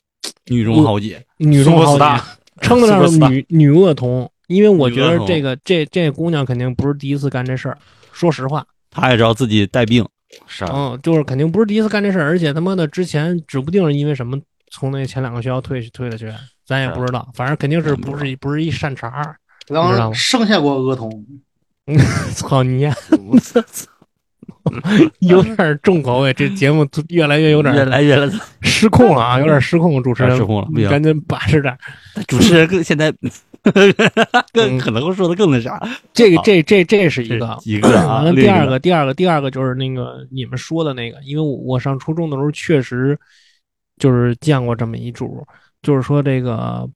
[SPEAKER 2] 女中豪杰，
[SPEAKER 3] 女中豪
[SPEAKER 5] Superstar
[SPEAKER 3] 杰，称得上是
[SPEAKER 5] Superstar
[SPEAKER 3] 女女恶童，因为我觉
[SPEAKER 2] 女恶
[SPEAKER 3] 得
[SPEAKER 2] 童
[SPEAKER 3] 这个这这姑娘肯定不是第一次干这事儿，说实话。
[SPEAKER 2] 她也知道自己带病，啊
[SPEAKER 5] 啥？
[SPEAKER 3] 嗯，就是肯定不是第一次干这事儿，而且他妈的之前指不定是因为什么从那前两个学校退退的学，咱也
[SPEAKER 2] 是
[SPEAKER 3] 不知道，反正肯定是
[SPEAKER 2] 啊咱不
[SPEAKER 3] 不是一不是一善茬儿。
[SPEAKER 4] 然后生下过恶童，
[SPEAKER 3] 操你 丫！啊有点重口味，这节目越来越有
[SPEAKER 2] 越
[SPEAKER 3] 点
[SPEAKER 2] 来越来，
[SPEAKER 3] 失控了啊，有点失控了，主持人
[SPEAKER 2] 失控了不
[SPEAKER 3] 你
[SPEAKER 2] 行
[SPEAKER 3] 赶紧把持点儿。
[SPEAKER 2] 主持 人更现在 更
[SPEAKER 3] 嗯
[SPEAKER 2] 可能说的更那啥，
[SPEAKER 3] 这个
[SPEAKER 2] 好
[SPEAKER 3] 这这这是一
[SPEAKER 2] 这
[SPEAKER 3] 个。
[SPEAKER 2] 一个啊，
[SPEAKER 3] 完了，
[SPEAKER 2] 另
[SPEAKER 3] 第
[SPEAKER 2] 一
[SPEAKER 3] 二个，第二个，第二个就是那个你们说的那个，因为我我上初中的时候确实就是见过这么一主，就是说这个，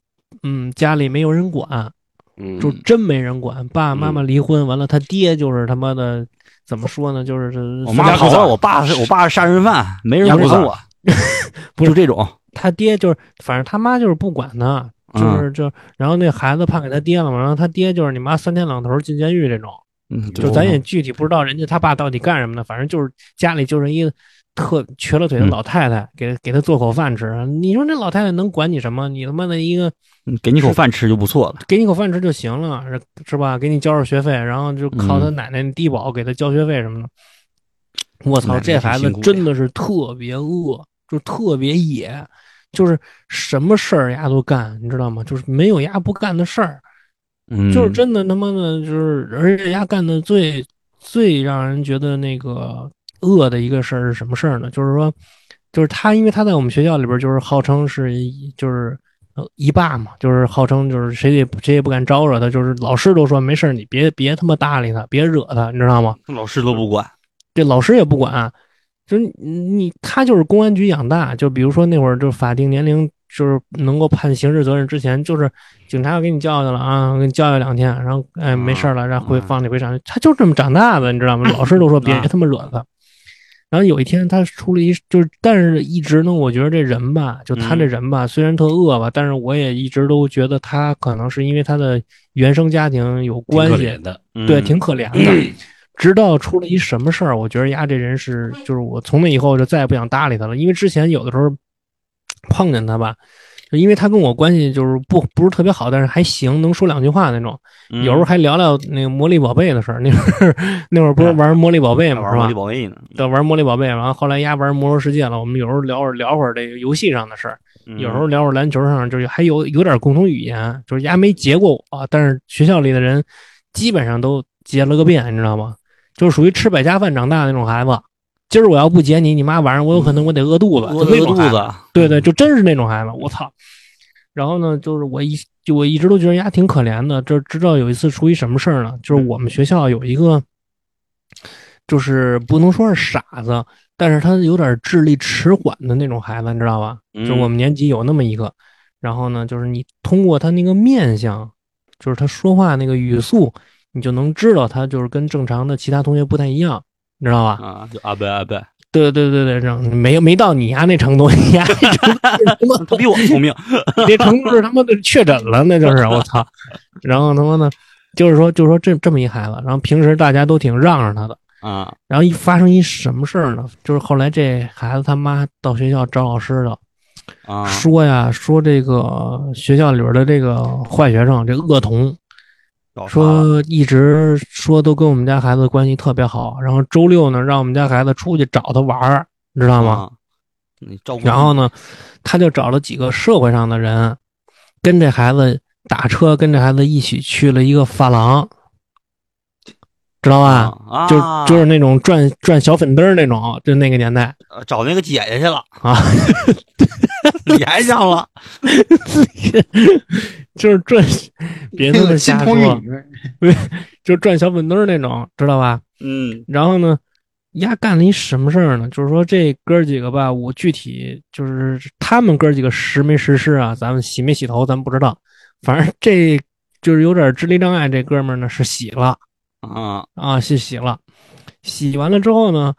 [SPEAKER 3] 嗯，家里没有人管，
[SPEAKER 5] 嗯
[SPEAKER 3] 就真没人管，爸爸妈妈离婚，完了他爹就是他妈的，怎么说呢，就是这
[SPEAKER 2] 哦我妈
[SPEAKER 5] 好
[SPEAKER 2] 跑了，我爸是我爸是杀人犯，没人
[SPEAKER 5] 压
[SPEAKER 2] 管
[SPEAKER 5] 裤衩
[SPEAKER 2] 我，
[SPEAKER 3] 不是
[SPEAKER 2] 就这种，
[SPEAKER 3] 他爹就是，反正他妈就是不管他，
[SPEAKER 2] 嗯
[SPEAKER 3] 就是就，然后那孩子判给他爹了嘛，然后他爹就是你妈三天两头进监狱这种，
[SPEAKER 2] 嗯，
[SPEAKER 3] 就咱也具体不知道人家他爸到底干什么的，反正就是家里就是一个特瘸了腿的
[SPEAKER 2] 嗯
[SPEAKER 3] 老太太，给给他做口饭吃。啊你说这老太太能管你什么？你他妈的一个
[SPEAKER 2] 嗯给你口饭吃就不错了，
[SPEAKER 3] 给你口饭吃就行了，是是吧？给你交点学费，然后就靠他
[SPEAKER 2] 嗯
[SPEAKER 3] 奶奶低保给他交学费什么的。我
[SPEAKER 2] 奶
[SPEAKER 3] 操，
[SPEAKER 2] 奶
[SPEAKER 3] 这
[SPEAKER 2] 挺
[SPEAKER 3] 孩子
[SPEAKER 2] 辛苦的
[SPEAKER 3] 真的是特别恶，就特别野，就是什么事儿丫都干，你知道吗？就是没有丫不干的事儿，
[SPEAKER 2] 嗯，
[SPEAKER 3] 就是真的他妈的，就是而且丫干的最最让人觉得那个恶的一个事儿是什么事儿呢？就是说，就是他，因为他在我们学校里边儿就是号称是一就是呃一霸嘛，就是号称就是谁也不谁也不敢招惹他，就是老师都说没事儿，你别别他妈搭理他，别惹他，你知道吗？
[SPEAKER 2] 老师都不管，
[SPEAKER 3] 这老师也不管，就是你你他就是公安局养大，就比如说那会儿就法定年龄就是能够判刑事责任之前，就是警察要给你教育了啊，给你教育两天，然后哎没事儿了，然后
[SPEAKER 5] 啊
[SPEAKER 3] 回
[SPEAKER 2] 嗯
[SPEAKER 3] 放你回厂，他就这么长大的，你知道吗？老师都说别
[SPEAKER 2] 啊
[SPEAKER 3] 他妈惹他。然后有一天他出了一就是，但是一直呢，我觉得这人吧，就他这
[SPEAKER 5] 嗯
[SPEAKER 3] 人吧，虽然特恶吧，但是我也一直都觉得他可能是因为他的原生家庭有
[SPEAKER 5] 挺
[SPEAKER 3] 关
[SPEAKER 5] 可
[SPEAKER 3] 系
[SPEAKER 5] 怜，的，
[SPEAKER 3] 对，
[SPEAKER 2] 嗯
[SPEAKER 3] 挺可怜的。直到出了一什么事儿，我觉得丫这人是，就是我从那以后就再也不想搭理他了，因为之前有的时候碰见他吧，就因为他跟我关系就是不不是特别好，但是还行，能说两句话那种，
[SPEAKER 2] 嗯
[SPEAKER 3] 有时候还聊聊那个魔力宝贝的事儿。那会儿那会儿不是玩魔力宝贝
[SPEAKER 2] 还
[SPEAKER 3] 嘛，
[SPEAKER 2] 嗯玩
[SPEAKER 3] 是
[SPEAKER 2] 魔
[SPEAKER 3] 吧
[SPEAKER 2] 力？宝贝呢，
[SPEAKER 3] 对，玩魔力宝贝，然后后来丫玩魔兽世界了，我们有时候聊会儿聊会儿这个游戏上的事儿，
[SPEAKER 2] 嗯
[SPEAKER 3] 有时候聊会儿篮球上，就是还有有点共同语言，就是丫没结过我，但是学校里的人基本上都结了个遍，你知道吗？就是属于吃百家饭长大的那种孩子。今儿我要不结你，你妈晚上我有可能我得饿肚子，
[SPEAKER 2] 饿
[SPEAKER 3] 就那
[SPEAKER 2] 饿
[SPEAKER 3] 种
[SPEAKER 2] 肚
[SPEAKER 3] 孩子。
[SPEAKER 2] 子，
[SPEAKER 3] 对对，就真是那种孩子，我操！然后呢，就是我一就我一直都觉得丫挺可怜的，这知道有一次出一什么事儿呢？
[SPEAKER 2] 嗯
[SPEAKER 3] 就是我们学校有一个，就是不能说是傻子，但是他有点智力迟缓的那种孩子，你知道吧？
[SPEAKER 2] 嗯
[SPEAKER 3] 就是我们年级有那么一个，然后呢，就是你通过他那个面相，就是他说话那个语速，你就能知道他就是跟正常的其他同学不太一样，你知道吧？
[SPEAKER 2] 啊，就阿贝阿贝，
[SPEAKER 3] 对对对对，这样没有没到你丫那程度，你 丫那程度是他妈
[SPEAKER 2] 他比我聪 明。
[SPEAKER 3] 这程度是他妈的确诊了，那就是我操。然后他妈的，就是说，就是说这这么一孩子，然后平时大家都挺让着他的，
[SPEAKER 2] 啊
[SPEAKER 3] 然后一发生一什么事儿呢？就是后来这孩子他妈到学校找老师了，
[SPEAKER 2] 啊
[SPEAKER 3] 说呀说这个学校里边的这个坏学生，这恶童，
[SPEAKER 2] 搞啥了
[SPEAKER 3] 说一直说都跟我们家孩子关系特别好，然后周六呢让我们家孩子出去找他玩儿，你知道吗？
[SPEAKER 2] 啊你照顾。
[SPEAKER 3] 然后呢，他就找了几个社会上的人，跟这孩子打车，跟这孩子一起去了一个发廊，知道吧？
[SPEAKER 2] 啊，
[SPEAKER 3] 就
[SPEAKER 2] 啊
[SPEAKER 3] 就是那种转转小粉灯儿那种，就那个年代
[SPEAKER 2] 呃找那个姐姐去了
[SPEAKER 3] 啊，
[SPEAKER 2] 连上了。
[SPEAKER 3] 就是转，别
[SPEAKER 4] 那
[SPEAKER 3] 他妈
[SPEAKER 4] 个金
[SPEAKER 3] 瞎
[SPEAKER 4] 童玉
[SPEAKER 3] 说，
[SPEAKER 4] 女，
[SPEAKER 3] 就转小粉灯儿那种，知道吧？
[SPEAKER 2] 嗯
[SPEAKER 3] 然后呢，丫干了一什么事儿呢？就是说这哥几个吧，我具体就是他们哥几个实没实施啊，咱们洗没洗头咱不知道，反正这就是有点智力障碍，这哥们儿呢是洗了
[SPEAKER 2] 啊，
[SPEAKER 3] 啊，是洗了，洗完了之后呢，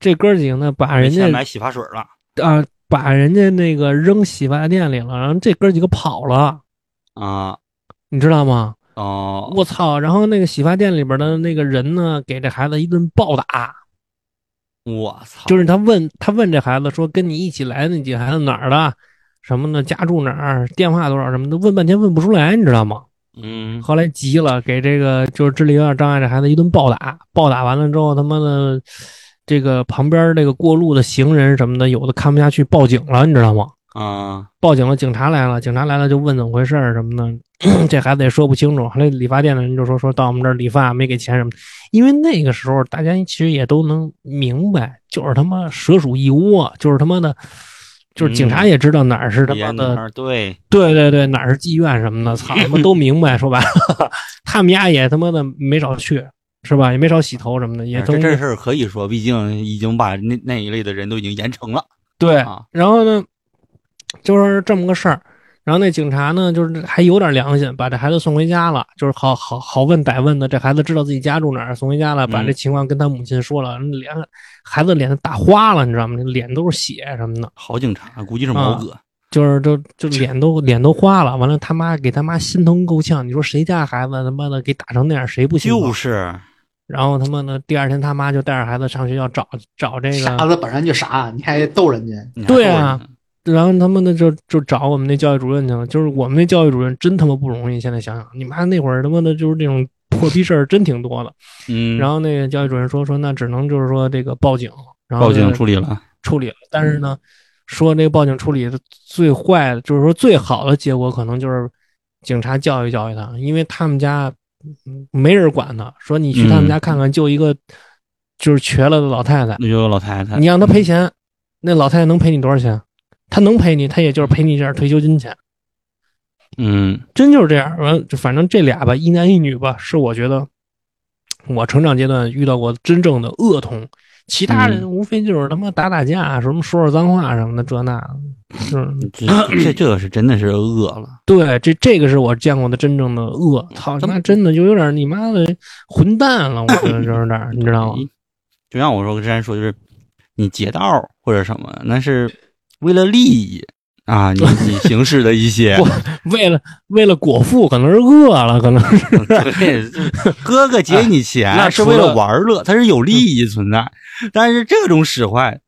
[SPEAKER 3] 这哥几个呢把人
[SPEAKER 2] 没钱
[SPEAKER 3] 家
[SPEAKER 2] 买洗发水了
[SPEAKER 3] 啊把人家那个扔洗发店里了，然后这哥几个跑了，
[SPEAKER 2] 啊
[SPEAKER 3] 你知道吗？
[SPEAKER 2] 哦
[SPEAKER 3] 我操！然后那个洗发店里边的那个人呢，给这孩子一顿暴打。
[SPEAKER 2] 我操，
[SPEAKER 3] 就是他问他问这孩子说，跟你一起来的那几个孩子哪儿的，什么的，家住哪儿，电话多少，什么的，问半天问不出来，你知道吗？
[SPEAKER 2] 嗯
[SPEAKER 3] 后来急了，给这个就是智力有点障碍这孩子一顿暴打，暴打完了之后，他妈的这个旁边这个过路的行人什么的，有的看不下去，报警了，你知道吗？
[SPEAKER 2] 啊
[SPEAKER 3] 报警了，警察来了，警察来了就问怎么回事儿什么的， 这孩子也说不清楚。后来理发店的人就说说到我们这儿理发没给钱什么的，因为那个时候大家其实也都能明白，就是他妈蛇鼠一窝，就是他妈的，就是警察也知道哪儿是他妈
[SPEAKER 2] 烟
[SPEAKER 3] 的，
[SPEAKER 2] 圈对
[SPEAKER 3] 对对对，哪儿是妓院什么的，操他妈都明白。说白了， 他们家也他妈的没少去，是吧？也没少洗头什么的，也
[SPEAKER 2] 哎
[SPEAKER 3] 都
[SPEAKER 2] 这这事儿可以说，毕竟已经把那那一类的人都已经严惩了
[SPEAKER 3] 对
[SPEAKER 2] 啊
[SPEAKER 3] 然后呢，就是这么个事儿。然后那警察呢，就是还有点良心，把这孩子送回家了，就是好好好问歹问的。这孩子知道自己家住哪儿，送回家了，把
[SPEAKER 2] 嗯
[SPEAKER 3] 这情况跟他母亲说了，脸孩子脸都打花了，你知道吗？脸都是血什么的，
[SPEAKER 2] 好警察，估计
[SPEAKER 3] 啊
[SPEAKER 2] 是毛哥
[SPEAKER 3] 就是都就脸都脸都花了。完了，他妈给他妈心疼够呛。你说谁家孩子他妈的给打成那样，谁不心疼？
[SPEAKER 2] 就是
[SPEAKER 3] 然后他妈呢，第二天他妈就带着孩子上学校找找这个
[SPEAKER 4] 傻子本身就傻，你还逗人家，
[SPEAKER 2] 你还
[SPEAKER 3] 对
[SPEAKER 2] 逗人
[SPEAKER 3] 啊
[SPEAKER 2] 呢
[SPEAKER 3] 然后他们呢就就找我们那教育主任去了，就是我们那教育主任真他妈不容易。现在想想，你妈那会儿他妈的就是那种破逼事儿真挺多的。
[SPEAKER 2] 嗯，
[SPEAKER 3] 然后那个教育主任说说那只能就是说这个报警，然后
[SPEAKER 2] 报警
[SPEAKER 3] 就
[SPEAKER 2] 处理了
[SPEAKER 3] 处理了。但是呢，说这个报警处理的最坏的，就是说最好的结果可能就是警察教育教育他，因为他们家嗯没人管他，说你去他
[SPEAKER 2] 嗯
[SPEAKER 3] 们家看看，就一个就是瘸了的老太太。
[SPEAKER 2] 那就有老太太
[SPEAKER 3] 你让他赔钱，那老太太能赔你多少钱？他能赔你，他也就是赔你一点退休金钱，
[SPEAKER 2] 嗯
[SPEAKER 3] 真就是这样。完，就反正这俩吧，一男一女吧，是我觉得我成长阶段遇到过真正的恶童。其他人
[SPEAKER 2] 嗯
[SPEAKER 3] 无非就是他妈打打架，什么说说脏话什么的，这那的，就是
[SPEAKER 2] 这这这个是真的是饿了，
[SPEAKER 3] 对，这这个是我见过的真正的恶。
[SPEAKER 2] 嗯
[SPEAKER 3] 操他妈，真的就有点你妈的混蛋了，我觉得就是有点，你知道吗？
[SPEAKER 2] 一就像我说之前说，就是你劫道儿或者什么，那是为了利益 啊，你你行事的一些
[SPEAKER 3] 不为了为了果腹，可能是饿了，可能是
[SPEAKER 2] 对，就是哥哥劫你钱、
[SPEAKER 3] 那
[SPEAKER 2] 啊是
[SPEAKER 3] 除
[SPEAKER 2] 为了
[SPEAKER 3] 了
[SPEAKER 2] 玩乐，它是有利益存在，但是这种使坏，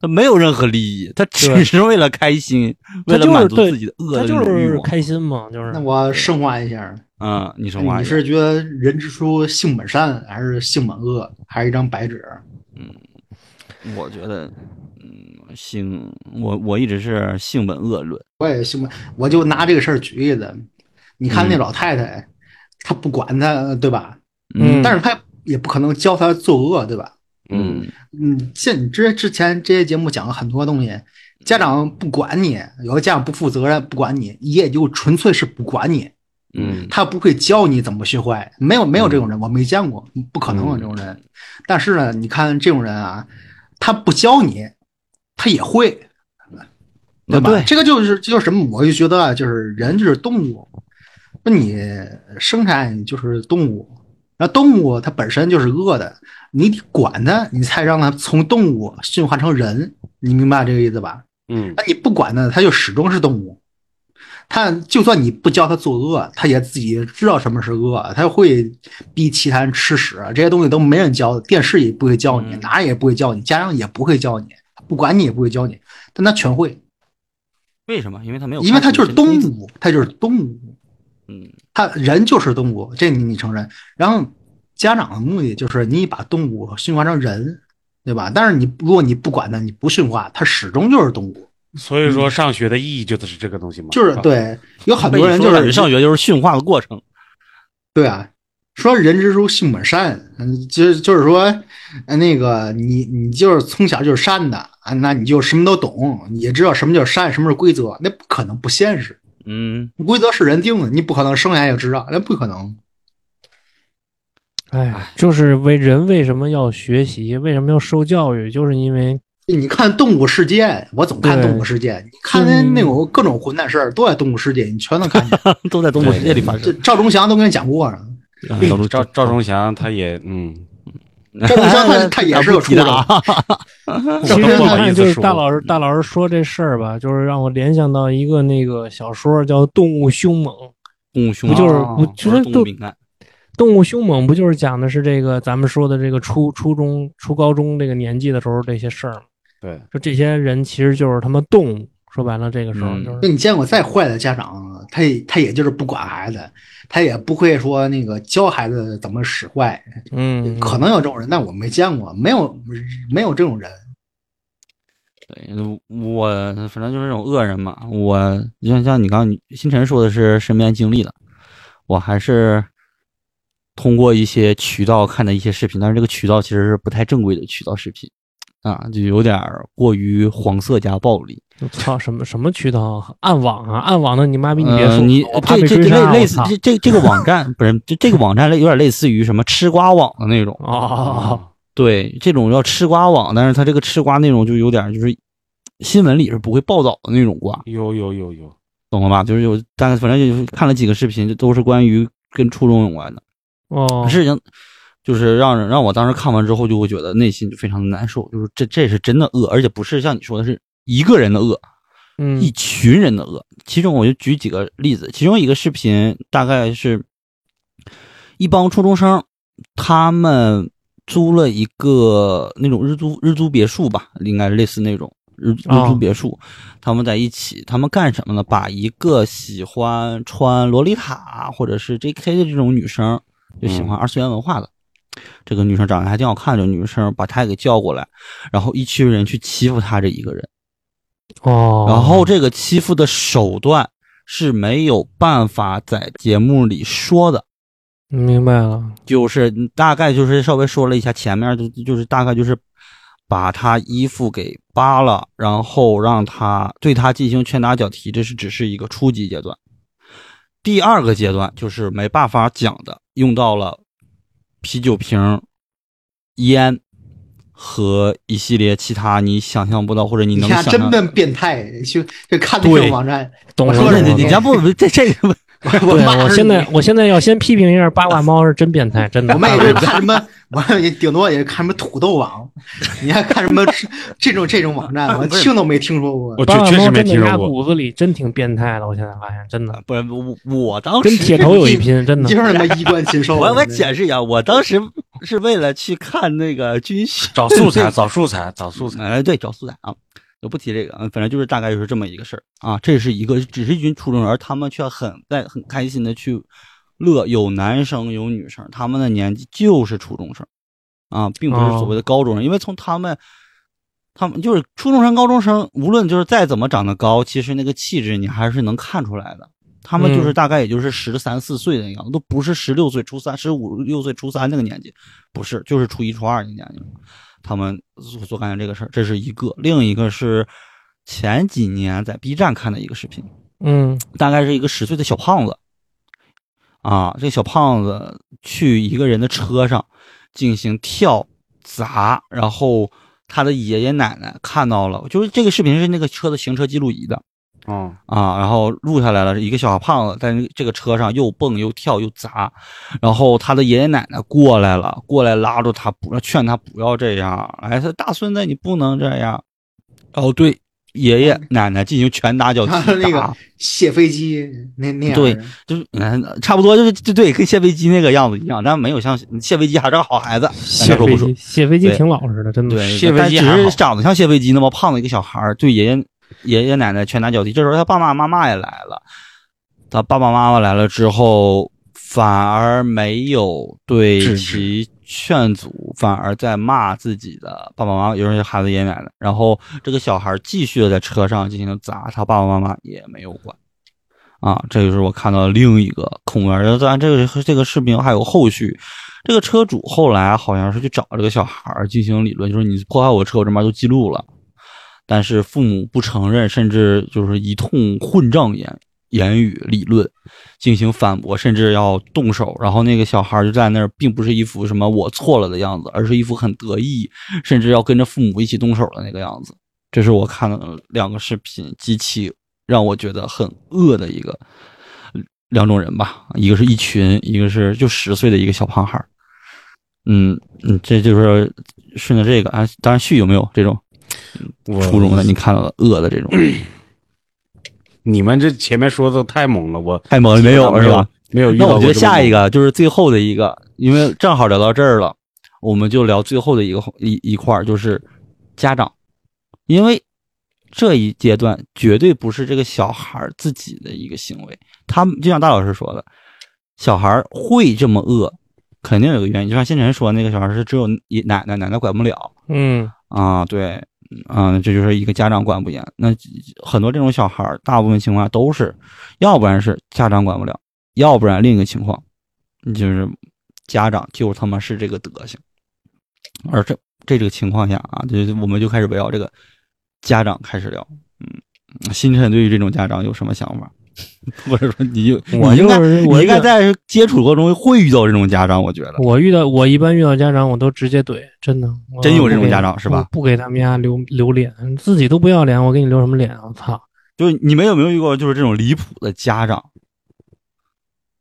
[SPEAKER 2] 它没有任何利益，它只
[SPEAKER 3] 对
[SPEAKER 2] 是为了开心，
[SPEAKER 3] 它
[SPEAKER 2] 为了
[SPEAKER 3] 就是
[SPEAKER 2] 满足
[SPEAKER 3] 对
[SPEAKER 2] 自己的恶
[SPEAKER 3] 他
[SPEAKER 2] 的
[SPEAKER 3] 就
[SPEAKER 2] 欲
[SPEAKER 3] 是
[SPEAKER 2] 望。
[SPEAKER 3] 开心嘛，就是
[SPEAKER 4] 那我升华一下，
[SPEAKER 2] 嗯，你说话
[SPEAKER 4] 你是觉得人之初性本善，还是性本恶，还是一张白纸？
[SPEAKER 2] 我觉得，嗯，性，我我一直是性本恶论，
[SPEAKER 4] 我也性本，我就拿这个事儿举例子。你看那老太太，她不管她，对吧？
[SPEAKER 3] 嗯
[SPEAKER 4] 但是她也不可能教她作恶，对吧？
[SPEAKER 2] 嗯
[SPEAKER 4] 嗯，像你之之前这些节目讲了很多东西，家长不管你，有的家长不负责任，不管你，也就纯粹是不管你，
[SPEAKER 2] 嗯
[SPEAKER 4] 他不会教你怎么学坏，没有没有这种人，我没见过，不可能有这种人。但是呢，你看这种人啊，他不教你，他也会，对吧？
[SPEAKER 2] 对
[SPEAKER 4] 这个就是这就是什么？我就觉得啊，就是人就是动物，那你生产你就是动物，那动物它本身就是恶的，你得管它，你才让它从动物驯化成人，你明白这个意思吧？
[SPEAKER 5] 嗯，
[SPEAKER 4] 那你不管它，它就始终是动物。它就算你不教它作恶，它也自己知道什么是恶，它会逼其他人吃屎，啊这些东西都没人教，电视也不会教你，
[SPEAKER 2] 嗯
[SPEAKER 4] 哪儿也不会教你，家长也不会教你，不管你也不会教你，但它全会。
[SPEAKER 2] 为什么？因为他没有看出身，
[SPEAKER 4] 因为它就是动
[SPEAKER 2] 你，
[SPEAKER 4] 物，它就是动物，
[SPEAKER 2] 嗯，
[SPEAKER 4] 它人就是动物，这你你承认。然后家长的目的就是你把动物驯化成人，对吧？但是你如果你不管它，你不驯化，它始终就是动物，
[SPEAKER 5] 所以
[SPEAKER 3] 嗯
[SPEAKER 5] 说上学的意义就是这个东西嘛，
[SPEAKER 4] 就是
[SPEAKER 5] 吧，
[SPEAKER 4] 对。有很多
[SPEAKER 2] 被
[SPEAKER 4] 人
[SPEAKER 2] 啊你
[SPEAKER 4] 就
[SPEAKER 2] 说感觉
[SPEAKER 4] 是
[SPEAKER 2] 上学就是驯化的过程，
[SPEAKER 4] 对啊，说人之初性本善，嗯，就是就是说，呃那个你你就是从小就是善的啊，那你就什么都懂，你也知道什么叫善，什么是规则，那不可能不现实。
[SPEAKER 2] 嗯，
[SPEAKER 4] 规则是人定的，你不可能生下来就知道，那不可能。
[SPEAKER 3] 哎，就是为人为什么要学习，为什么要受教育，就是因为
[SPEAKER 4] 你看《动物世界》，我总看《
[SPEAKER 3] 对
[SPEAKER 4] 动物世界》，你看那
[SPEAKER 3] 嗯
[SPEAKER 4] 那种各种混蛋事儿都在《动物世界》，你全能看 见。
[SPEAKER 2] 都在动物世界里发
[SPEAKER 4] 这
[SPEAKER 2] 生。
[SPEAKER 4] 赵忠祥都跟你讲过了，
[SPEAKER 2] 嗯都
[SPEAKER 5] 啊赵赵忠祥他也嗯，
[SPEAKER 4] 赵忠 祥他他也是有出
[SPEAKER 2] 的
[SPEAKER 4] 的，
[SPEAKER 2] 啊，
[SPEAKER 3] 其
[SPEAKER 5] 我
[SPEAKER 3] 实
[SPEAKER 5] 都不
[SPEAKER 3] 你
[SPEAKER 5] 好意
[SPEAKER 3] 看，
[SPEAKER 5] 思
[SPEAKER 3] 就是
[SPEAKER 5] 说
[SPEAKER 3] 大老师
[SPEAKER 2] 嗯
[SPEAKER 3] 大老师说这事儿吧，就是让我联想到一个那个小说叫《动物凶猛》，
[SPEAKER 2] 动物凶
[SPEAKER 3] 不
[SPEAKER 2] 猛，
[SPEAKER 3] 就是
[SPEAKER 4] 哦
[SPEAKER 3] 不
[SPEAKER 2] 我
[SPEAKER 3] 其
[SPEAKER 2] 是
[SPEAKER 3] 实
[SPEAKER 2] 啊动物
[SPEAKER 3] 都
[SPEAKER 2] 敏感，
[SPEAKER 3] 动物凶猛不就是讲的是这个咱们说的这个初初中、初高中这个年纪的时候这些事儿吗？
[SPEAKER 5] 对，
[SPEAKER 3] 就这些人其实就是他妈动物。说白了，这个时候
[SPEAKER 2] 嗯
[SPEAKER 3] 就是
[SPEAKER 4] 就你见过再坏的家长，他也他也就是不管孩子，他也不会说那个教孩子怎么使坏，
[SPEAKER 3] 嗯，
[SPEAKER 4] 可能有这种人，但我没见过，没有没有这种人。
[SPEAKER 2] 对，我反正就是这种恶人嘛。我就像像你刚刚你星辰说的是身边经历的，我还是通过一些渠道看的一些视频，但是这个渠道其实是不太正规的渠道视频啊，就有点儿过于黄色加暴力。
[SPEAKER 3] 操什么什么渠道，暗网啊，暗网的你妈逼你别
[SPEAKER 2] 呃
[SPEAKER 3] 说，
[SPEAKER 2] 你
[SPEAKER 3] 我怕
[SPEAKER 2] 这
[SPEAKER 3] 被
[SPEAKER 2] 这
[SPEAKER 3] 追杀，
[SPEAKER 2] 类
[SPEAKER 3] 我
[SPEAKER 2] 类似
[SPEAKER 3] 操
[SPEAKER 2] 这这这个网站不是这这个网站类有点类似于什么吃瓜网的那种，
[SPEAKER 3] 哦，
[SPEAKER 5] 啊
[SPEAKER 2] 对，这种叫吃瓜网，但是它这个吃瓜内容就有点就是新闻里是不会报道的那种瓜，
[SPEAKER 5] 有有有有，
[SPEAKER 2] 懂了吧？就是有，但反正就是看了几个视频，就都是关于跟初中有关的
[SPEAKER 3] 哦，
[SPEAKER 2] 事情，就是让人让我当时看完之后就会觉得内心就非常的难受，就是这这是真的恶，而且不是像你说的是一个人的恶，
[SPEAKER 3] 嗯
[SPEAKER 2] 一群人的恶。其中我就举几个例子，其中一个视频大概是一帮初中生，他们租了一个那种日租日租别墅吧，应该是类似那种日日租
[SPEAKER 3] 哦
[SPEAKER 2] 别墅，他们在一起，他们干什么呢？把一个喜欢穿洛丽塔或者是 J.K. 的这种女生，就喜
[SPEAKER 3] 嗯
[SPEAKER 2] 欢二次元文化的。这个女生长得还挺好看的，这个女生把她给叫过来，然后一群人去欺负她这一个人，
[SPEAKER 3] 哦，
[SPEAKER 2] 然后这个欺负的手段是没有办法在节目里说的，
[SPEAKER 3] 明白了，
[SPEAKER 2] 就是大概就是稍微说了一下前面就就是大概就是把他衣服给扒了，然后让他对他进行拳打脚踢，这是只是一个初级阶段。第二个阶段就是没办法讲的，用到了啤酒瓶、烟和一系列其他你想象不到或者你
[SPEAKER 4] 你
[SPEAKER 2] 能
[SPEAKER 4] 看
[SPEAKER 2] 想
[SPEAKER 4] 真
[SPEAKER 2] 象
[SPEAKER 4] 的变态，就就看那种
[SPEAKER 2] 对
[SPEAKER 4] 网站，
[SPEAKER 3] 懂
[SPEAKER 4] 我
[SPEAKER 3] 了，
[SPEAKER 4] 说
[SPEAKER 3] 懂
[SPEAKER 4] 了
[SPEAKER 3] 了
[SPEAKER 2] 你
[SPEAKER 4] 你
[SPEAKER 2] 你
[SPEAKER 3] 懂
[SPEAKER 2] 家
[SPEAKER 3] 了
[SPEAKER 2] 不这这个
[SPEAKER 4] 我
[SPEAKER 3] 对
[SPEAKER 4] 骂
[SPEAKER 3] 我
[SPEAKER 4] 是
[SPEAKER 3] 现
[SPEAKER 4] 你
[SPEAKER 3] 在我现在要先批评一下八卦猫是真变态，真的。
[SPEAKER 4] 我们 也就是看什么，我也顶多也是看什么土豆网，你还看什么这这种这种网站， 我听都没听说过。
[SPEAKER 5] 我确
[SPEAKER 3] 八卦
[SPEAKER 5] 确
[SPEAKER 3] 猫
[SPEAKER 5] 实没
[SPEAKER 3] 真的
[SPEAKER 5] 听
[SPEAKER 3] 压
[SPEAKER 5] 说过，
[SPEAKER 3] 骨子里真挺变态的，我现在发现真的
[SPEAKER 2] 啊不是我我当
[SPEAKER 3] 跟
[SPEAKER 2] 时
[SPEAKER 3] 铁头有一拼，真
[SPEAKER 4] 你
[SPEAKER 3] 的
[SPEAKER 4] 就。是他妈衣冠 禽兽。
[SPEAKER 2] 我我
[SPEAKER 4] 真的
[SPEAKER 2] 解释一下，我当时是为了去看那个军训，
[SPEAKER 5] 找素 材，找素材，找素材。
[SPEAKER 2] 哎，对，找素材啊，我不提这个，嗯反正就是大概就是这么一个事儿啊。这是一个，只是一群初中人，而他们却很在很开心的去乐，有男生有女生，他们的年纪就是初中生啊，并不是所
[SPEAKER 3] 哦
[SPEAKER 2] 谓的高中生，因为从他们。他们就是初中生、高中生，无论就是再怎么长得高，其实那个气质你还是能看出来的。他们就是
[SPEAKER 3] 嗯
[SPEAKER 2] 大概也就是十三四岁的样子，都不是十六岁、初三、十五六岁、初三那个年纪，不是，就是初一、初二那个年纪。他们所所干的这个事儿，这是一个；另一个是前几年在 B 站看的一个视频，
[SPEAKER 3] 嗯，
[SPEAKER 2] 大概是一个十岁的小胖子，啊，这个小胖子去一个人的车上进行跳砸，然后他的爷爷奶奶看到了，就是这个视频是那个车的行车记录仪的
[SPEAKER 5] 啊，
[SPEAKER 2] 啊，然后录下来了，一个小胖子在这个车上又蹦又跳又砸，然后他的爷爷奶奶过来了，过来拉住他，不劝他不要这样，哎，他大孙子你不能这样，哦对，爷爷奶奶进行拳打脚踢
[SPEAKER 4] 他啊那
[SPEAKER 2] 打
[SPEAKER 4] 个卸飞机那那样
[SPEAKER 2] 对
[SPEAKER 4] 的
[SPEAKER 2] 就是嗯，差不多就是就对，跟卸飞机那个样子一样，但没有像卸飞机还是个好孩子，咱
[SPEAKER 3] 写
[SPEAKER 2] 就说
[SPEAKER 3] 飞
[SPEAKER 2] 不说
[SPEAKER 3] 机，，写飞机
[SPEAKER 2] 对
[SPEAKER 3] 挺老实的，真的。
[SPEAKER 2] 对，
[SPEAKER 5] 卸飞机
[SPEAKER 2] 但
[SPEAKER 5] 还
[SPEAKER 2] 只
[SPEAKER 5] 好
[SPEAKER 2] 是长得像卸飞机那么胖的一个小孩儿，对爷爷爷爷奶奶拳打脚踢。这时候他爸爸妈妈也来了，他爸爸妈妈来了之后，反而没有对
[SPEAKER 5] 制止
[SPEAKER 2] 其劝阻，反而在骂自己的爸爸妈妈，尤其是孩子爷爷奶奶。然后这个小孩儿继续地在车上进行砸，他爸爸妈妈也没有管。啊，这就是我看到另一个恐怖而当然，这个这个视频还有后续。这个车主后来好像是去找这个小孩儿进行理论，就是你破坏我车，我这边都记录了。但是父母不承认，甚至就是一通混账言言语理论进行反驳，甚至要动手。然后那个小孩儿就在那儿，并不是一副什么我错了的样子，而是一副很得意，甚至要跟着父母一起动手的那个样子。这是我看了两个视频，极其让我觉得很恶的一个两种人吧，一个是一群，一个是就十岁的一个小胖孩儿。嗯嗯，这就是顺着这个啊，当然旭有没有这种
[SPEAKER 5] 我
[SPEAKER 2] 初中的你看到的恶的这种？
[SPEAKER 5] 你们这前面说的太猛了，我
[SPEAKER 2] 太猛了，没有
[SPEAKER 5] 没
[SPEAKER 2] 是吧？？
[SPEAKER 5] 没有遇
[SPEAKER 2] 那
[SPEAKER 5] 到过
[SPEAKER 2] 我觉得下一
[SPEAKER 5] 这么猛
[SPEAKER 2] 个就是最后的一个，因为正好聊到这儿了，我们就聊最后的一个一一块儿，就是家长，因为这一阶段绝对不是这个小孩儿自己的一个行为，他们就像大老师说的，小孩儿会这么饿，肯定有个原因，就像星辰说那个小孩儿是只有爷奶奶奶奶管不了，
[SPEAKER 3] 嗯，
[SPEAKER 2] 啊，对，嗯啊，这就是一个家长管不严。那很多这种小孩儿，大部分情况下都是，要不然是家长管不了，要不然另一个情况就是家长就他妈是这个德行。而这这这个情况下啊，就是我们就开始围绕这个家长开始聊。嗯，星辰对于这种家长有什么想法？ 或者说你有，
[SPEAKER 3] 我
[SPEAKER 2] 你应
[SPEAKER 3] 就
[SPEAKER 2] 该
[SPEAKER 3] 是
[SPEAKER 2] 你
[SPEAKER 3] 我
[SPEAKER 2] 应该
[SPEAKER 3] 就
[SPEAKER 2] 在接触过程中会遇到这种家长，我觉得。
[SPEAKER 3] 我遇到我一般遇到家长，我都直接怼，真的。我
[SPEAKER 2] 真有这
[SPEAKER 3] 不
[SPEAKER 2] 种
[SPEAKER 3] 给
[SPEAKER 2] 家长是吧
[SPEAKER 3] 我不给他们家留留脸，自己都不要脸，我给你留什么脸啊？我操！
[SPEAKER 2] 就是你们有没有遇过就是这种离谱的家长？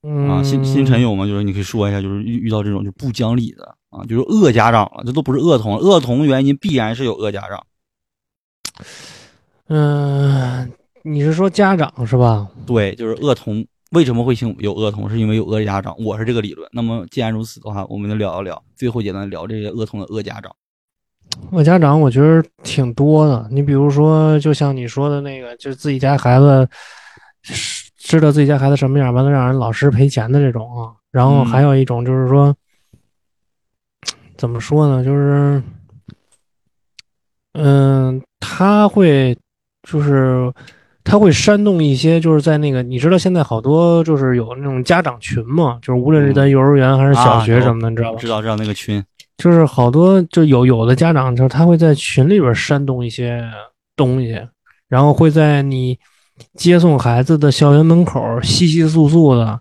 [SPEAKER 3] 嗯，
[SPEAKER 2] 啊，星星辰有吗？就是你可以说一下，就是遇遇到这种就不讲理的啊，就是恶家长了，这都不是恶童，恶童原因必然是有恶家长。
[SPEAKER 3] 嗯、你是说家长是吧？
[SPEAKER 2] 对，就是恶童为什么会兴有恶童，是因为有恶家长，我是这个理论。那么既然如此的话，我们就聊一聊最后阶段聊这些恶童的恶家长。
[SPEAKER 3] 我家长我觉得挺多的。你比如说，就像你说的那个，就是自己家孩子是知道自己家孩子什么样，完了让人老师赔钱的这种啊。然后
[SPEAKER 2] 嗯
[SPEAKER 3] 还有一种就是说，怎么说呢？就是，嗯、他会就是。他会煽动一些，就是在那个，你知道现在好多就是有那种家长群嘛，就是无论是在幼儿园还是小
[SPEAKER 2] 啊
[SPEAKER 3] 学什么的，你知道吧？
[SPEAKER 2] 知道知道那个群，
[SPEAKER 3] 就是好多就有有的家长就是他会在群里边煽动一些东西，然后会在你接送孩子的校园门口稀稀簌簌的，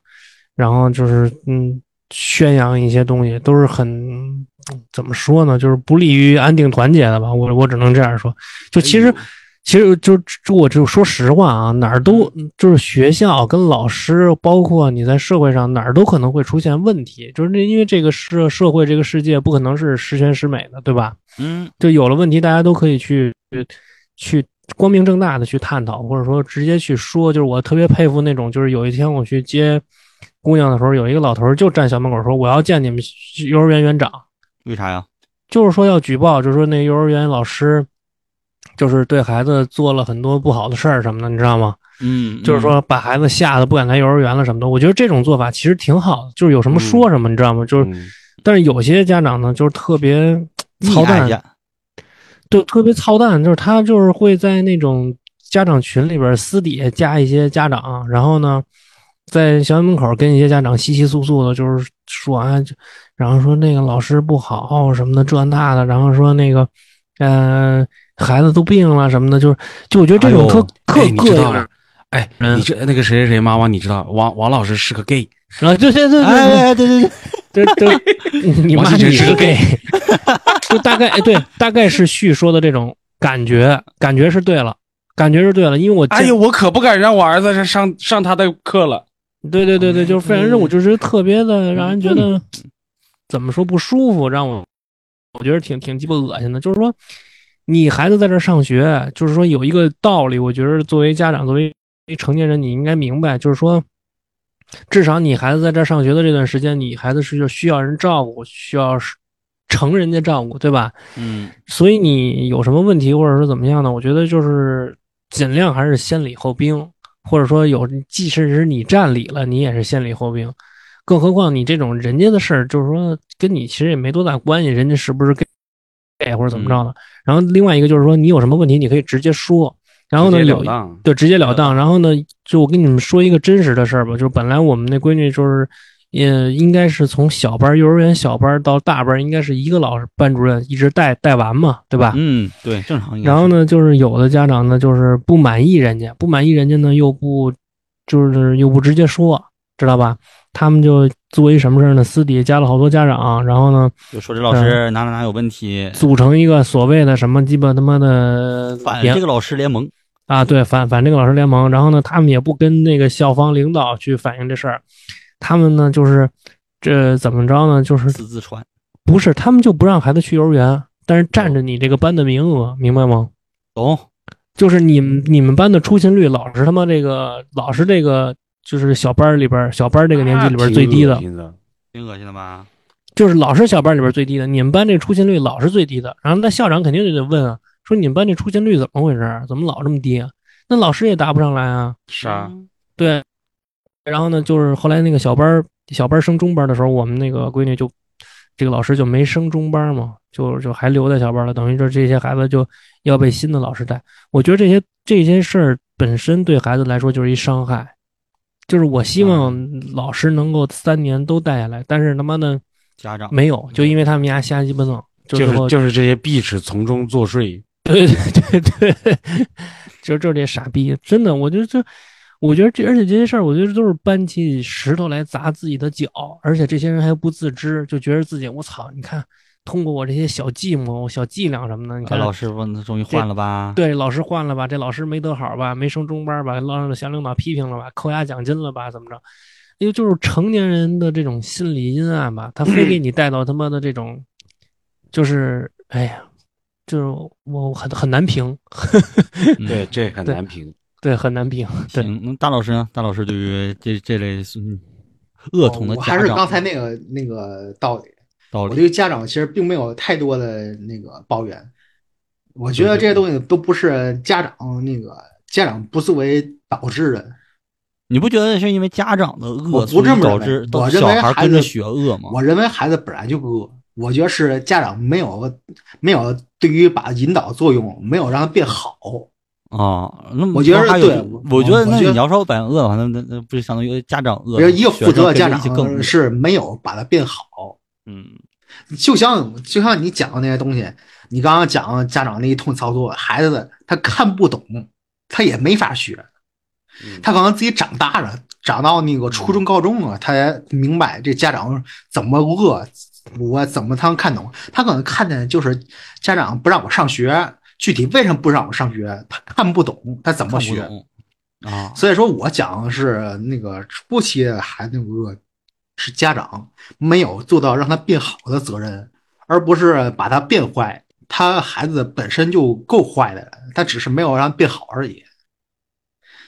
[SPEAKER 3] 然后就是嗯宣扬一些东西，都是很嗯怎么说呢，就是不利于安定团结的吧。我我只能这样说，就其实。其实就就我就说实话啊，哪儿都就是学校跟老师，包括你在社会上哪儿都可能会出现问题，就是那因为这个社社会这个世界不可能是十全十美的，对吧？
[SPEAKER 2] 嗯，
[SPEAKER 3] 就有了问题，大家都可以去去光明正大的去探讨，或者说直接去说。就是我特别佩服那种，就是有一天我去接姑娘的时候，有一个老头儿就站校门口说我要见你们幼儿园园长，
[SPEAKER 2] 为啥呀？
[SPEAKER 3] 就是说要举报，就是说那幼儿园老师就是对孩子做了很多不好的事儿什么的，你知道吗？
[SPEAKER 2] 嗯，
[SPEAKER 3] 就是说把孩子吓得不敢来幼儿园了什么的。我觉得这种做法其实挺好的，就是有什么说什么，你知道吗？就是，
[SPEAKER 5] 嗯
[SPEAKER 3] 但是有些家长呢，就是特别
[SPEAKER 2] 嗯
[SPEAKER 3] 操
[SPEAKER 2] 溺爱
[SPEAKER 3] 蛋，
[SPEAKER 2] 家
[SPEAKER 3] 对，特别操蛋，就是他就是会在那种家长群里边私底下加一些家长，然后呢，在校园门口跟一些家长稀稀簌簌的，就是说啊，就然后说那个老师不好什么的这那的，然后说那个，嗯、孩子都病了什么的，就是就我觉得这种特、特
[SPEAKER 5] 哎你
[SPEAKER 3] 膈
[SPEAKER 5] 知
[SPEAKER 3] 应
[SPEAKER 5] 道
[SPEAKER 3] 人
[SPEAKER 5] 了，哎，
[SPEAKER 3] 嗯
[SPEAKER 5] 你这那个谁谁谁妈妈，你知道王王老师是个 gay，
[SPEAKER 3] 然后对对对对，
[SPEAKER 2] 哎哎，对对对，
[SPEAKER 3] 这这，你
[SPEAKER 5] 王
[SPEAKER 3] 妈
[SPEAKER 5] 继
[SPEAKER 3] 你
[SPEAKER 5] 晨是
[SPEAKER 3] 是
[SPEAKER 5] 个
[SPEAKER 3] gay，就 大概哎对，大概是旭说的这种感觉，感觉是对了，感觉是对了，因为我见
[SPEAKER 5] 哎呦，我可不敢让我儿子上上上他的课了。
[SPEAKER 3] 对对哎对对，嗯就是非常任务，就是特别的让人觉得怎么说不舒服，让我我觉得挺挺鸡巴恶心的。就是说，你孩子在这儿上学，就是说有一个道理，我觉得作为家长，作为成年人，你应该明白，就是说，至少你孩子在这儿上学的这段时间，你孩子是需要人照顾，需要是成人家照顾，对吧？
[SPEAKER 2] 嗯，
[SPEAKER 3] 所以你有什么问题或者说怎么样呢？我觉得就是尽量还是先礼后兵，或者说有，即使是你占理了，你也是先礼后兵。更何况你这种人家的事儿，就是说跟你其实也没多大关系，人家是不是 gay 或者怎么着的。然后另外一个就是说，你有什么问题你可以直接说。然后呢，
[SPEAKER 5] 直截
[SPEAKER 3] 有
[SPEAKER 5] 了当
[SPEAKER 3] 对，直截了
[SPEAKER 2] 嗯
[SPEAKER 3] 当。然后呢，就我跟你们说一个真实的事儿吧，就是本来我们那闺女就是，也应该是从小班儿、幼儿园小班儿到大班儿，应该是一个老师班主任一直带带完嘛，对吧？
[SPEAKER 2] 嗯，对，正常应该是。
[SPEAKER 3] 然后呢，就是有的家长呢，就是不满意人家，不满意人家呢，又不就是又不直接说，知道吧？他们就做一什么事儿呢？私底下加了好多家长，然后呢，
[SPEAKER 2] 就说这老师哪哪哪有问题，
[SPEAKER 3] 组成一个所谓的什么鸡巴他妈的
[SPEAKER 2] 反
[SPEAKER 3] 联
[SPEAKER 2] 这个老师联盟。
[SPEAKER 3] 啊，对，反反这个老师联盟，然后呢，他们也不跟那个校方领导去反映这事儿，他们呢就是这怎么着呢？就是
[SPEAKER 2] 私自传，
[SPEAKER 3] 不是他们就不让孩子去幼儿园，但是占着你这个班的名额，明白吗？
[SPEAKER 2] 懂、
[SPEAKER 3] 就是你们你们班的出勤率老是他妈这个老是这个就是小班里边小班这个年级里边最低
[SPEAKER 5] 那
[SPEAKER 3] 的
[SPEAKER 5] 挺，恶心的
[SPEAKER 2] 挺恶心的吧？
[SPEAKER 3] 就是老是小班里边最低的，你们班这出勤率老是最低的。然后那校长肯定就得问啊，说你们班这出勤率怎么回事儿？怎么老这么低啊？那老师也答不上来啊。
[SPEAKER 5] 是啊，
[SPEAKER 3] 对，然后呢，就是后来那个小班儿小班儿升中班儿的时候，我们那个闺女就这个老师就没升中班儿嘛，就就还留在小班儿了，等于说这些孩子就要被新的老师带。我觉得这些这些事儿本身对孩子来说就是一伤害，就是我希望
[SPEAKER 5] 嗯
[SPEAKER 3] 老师能够三年都带下来，但是他妈的
[SPEAKER 2] 家长
[SPEAKER 3] 没有，就因为他们家瞎鸡巴弄，就
[SPEAKER 5] 就是
[SPEAKER 3] 最后
[SPEAKER 5] 就是这些壁纸从中作祟。
[SPEAKER 3] 对 对对对，就就这傻逼，真的，我就这，我觉得这，而且这些事儿，我觉得都是搬起石头来砸自己的脚，而且这些人还不自知，就觉得自己我操，你看，通过我这些小计谋、小伎俩什么的，你
[SPEAKER 2] 啊
[SPEAKER 3] 看，
[SPEAKER 2] 老师问他终于换了吧？
[SPEAKER 3] 对老师换了吧，这老师没得好吧，没升中班吧，让小领导批评了吧，扣押奖金了吧，怎么着？因为就是成年人的这种心理阴暗吧，他非给你带到他妈的这种，就是哎呀，就是我很很难评，
[SPEAKER 2] 嗯
[SPEAKER 5] 对，这很
[SPEAKER 3] 对
[SPEAKER 5] 难评。
[SPEAKER 3] 对，很难评。 对
[SPEAKER 2] 行，嗯那大老师呢？大老师对于这这类嗯恶童的
[SPEAKER 4] 哦我
[SPEAKER 2] 家
[SPEAKER 4] 还是
[SPEAKER 2] 长
[SPEAKER 4] 刚才那个那个道理，
[SPEAKER 2] 道
[SPEAKER 4] 我
[SPEAKER 2] 理，
[SPEAKER 4] 对家长其实并没有太多的那个抱怨。我觉得这些东西都不是家长那个家长不作为导致的。
[SPEAKER 2] 你不觉得是因为家长的恶，
[SPEAKER 4] 我
[SPEAKER 2] 所
[SPEAKER 4] 不
[SPEAKER 2] 以
[SPEAKER 4] 这么
[SPEAKER 2] 导
[SPEAKER 4] 认为
[SPEAKER 2] 致
[SPEAKER 4] 我
[SPEAKER 2] 导致
[SPEAKER 4] 认
[SPEAKER 2] 小
[SPEAKER 4] 为
[SPEAKER 2] 孩
[SPEAKER 4] 孩
[SPEAKER 2] 跟
[SPEAKER 4] 子
[SPEAKER 2] 着学恶吗？
[SPEAKER 4] 我认为孩子本来就不饿，我觉得是家长没有没有对于把引导作用没有让他变好。
[SPEAKER 2] 啊，那么
[SPEAKER 4] 我觉得
[SPEAKER 2] 那还
[SPEAKER 4] 是
[SPEAKER 2] 有
[SPEAKER 4] 对
[SPEAKER 2] 就
[SPEAKER 4] 我
[SPEAKER 2] 我觉得
[SPEAKER 4] 我
[SPEAKER 2] 那
[SPEAKER 4] 觉得
[SPEAKER 2] 你要说把恶的话，那那那不是相当于家长恶
[SPEAKER 4] 比如，一个负责的家
[SPEAKER 2] 学生跟着一
[SPEAKER 4] 长
[SPEAKER 2] 起更
[SPEAKER 4] 是没有把它变好，
[SPEAKER 2] 嗯，
[SPEAKER 4] 就像就像你讲的那些东西，你刚刚讲家长那一通操作，孩子他看不懂，他也没法学，
[SPEAKER 2] 嗯
[SPEAKER 4] 他可能自己长大了，长到那个初中、高中了，他才明白这家长怎么恶，我怎么他能看懂？他可能看见就是家长不让我上学，具体为什么不让我上学，他看不懂，他怎
[SPEAKER 2] 看
[SPEAKER 4] 么
[SPEAKER 2] 不
[SPEAKER 4] 学？
[SPEAKER 2] 懂啊，
[SPEAKER 4] 所以说我讲的是那个初期的孩子恶，是家长没有做到让他变好的责任，而不是把他变坏。他孩子本身就够坏的了，他只是没有让他变好而已。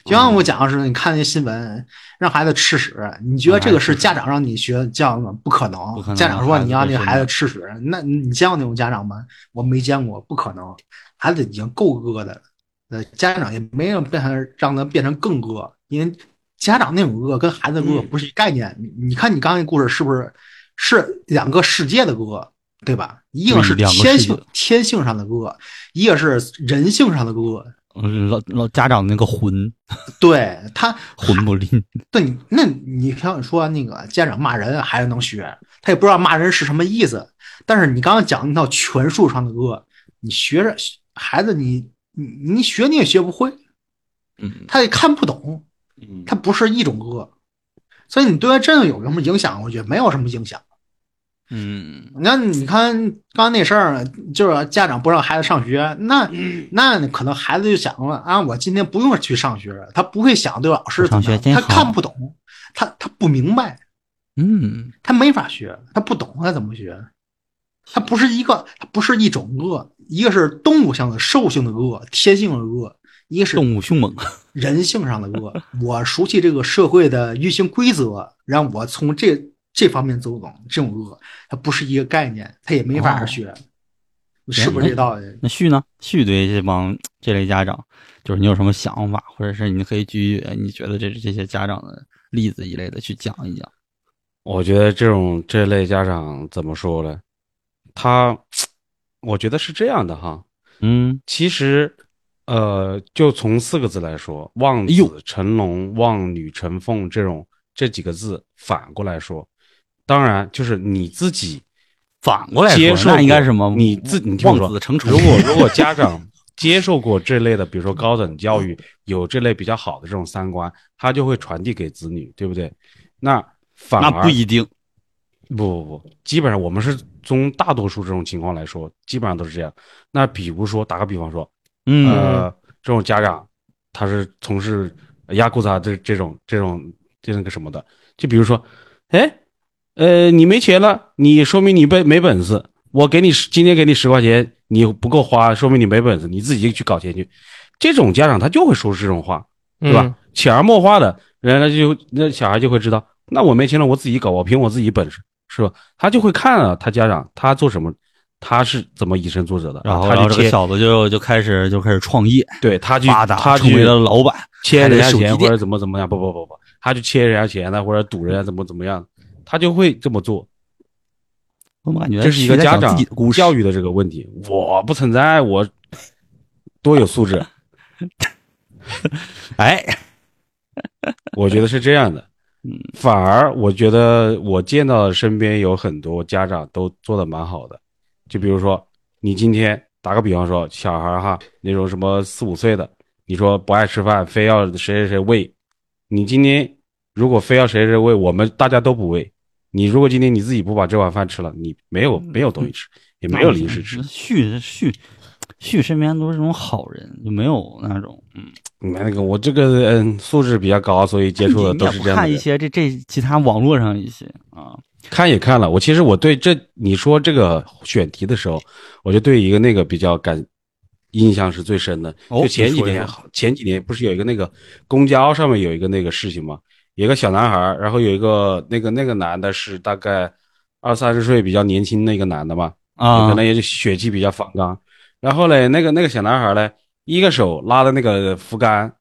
[SPEAKER 4] 就像我讲的是，你看那新闻，让孩子吃屎，你觉得这个是家长让你学教吗？不可能。
[SPEAKER 2] 不可能
[SPEAKER 4] 家长说你让那
[SPEAKER 2] 孩子
[SPEAKER 4] 孩子吃屎，那你你见过那种家长吗？我没见过，不可能。孩子已经够恶的了，呃，家长也没有变成让他变成更恶，因为家长那种恶跟孩子的
[SPEAKER 2] 嗯
[SPEAKER 4] 恶不是一概念。你你看你刚才那故事是不是是两个世界的恶，对吧？一个是
[SPEAKER 2] 对两个
[SPEAKER 4] 天
[SPEAKER 2] 世界
[SPEAKER 4] 性天性上的恶，一个是人性上的恶。
[SPEAKER 2] 嗯老老家长那个魂
[SPEAKER 4] 对他，
[SPEAKER 2] 魂 不吝，
[SPEAKER 4] 对你，那你像说那个家长骂人，孩子能学，他也不知道骂人是什么意思。但是你刚刚讲那套权术上的恶，你学着孩子你，你你学你也学不会，
[SPEAKER 2] 嗯，
[SPEAKER 4] 他也看不懂，
[SPEAKER 5] 嗯
[SPEAKER 4] 它不是一种恶。所以你对他真的有什么影响？我觉得没有什么影响。
[SPEAKER 2] 嗯，
[SPEAKER 4] 那你看刚刚那事儿，就是家长不让孩子上学， 那那可能孩子就想了啊，我今天不用去上学，他不会想对老师怎么
[SPEAKER 2] 上学
[SPEAKER 4] 样，
[SPEAKER 2] 真
[SPEAKER 4] 他
[SPEAKER 2] 好
[SPEAKER 4] 看不懂，他他不明白，
[SPEAKER 2] 嗯，
[SPEAKER 4] 他没法学，他不懂他怎么学，他不是一个，他不是一种恶，一个是动物性的兽性的恶，天性的恶，一个是
[SPEAKER 2] 动物凶猛，
[SPEAKER 4] 人性上的恶。我熟悉这个社会的运行规则，让我从这这方面走懂。这种恶，它不是一个概念，它也没
[SPEAKER 2] 哦
[SPEAKER 4] 法学，是不是这道理？
[SPEAKER 2] 那旭呢？旭对这帮这类家长，就是你有什么想法，或者是你可以举呃你觉得这这些家长的例子一类的去讲一讲。
[SPEAKER 5] 我觉得这种这类家长怎么说呢？他，我觉得是这样的哈。
[SPEAKER 2] 嗯，
[SPEAKER 5] 其实，呃，就从四个字来说，望
[SPEAKER 2] 哎呦
[SPEAKER 5] 子成龙、望女成凤这种这几个字反过来说，当然就是你自己
[SPEAKER 2] 反过来
[SPEAKER 5] 接
[SPEAKER 2] 说，
[SPEAKER 5] 受过，
[SPEAKER 2] 那应该是什么？
[SPEAKER 5] 你自你听我
[SPEAKER 2] 望
[SPEAKER 5] 说
[SPEAKER 2] 子成虫。
[SPEAKER 5] 如果如果 家长接受过这类的，比如说高等教 育，有这类比较好的这种三观，他就会传递给子女，对不对？那反
[SPEAKER 2] 那
[SPEAKER 5] 而
[SPEAKER 2] 不一定，
[SPEAKER 5] 不不不，基本上我们是从大多数这种情况来说，基本上都是这样。那比如说打个比方说，
[SPEAKER 2] 嗯，
[SPEAKER 5] 呃，这种家长他是从事压裤衩这这种这种这那个什么的，就比如说，哎，呃，你没钱了，你说明你没没本事。我给你十今天给你十块钱，你不够花，说明你没本事，你自己去搞钱去。这种家长他就会说出这种话，对
[SPEAKER 2] 嗯
[SPEAKER 5] 吧？潜移默化的，人家就那小孩就会知道，那我没钱了，我自己搞，我凭我自己本事，是吧？他就会看啊，他家长他做什么，他是怎么以身作则的，
[SPEAKER 2] 然后
[SPEAKER 5] 他
[SPEAKER 2] 然后
[SPEAKER 5] 就
[SPEAKER 2] 这个
[SPEAKER 5] 切，
[SPEAKER 2] 小子就就开始就开始创业，
[SPEAKER 5] 对，他去
[SPEAKER 2] 发达，
[SPEAKER 5] 他
[SPEAKER 2] 成
[SPEAKER 5] 去
[SPEAKER 2] 为了老板。
[SPEAKER 5] 切人家
[SPEAKER 2] 开了手
[SPEAKER 5] 钱
[SPEAKER 2] 机
[SPEAKER 5] 或
[SPEAKER 2] 店
[SPEAKER 5] 者怎么怎么样，不不不不，他去切人家钱呢，或者堵人家
[SPEAKER 2] 嗯
[SPEAKER 5] 怎么怎么样，他就会这么做。
[SPEAKER 2] 我感觉
[SPEAKER 5] 这是一个
[SPEAKER 2] 在
[SPEAKER 5] 家
[SPEAKER 2] 讲
[SPEAKER 5] 长
[SPEAKER 2] 自己的故事，
[SPEAKER 5] 教育的这个问题，我不存在，我多有素质，
[SPEAKER 2] 哎，
[SPEAKER 5] 我觉得是这样的。
[SPEAKER 2] 嗯
[SPEAKER 5] 反而我觉得我见到的身边有很多家长都做的蛮好的，就比如说你今天打个比方说，小孩儿哈那种什么四五岁的，你说不爱吃饭，非要谁谁谁喂，你今天如果非要谁谁谁喂，我们大家都不喂。你如果今天你自己不把这碗饭吃了，你没有
[SPEAKER 2] 嗯
[SPEAKER 5] 没有东西吃，也没有零食吃，
[SPEAKER 2] 旭旭旭身边都是这种好人，就没有那种嗯，
[SPEAKER 5] 你看那个我这个嗯素质比较高，所以接触的
[SPEAKER 2] 你
[SPEAKER 5] 都
[SPEAKER 2] 也
[SPEAKER 5] 是
[SPEAKER 2] 不
[SPEAKER 5] 这样的
[SPEAKER 2] 看一
[SPEAKER 5] 人。
[SPEAKER 2] 些这这其他网络上一些啊，
[SPEAKER 5] 看也看了，我其实我对这你说这个选题的时候，我就对一个那个比较感印象是最深的。
[SPEAKER 2] 哦
[SPEAKER 5] 就前几
[SPEAKER 2] 你说
[SPEAKER 5] 年
[SPEAKER 2] 一说，
[SPEAKER 5] 前几年不是有一个那个公交上面有一个那个事情吗？有一个小男孩儿，然后有一个那个那个男的是大概二三十岁比较年轻那个男的嘛，
[SPEAKER 2] 啊，
[SPEAKER 5] 可能也就血气比较方刚。然后嘞，那个那个小男孩嘞，一个手拉着那个扶杆，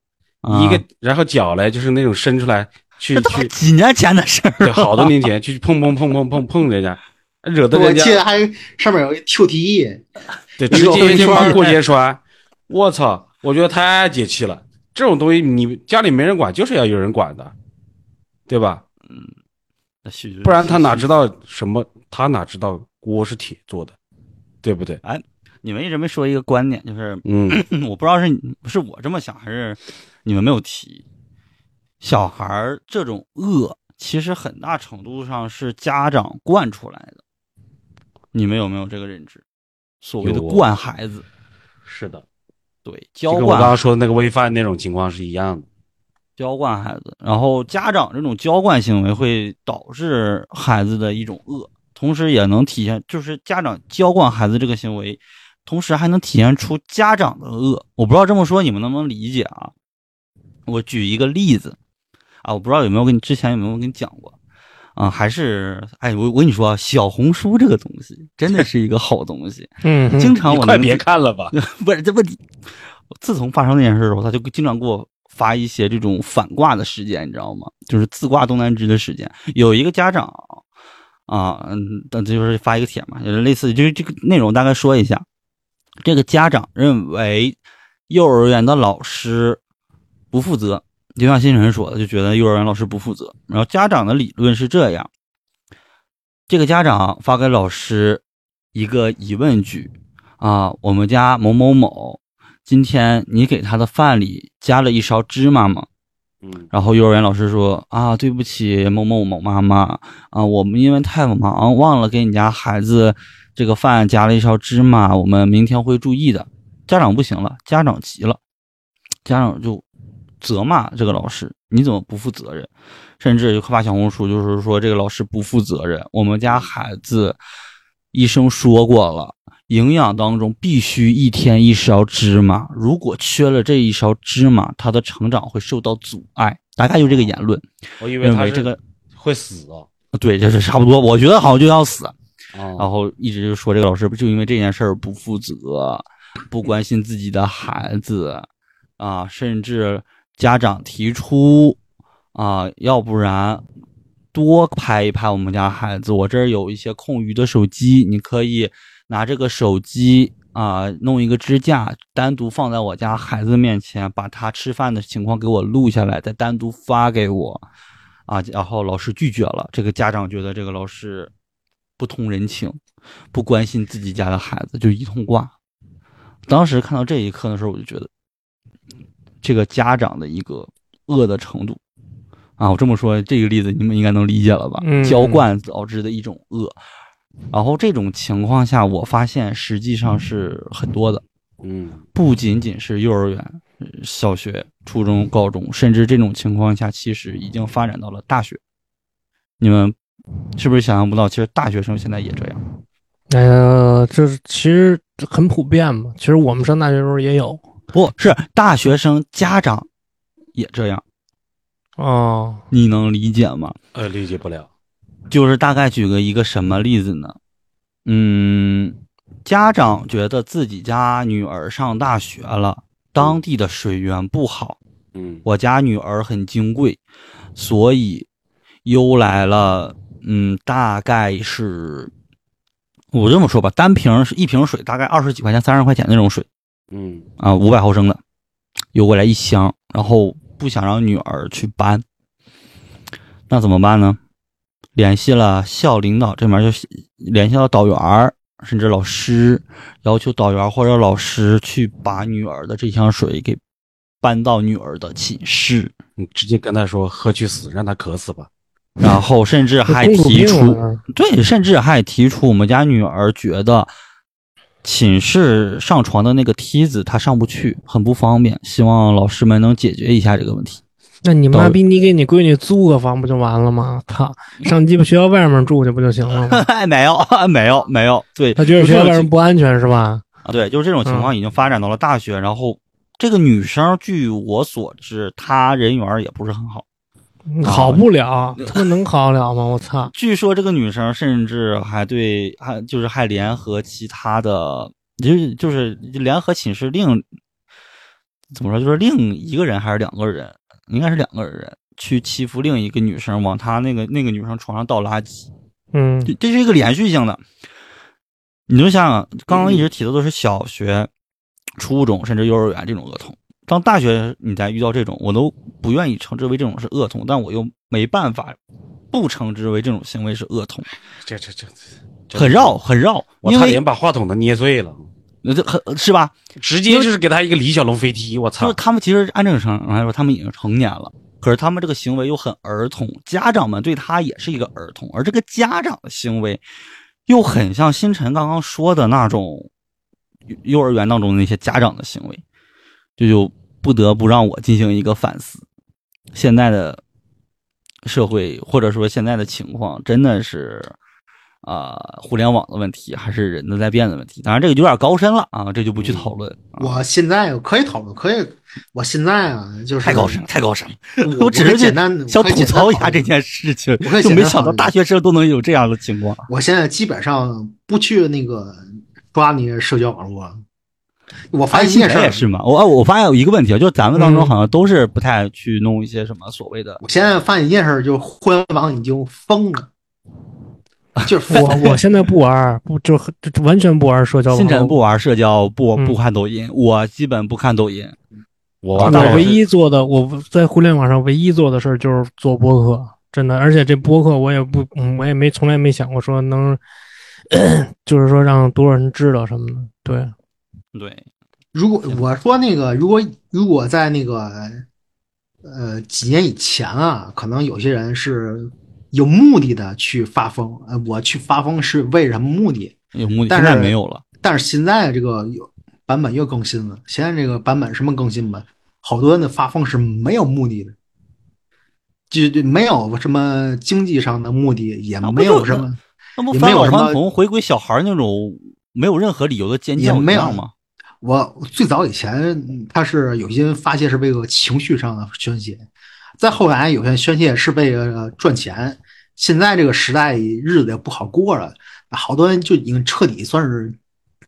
[SPEAKER 5] 一个
[SPEAKER 2] 啊
[SPEAKER 5] 然后脚嘞就是那种伸出来去
[SPEAKER 2] 这都
[SPEAKER 5] 去
[SPEAKER 2] 几年前的事儿，
[SPEAKER 5] 对，好多年前去碰碰碰碰碰碰人家，惹得
[SPEAKER 4] 我
[SPEAKER 5] 人
[SPEAKER 4] 记
[SPEAKER 5] 家
[SPEAKER 4] 得还上面有一
[SPEAKER 2] 啊
[SPEAKER 4] QTE，
[SPEAKER 5] 对
[SPEAKER 4] 你
[SPEAKER 5] 直
[SPEAKER 4] 说
[SPEAKER 5] 接
[SPEAKER 4] 你
[SPEAKER 5] 肩
[SPEAKER 4] 说
[SPEAKER 5] 膀过肩摔，我操！我觉得太解气了，这种东西你家里没人管，就是要有人管的，对吧？
[SPEAKER 2] 旭
[SPEAKER 5] 不然他哪知？道什么？他哪知道锅是铁做的，对不对？
[SPEAKER 2] 你们一直没说一个观点，就是
[SPEAKER 5] 嗯，
[SPEAKER 2] 嗯我不知道是你是我这么想，还是你们没有提。小孩儿这种恶，其实很大程度上是家长惯出来的。你们有没有这个认知？ 所谓的
[SPEAKER 5] 有啊
[SPEAKER 2] 惯孩子，
[SPEAKER 5] 是的，
[SPEAKER 2] 对，
[SPEAKER 5] 就
[SPEAKER 2] 娇
[SPEAKER 5] 跟我
[SPEAKER 2] 惯
[SPEAKER 5] 刚刚说的那个喂饭那种情况是一样的。
[SPEAKER 2] 娇惯孩子，然后家长这种娇惯行为会导致孩子的一种恶，同时也能体现，就是家长娇惯孩子这个行为，同时还能体现出家长的恶。我不知道这么说你们能不能理解啊？我举一个例子啊，我不知道有没有跟你之前有没有跟你讲过啊？还是哎，我我跟你说啊，小红书这个东西真的是一个好东 西，
[SPEAKER 3] 嗯，嗯
[SPEAKER 2] 经常
[SPEAKER 5] 你
[SPEAKER 2] 我
[SPEAKER 5] 快
[SPEAKER 2] 能
[SPEAKER 5] 别看了吧，
[SPEAKER 2] 不是这问题，自从发生那件事之后，他就经常给我发一些这种反挂的事件，你知道吗？就是自挂东南枝的事件。有一个家长啊，嗯，但这就是发一个帖嘛，就是类似，就是这个内容大概说一下。这个家长认为幼儿园的老师不负责，就像新晨说的，就觉得幼儿园老师不负责。然后家长的理论是这样：这个家长发给老师一个疑问句，啊，我们家某某某，今天你给他的饭里加了一勺芝麻吗？
[SPEAKER 5] 嗯
[SPEAKER 2] 然后幼儿园老师说啊，对不起，某某某妈妈啊，我们因为太忙忘了给你家孩子这个饭加了一勺芝麻，我们明天会注意的。家长不行了，家长急了，家长就责骂这个老师，你怎么不负责任？甚至就发小红书，就是说这个老师不负责任。我们家孩子医生说过了，营养当中必须一天一勺芝麻，如果缺了这一勺芝麻，他的成长会受到阻碍。大概就这个言论，
[SPEAKER 5] 我以为
[SPEAKER 2] 认
[SPEAKER 5] 他
[SPEAKER 2] 为
[SPEAKER 5] 是
[SPEAKER 2] 这个
[SPEAKER 5] 会死啊。
[SPEAKER 2] 对，这是差不多。我觉得好像就要死，
[SPEAKER 5] 啊
[SPEAKER 2] 然后一直就说这个老师就因为这件事儿不负责，不关心自己的孩子啊，甚至家长提出啊，要不然多拍一拍我们家孩子，我这儿有一些空余的手机，你可以拿这个手机。啊，弄一个支架，单独放在我家孩子面前，把他吃饭的情况给我录下来，再单独发给我。啊，然后老师拒绝了，这个家长觉得这个老师不通人情，不关心自己家的孩子，就一通挂。当时看到这一刻的时候，我就觉得这个家长的一个恶的程度啊，我这么说这个例子你们应该能理解了吧？
[SPEAKER 3] 嗯
[SPEAKER 2] 娇惯导致的一种恶。然后这种情况下，我发现实际上是很多的。
[SPEAKER 5] 嗯，
[SPEAKER 2] 不仅仅是幼儿园、呃小学、初中、高中，甚至这种情况下，其实已经发展到了大学。你们是不是想象不到？其实大学生现在也这样。
[SPEAKER 3] 哎呀，就是其实很普遍嘛。其实我们上大学的时候也有
[SPEAKER 2] 不是大学生家长也这样，
[SPEAKER 3] 哦，
[SPEAKER 2] 你能理解吗？
[SPEAKER 5] 呃，理解不了。
[SPEAKER 2] 就是大概举个一个什么例子呢？嗯，家长觉得自己家女儿上大学了，当地的水源不好，
[SPEAKER 5] 嗯
[SPEAKER 2] 我家女儿很金贵，所以邮来了，嗯，大概是，我这么说吧，单瓶是一瓶水，大概二十几块钱、三十块钱那种水
[SPEAKER 5] 嗯
[SPEAKER 2] 啊，五百毫升的，邮过来一箱，然后不想让女儿去搬，那怎么办呢？联系了校领导这边，就联系到导员儿甚至老师，要求导员或者老师去把女儿的这箱水给搬到女儿的寝室。
[SPEAKER 5] 你直接跟他说喝去死，让他渴死吧。
[SPEAKER 2] 然后甚至还
[SPEAKER 3] 公主
[SPEAKER 2] 提
[SPEAKER 3] 病
[SPEAKER 2] 出，
[SPEAKER 3] 啊
[SPEAKER 2] 对，甚至还提出我们家女儿觉得寝室上床的那个梯子她上不去，很不方便，希望老师们能解决一下这个问题。
[SPEAKER 3] 那你妈
[SPEAKER 2] 到
[SPEAKER 3] 逼，你给你闺女租个房不就完了吗？操，上鸡巴学校外面住去不就行了 吗？
[SPEAKER 2] 哎没有，没有，没有，对，
[SPEAKER 3] 她觉得
[SPEAKER 2] 就
[SPEAKER 3] 学
[SPEAKER 2] 这
[SPEAKER 3] 校
[SPEAKER 2] 种
[SPEAKER 3] 外面
[SPEAKER 2] 情
[SPEAKER 3] 不安全是吧？
[SPEAKER 2] 啊，对，就是这种情况已经发展到了大学，然后。这个女生，据我所知，她人缘也不是很好。嗯
[SPEAKER 3] 好不了，他们能好了吗？我操！
[SPEAKER 2] 据说这个女生甚至还对，还就是还联合其他的，就是就是联合寝室另怎么说，就是另一个人还是两个人，应该是两个人去欺负另一个女生，往她那个那个女生床上倒垃圾，
[SPEAKER 3] 嗯
[SPEAKER 2] 这这是一个连续性的。你就想想，刚刚一直提到的是小学、初中甚至幼儿园这种恶童，当大学你再遇到这种，我都不愿意称之为这种是恶童，但我又没办法不称之为这种行为是恶童，
[SPEAKER 5] 这这这，这
[SPEAKER 2] 很绕，，很绕，
[SPEAKER 5] 哎我
[SPEAKER 2] 因
[SPEAKER 5] 差
[SPEAKER 2] 为
[SPEAKER 5] 点把话筒都捏碎了，
[SPEAKER 2] 呃这很是吧？
[SPEAKER 5] 直接就是给他一个李小龙飞踢，我
[SPEAKER 2] 就是
[SPEAKER 5] 操！
[SPEAKER 2] 他们其实按正常来说，他们已经成年了，可是他们这个行为又很儿童，家长们对他也是一个儿童，而这个家长的行为又很像星辰刚刚说的那种幼幼儿园当中的那些家长的行为，这就不得不让我进行一个反思。现在的社会或者说现在的情况，真的是。啊、互联网的问题还是人的在变的问题，当然这个有点高深了啊，这就不去讨论。啊
[SPEAKER 4] 我现在可以讨论，可以。我现在啊，就是
[SPEAKER 2] 太高深了，太高深了。
[SPEAKER 4] 我
[SPEAKER 2] 我只是
[SPEAKER 4] 可以简单
[SPEAKER 2] 想吐槽一下。
[SPEAKER 4] 我可
[SPEAKER 2] 这
[SPEAKER 4] 以简单讨论
[SPEAKER 2] 件事情
[SPEAKER 4] 我会，
[SPEAKER 2] 就
[SPEAKER 4] 简单
[SPEAKER 2] 没想
[SPEAKER 4] 考
[SPEAKER 2] 到
[SPEAKER 4] 虑
[SPEAKER 2] 大学生都能有这样的情况。
[SPEAKER 4] 我现在基本上不去那个抓那些社交网络了。我发
[SPEAKER 2] 安
[SPEAKER 4] 现一
[SPEAKER 2] 心
[SPEAKER 4] 件事
[SPEAKER 2] 人哎
[SPEAKER 4] 儿
[SPEAKER 2] 也是嘛，我我发现有一个问题啊，就是咱们当中好像都是不太去弄一些什么所谓的
[SPEAKER 4] 我现在发现一件事儿，就是互联网已经疯了，就是疯
[SPEAKER 3] 我我现在不玩儿，不就就完全不玩儿社交网
[SPEAKER 2] 星辰不
[SPEAKER 3] 络。
[SPEAKER 2] 玩啊社交，不
[SPEAKER 3] 嗯
[SPEAKER 2] 不看抖音，我基本不看抖音。
[SPEAKER 5] 我
[SPEAKER 2] 玩
[SPEAKER 5] 大
[SPEAKER 2] 大
[SPEAKER 3] 我
[SPEAKER 2] 了
[SPEAKER 3] 唯一做的，我在互联网上唯一做的事儿就是做播客，真的。而且这播客我也不，嗯我也没从来没想过说能， 就是说让多少人知道什么的。对，
[SPEAKER 2] 对，
[SPEAKER 4] 如果我说那个，如果如果在那个呃几年以前啊，可能有些人是有目的的去发疯。呃，我去发疯是为什么目的？
[SPEAKER 2] 有目的，
[SPEAKER 4] 但
[SPEAKER 2] 现在
[SPEAKER 4] 是
[SPEAKER 2] 没有了。
[SPEAKER 4] 但是现在这个有版本又更新了，现在这个版本什么更新版？好多人的发疯是没有目的的，就就没有什么经济上的目的，也
[SPEAKER 2] 啊那不
[SPEAKER 4] 没有
[SPEAKER 2] 就
[SPEAKER 4] 什么，
[SPEAKER 2] 那不
[SPEAKER 4] 也
[SPEAKER 2] 返
[SPEAKER 4] 没有
[SPEAKER 2] 老
[SPEAKER 4] 什么
[SPEAKER 2] 还童，回归小孩儿那种没有任何理由的尖
[SPEAKER 4] 也
[SPEAKER 2] 叫一
[SPEAKER 4] 没有
[SPEAKER 2] 样吗？
[SPEAKER 4] 我最早以前嗯他是有些发泄是为了情绪上的宣泄，再后来有些宣泄是为了赚钱。现在这个时代日子也不好过了，好多人就已经彻底算是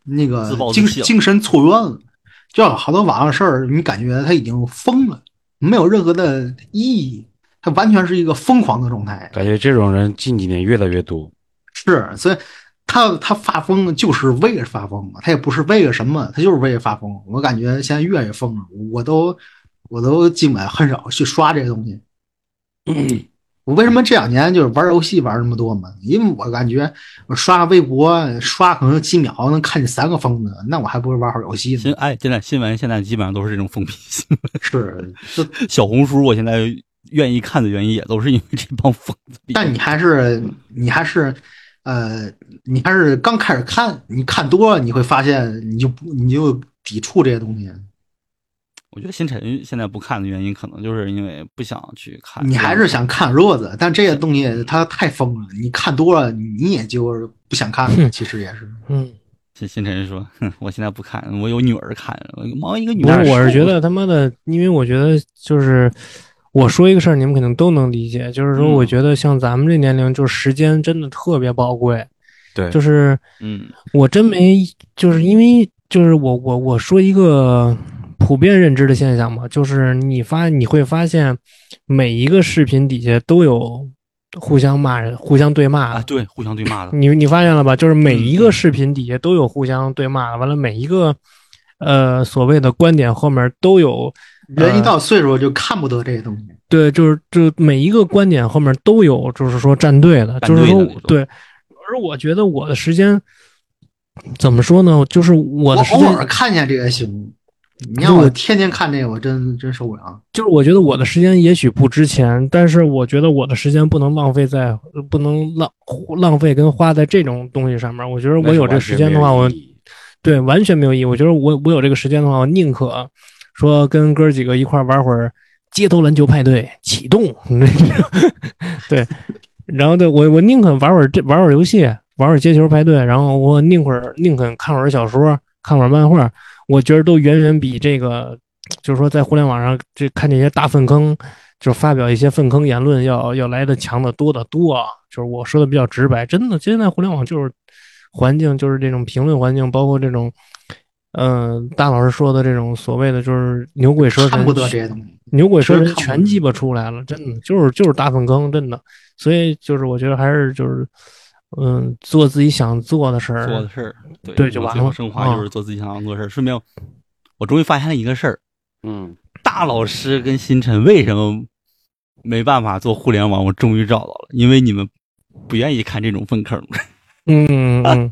[SPEAKER 4] 那个
[SPEAKER 2] 自暴自
[SPEAKER 4] 精
[SPEAKER 2] 弃了
[SPEAKER 4] 精神错乱了，就好多网上事儿，你感觉他已经疯了，没有任何的意义，他完全是一个疯狂的状态。
[SPEAKER 5] 感觉这种人近几年越来越多。
[SPEAKER 4] 是，所以他他发疯就是为了发疯嘛，啊他也不是为了什么，他就是为了发疯。我感觉现在越来越疯了，我都我都基本很少去刷这些东西。我为什么这两年就是玩游戏玩那么多嘛？因为我感觉我刷微博刷可能几秒能看见三个疯子，那我还不如玩会儿游戏呢。
[SPEAKER 2] 新哎，现在新闻现在基本上都是这种疯批新闻。
[SPEAKER 4] 是，就
[SPEAKER 2] 小红书我现在愿意看的原因也都是因为这帮疯子。
[SPEAKER 4] 但你还是你还是，呃，你还是刚开始看，你看多了你会发现，你就不你就抵触这些东西。
[SPEAKER 2] 我觉得新晨现在不看的原因，可能就是因为不想去看。
[SPEAKER 4] 啊你还是想看弱子，但这些东西它太疯了，你看多了，你也就是不想看了。其实也是，
[SPEAKER 3] 嗯，
[SPEAKER 2] 新新晨说：“哼，我现在不看，我有女儿看，我忙一个女
[SPEAKER 3] 不
[SPEAKER 2] 儿。”
[SPEAKER 3] 是，我是觉得他妈的，因为我觉得就是我说一个事儿，你们肯定都能理解，就是说，
[SPEAKER 2] 嗯
[SPEAKER 3] 我觉得像咱们这年龄，就是时间真的特别宝贵，
[SPEAKER 5] 对，
[SPEAKER 3] 就是
[SPEAKER 2] 嗯，
[SPEAKER 3] 我真没，就是因为就是我我我说一个普遍认知的现象嘛，就是你发你会发现每一个视频底下都有互相骂人、互相对骂
[SPEAKER 2] 啊，嗯
[SPEAKER 3] 的。
[SPEAKER 2] 对，互相对骂的，
[SPEAKER 3] 你你发现了吧？就是每一个视频底下都有互相对骂的，完了每一个呃所谓的观点后面都有
[SPEAKER 4] 人一到岁数就看不得这些东西。
[SPEAKER 3] 对，就是就每一个观点后面都有，就是说站队的，
[SPEAKER 2] 站
[SPEAKER 3] 就是
[SPEAKER 2] 队的
[SPEAKER 3] 说
[SPEAKER 2] 那种
[SPEAKER 3] 对。而我觉得我的时间怎么说呢？就是呃我
[SPEAKER 4] 我
[SPEAKER 3] 的时
[SPEAKER 4] 偶
[SPEAKER 3] 间，
[SPEAKER 4] 尔看一下这个行，你让
[SPEAKER 3] 如果
[SPEAKER 4] 我天天看这个，我真真受不了。
[SPEAKER 3] 就是我觉得我的时间也许不值钱，但是我觉得我的时间不能浪费在不能浪浪费跟花在这种东西上面。我觉得
[SPEAKER 5] 那
[SPEAKER 3] 我有
[SPEAKER 5] 是
[SPEAKER 3] 这
[SPEAKER 5] 完
[SPEAKER 3] 个
[SPEAKER 5] 全
[SPEAKER 3] 时间
[SPEAKER 5] 没
[SPEAKER 3] 的话，
[SPEAKER 5] 有
[SPEAKER 3] 我
[SPEAKER 5] 意义
[SPEAKER 3] 对，完全没有意义。我觉得我我有这个时间的话，我宁可说跟哥儿几个一块儿玩会儿街头篮球派对，启动， 对，然后对我我宁可玩会儿这玩会儿游戏，玩会儿街球派对，然后我宁可宁肯看会儿小说，看会儿漫画，我觉得都远远比这个就是说在互联网上这看这些大粪坑。就是发表一些粪坑言论要要来的强的多得多啊！就是我说的比较直白，真的，现在互联网就是环境，就是这种评论环境，包括这种，嗯、大老师说的这种所谓的就是牛鬼蛇
[SPEAKER 4] 看
[SPEAKER 3] 神
[SPEAKER 4] 不得这些东西。
[SPEAKER 3] 牛鬼蛇
[SPEAKER 4] 真
[SPEAKER 3] 神
[SPEAKER 4] 看不
[SPEAKER 3] 全
[SPEAKER 4] 出
[SPEAKER 3] 鸡巴出来了，真的就是就是大粪坑，真的。所以就是我觉得还是就是，嗯，做自己想做的事儿。
[SPEAKER 2] 做的事儿，对
[SPEAKER 3] 对就完了啊
[SPEAKER 2] 我最后升华就是做自己想做的事儿。顺便，我终于发现了一个事儿：
[SPEAKER 5] 嗯，
[SPEAKER 2] 大老师跟星辰为什么没办法做互联网？我终于找到了，因为你们不愿意看这种粪坑。
[SPEAKER 3] 嗯嗯嗯，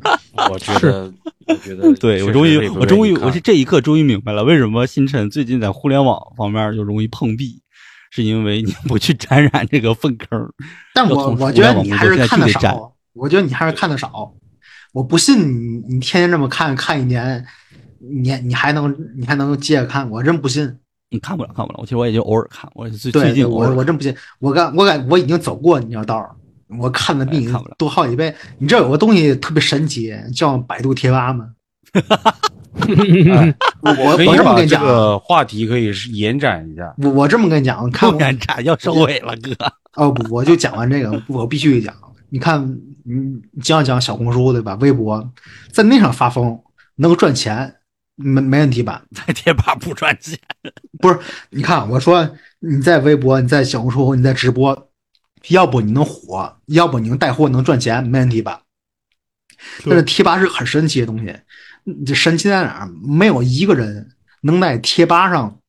[SPEAKER 5] 我觉 得，我觉得，
[SPEAKER 2] 对我终于，我终于，我是这一刻终于明白了，为什么星辰最近在互联网方面就容易碰壁，是因为你不去沾染这个粪坑。
[SPEAKER 4] 但
[SPEAKER 2] 要
[SPEAKER 4] 我
[SPEAKER 2] 从
[SPEAKER 4] 我
[SPEAKER 2] 互
[SPEAKER 4] 觉
[SPEAKER 2] 联
[SPEAKER 4] 得
[SPEAKER 2] 网
[SPEAKER 4] 你
[SPEAKER 2] 工
[SPEAKER 4] 还
[SPEAKER 2] 作
[SPEAKER 4] 是
[SPEAKER 2] 现在
[SPEAKER 4] 看
[SPEAKER 2] 就
[SPEAKER 4] 的
[SPEAKER 2] 得占
[SPEAKER 4] 少，我觉得你还是看的少。我不信你，你天天这么看看一年，你你还能你还能接着看？我真不信。
[SPEAKER 2] 你看不了，看不了。我其实我也就偶尔看，我最
[SPEAKER 4] 对
[SPEAKER 2] 最
[SPEAKER 4] 对，
[SPEAKER 2] 近偶
[SPEAKER 4] 我
[SPEAKER 2] 尔
[SPEAKER 4] 我真不信，我感我感我已经走过你条道儿，我看的比
[SPEAKER 2] 哎
[SPEAKER 4] 你
[SPEAKER 2] 看不了
[SPEAKER 4] 多好几倍。你知道有个东西特别神奇，叫百度 贴吧吗？我我
[SPEAKER 5] 可以
[SPEAKER 4] 我这么
[SPEAKER 5] 把
[SPEAKER 4] 跟你
[SPEAKER 5] 这
[SPEAKER 4] 讲，啊我
[SPEAKER 5] 个话题可以是延展一下。
[SPEAKER 4] 我这么跟你讲，看
[SPEAKER 2] 看
[SPEAKER 4] 我
[SPEAKER 2] 敢展要收尾了，哥。
[SPEAKER 4] 哦不，我就讲完这个，我必须讲。你看，嗯你讲讲小红书对吧？微博在那上发疯能赚钱，没没问题吧？
[SPEAKER 2] 在贴吧不赚 钱，
[SPEAKER 4] 你看，我说你在微博，你在小红书，你在直播，要不你能火，要不你能带货能赚钱，没问题吧？但是贴吧是很神奇的东西，嗯这神奇在哪儿？没有一个人能在贴吧上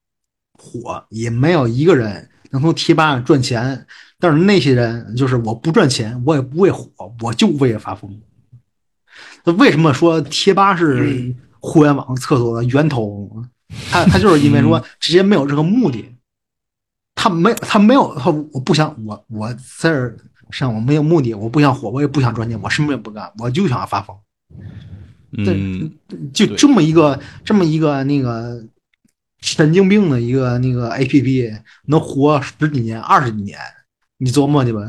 [SPEAKER 4] 火，也没有一个人能从贴吧上赚钱。但是那些人就是我不赚钱，我也不会火，我就为了发疯。那为什么说贴吧是互联
[SPEAKER 2] 嗯
[SPEAKER 4] 网厕所的源头？他他就是因为说直接没有这个目的，他没有，他没有，他我不想，我我在这儿上我没有目的，我不想火，我也不想赚钱，我什么也不干，我就想发疯。
[SPEAKER 2] 嗯，
[SPEAKER 4] 就
[SPEAKER 5] 对
[SPEAKER 4] 这么一个这么一个那个神经病的一个那个 A P P 能活十几年、二十几年，你琢磨去吧。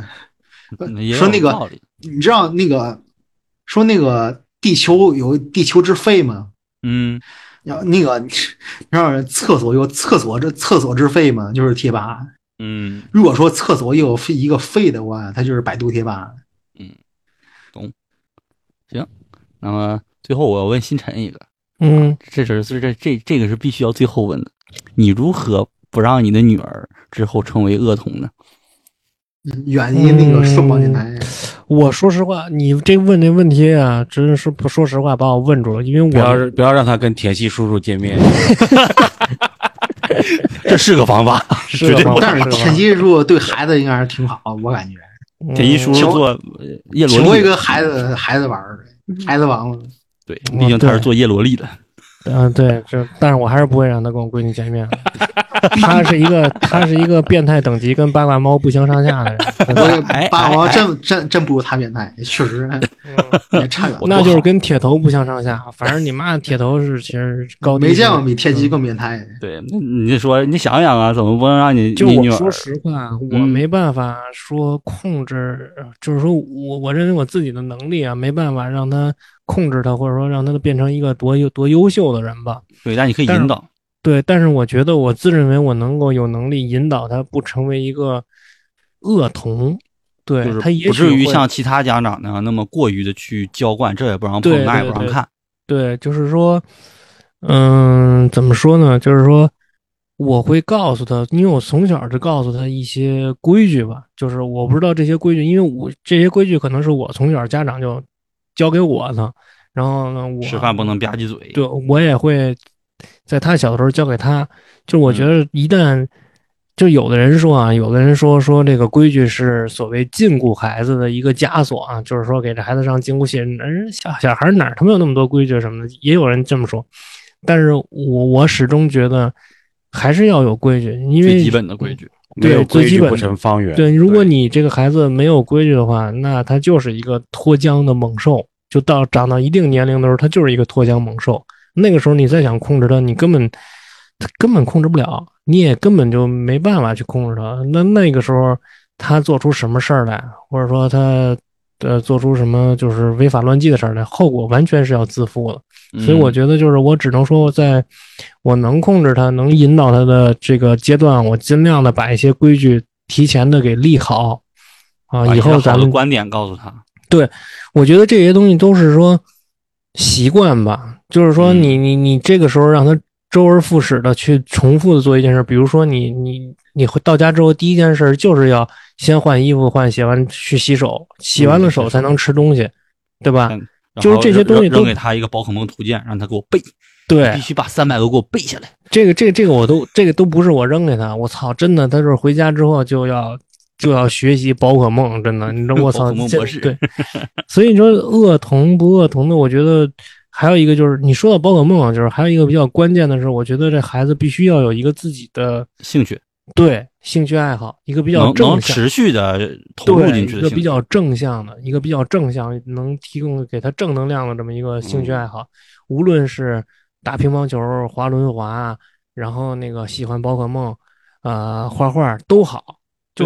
[SPEAKER 4] 呃
[SPEAKER 2] 也有
[SPEAKER 4] 说那
[SPEAKER 2] 道
[SPEAKER 4] 个，
[SPEAKER 2] 理
[SPEAKER 4] 你知道那个说那个地球有地球之肺吗？
[SPEAKER 2] 嗯，
[SPEAKER 4] 然后那个， 你知道厕所有厕所这厕所之肺吗？就是贴吧。
[SPEAKER 2] 嗯，
[SPEAKER 4] 如果说厕所有一个肺的话，它就是百度贴吧。
[SPEAKER 2] 那么最后我要问星辰一个，
[SPEAKER 3] 嗯，
[SPEAKER 2] 这是这这这这个是必须要最后问的，你如何不让你的女儿之后成为恶童呢？
[SPEAKER 4] 远离那个双胞胎男人。
[SPEAKER 3] 我说实话，你这问这问题啊，真是不说实话把我问住了，因为
[SPEAKER 5] 不要
[SPEAKER 3] 我
[SPEAKER 5] 是不要让他跟田西叔叔见面，
[SPEAKER 2] 这是个方法，
[SPEAKER 3] 是
[SPEAKER 2] 绝对
[SPEAKER 3] 吧
[SPEAKER 4] 但是
[SPEAKER 3] 吧
[SPEAKER 4] 田鸡叔对孩子应该是挺好，我感觉。
[SPEAKER 3] 嗯
[SPEAKER 2] 这一叔
[SPEAKER 4] 请
[SPEAKER 2] 叔做
[SPEAKER 4] 问
[SPEAKER 2] 呃叶
[SPEAKER 4] 挺
[SPEAKER 2] 罗
[SPEAKER 4] 会
[SPEAKER 2] 丽的，
[SPEAKER 4] 跟孩子孩子玩儿，孩子王
[SPEAKER 2] 对，
[SPEAKER 3] 嗯
[SPEAKER 2] 毕竟他是
[SPEAKER 3] 对
[SPEAKER 2] 做叶罗丽的，
[SPEAKER 3] 嗯，对，这但是我还是不会让他跟我闺女见面。他是一个，他是一个变态等级跟八卦猫不相上下的人，真 的
[SPEAKER 4] 我霸王真真真不如他变态，确实也差远了。
[SPEAKER 3] 那就是跟铁头不相上下。反正你妈铁头是其实高低
[SPEAKER 4] 没
[SPEAKER 3] 是
[SPEAKER 4] 见过比天机更变态。
[SPEAKER 2] 对，那你说你想想啊，怎么不能让你
[SPEAKER 3] 就
[SPEAKER 2] 你女嗯
[SPEAKER 3] 我
[SPEAKER 2] 儿
[SPEAKER 3] 说实话，啊我没办法说控制，呃就是说我我认为我自己的能力啊，没办法让他控制他，或者说让他变成一个多优多优秀的人吧。
[SPEAKER 2] 对，但你可以
[SPEAKER 3] 但是
[SPEAKER 2] 引导，
[SPEAKER 3] 对，但是我觉得我自认为我能够有能力引导他不成为一个恶童，对、
[SPEAKER 2] 就是
[SPEAKER 3] 他也
[SPEAKER 2] 不
[SPEAKER 3] 许
[SPEAKER 2] 至于
[SPEAKER 3] 会
[SPEAKER 2] 像其他家长那样那么过于的去娇惯，这也不让碰，
[SPEAKER 3] 对
[SPEAKER 2] 那也
[SPEAKER 3] 对
[SPEAKER 2] 不让
[SPEAKER 3] 对
[SPEAKER 2] 看，
[SPEAKER 3] 对，就是说，嗯，怎么说呢？就是说，我会告诉他，因为我从小就告诉他一些规矩吧。就是我不知道这些规矩，因为我这些规矩可能是我从小家长就教给我的。然后呢，我
[SPEAKER 2] 吃饭不能吧唧嘴，
[SPEAKER 3] 对，我也会在他小的时候教给他。就是我
[SPEAKER 2] 嗯
[SPEAKER 3] 觉得一旦就有的人说啊，有的人说说这个规矩是所谓禁锢孩子的一个枷锁啊，就是说给这孩子上禁锢性。人小小孩哪儿他妈有那么多规矩什么的，也有人这么说。但是我我始终觉得还是要有规矩，因
[SPEAKER 2] 最
[SPEAKER 3] 为
[SPEAKER 2] 基本的规矩。
[SPEAKER 5] 没有
[SPEAKER 3] 对最
[SPEAKER 5] 规矩
[SPEAKER 3] 基本
[SPEAKER 5] 不
[SPEAKER 3] 的
[SPEAKER 5] 成方圆。
[SPEAKER 3] 对，如果
[SPEAKER 2] 对
[SPEAKER 3] 你这个孩子没有规矩的话，那他就是一个脱缰的猛兽。就到长到一定年龄的时候，他就是一个脱缰猛兽。那个时候你再想控制他，你根本他根本控制不了，你也根本就没办法去控制他。那那个时候他做出什么事儿来，或者说他呃做出什么就是违法乱纪的事儿来，后果完全是要自负的。所以我
[SPEAKER 2] 嗯
[SPEAKER 3] 觉得就是我只能说，在我能控制他、能引导他的这个阶段，我尽量的把一些规矩提前的给立好啊。
[SPEAKER 2] 把
[SPEAKER 3] 以
[SPEAKER 2] 一些
[SPEAKER 3] 后咱
[SPEAKER 2] 好的
[SPEAKER 3] 们，
[SPEAKER 2] 观点告诉他，
[SPEAKER 3] 我觉得这些东西都是说习惯吧，就是说
[SPEAKER 2] 嗯
[SPEAKER 3] 你你你这个时候让他周而复始的去重复的做一件事，比如说你你你回到家之后第一件事就是要先换衣服、换鞋完去洗手，洗完
[SPEAKER 2] 嗯
[SPEAKER 3] 了
[SPEAKER 2] 是
[SPEAKER 3] 手才
[SPEAKER 2] 是
[SPEAKER 3] 能吃东西，对吧？
[SPEAKER 2] 嗯然
[SPEAKER 3] 就是
[SPEAKER 2] 后
[SPEAKER 3] 这些
[SPEAKER 2] 扔
[SPEAKER 3] 东西
[SPEAKER 2] 扔扔
[SPEAKER 3] 都
[SPEAKER 2] 给他一个宝可梦图鉴，让他给我背，
[SPEAKER 3] 对，
[SPEAKER 2] 必须把三百个给我背下来。
[SPEAKER 3] 这个这个这个我都这个都不是我扔给他，我操，真的，他就是回家之后就要就要学习宝可梦，真的， 你知道
[SPEAKER 2] 宝
[SPEAKER 3] 我操，
[SPEAKER 2] 可梦
[SPEAKER 3] 这
[SPEAKER 2] 博士
[SPEAKER 3] 对，所以你说恶童不恶童的，我觉得还有一个就是你说到宝可梦啊，就是还有一个比较关键的是，我觉得这孩子必须要有一个自己的
[SPEAKER 2] 兴趣
[SPEAKER 3] 对兴趣爱好，一个比较
[SPEAKER 2] 能能
[SPEAKER 3] 正向。
[SPEAKER 2] 持续的投入
[SPEAKER 3] 对
[SPEAKER 2] 进
[SPEAKER 3] 一
[SPEAKER 2] 去
[SPEAKER 3] 个
[SPEAKER 2] 的
[SPEAKER 3] 比
[SPEAKER 2] 兴趣，
[SPEAKER 3] 较正向的，一个比较正向，能提供给他正能量的这么一个兴趣
[SPEAKER 2] 嗯
[SPEAKER 3] 爱好，无论是打乒乓球、滑轮滑，然后那个喜欢宝可梦，呃，画画都好。就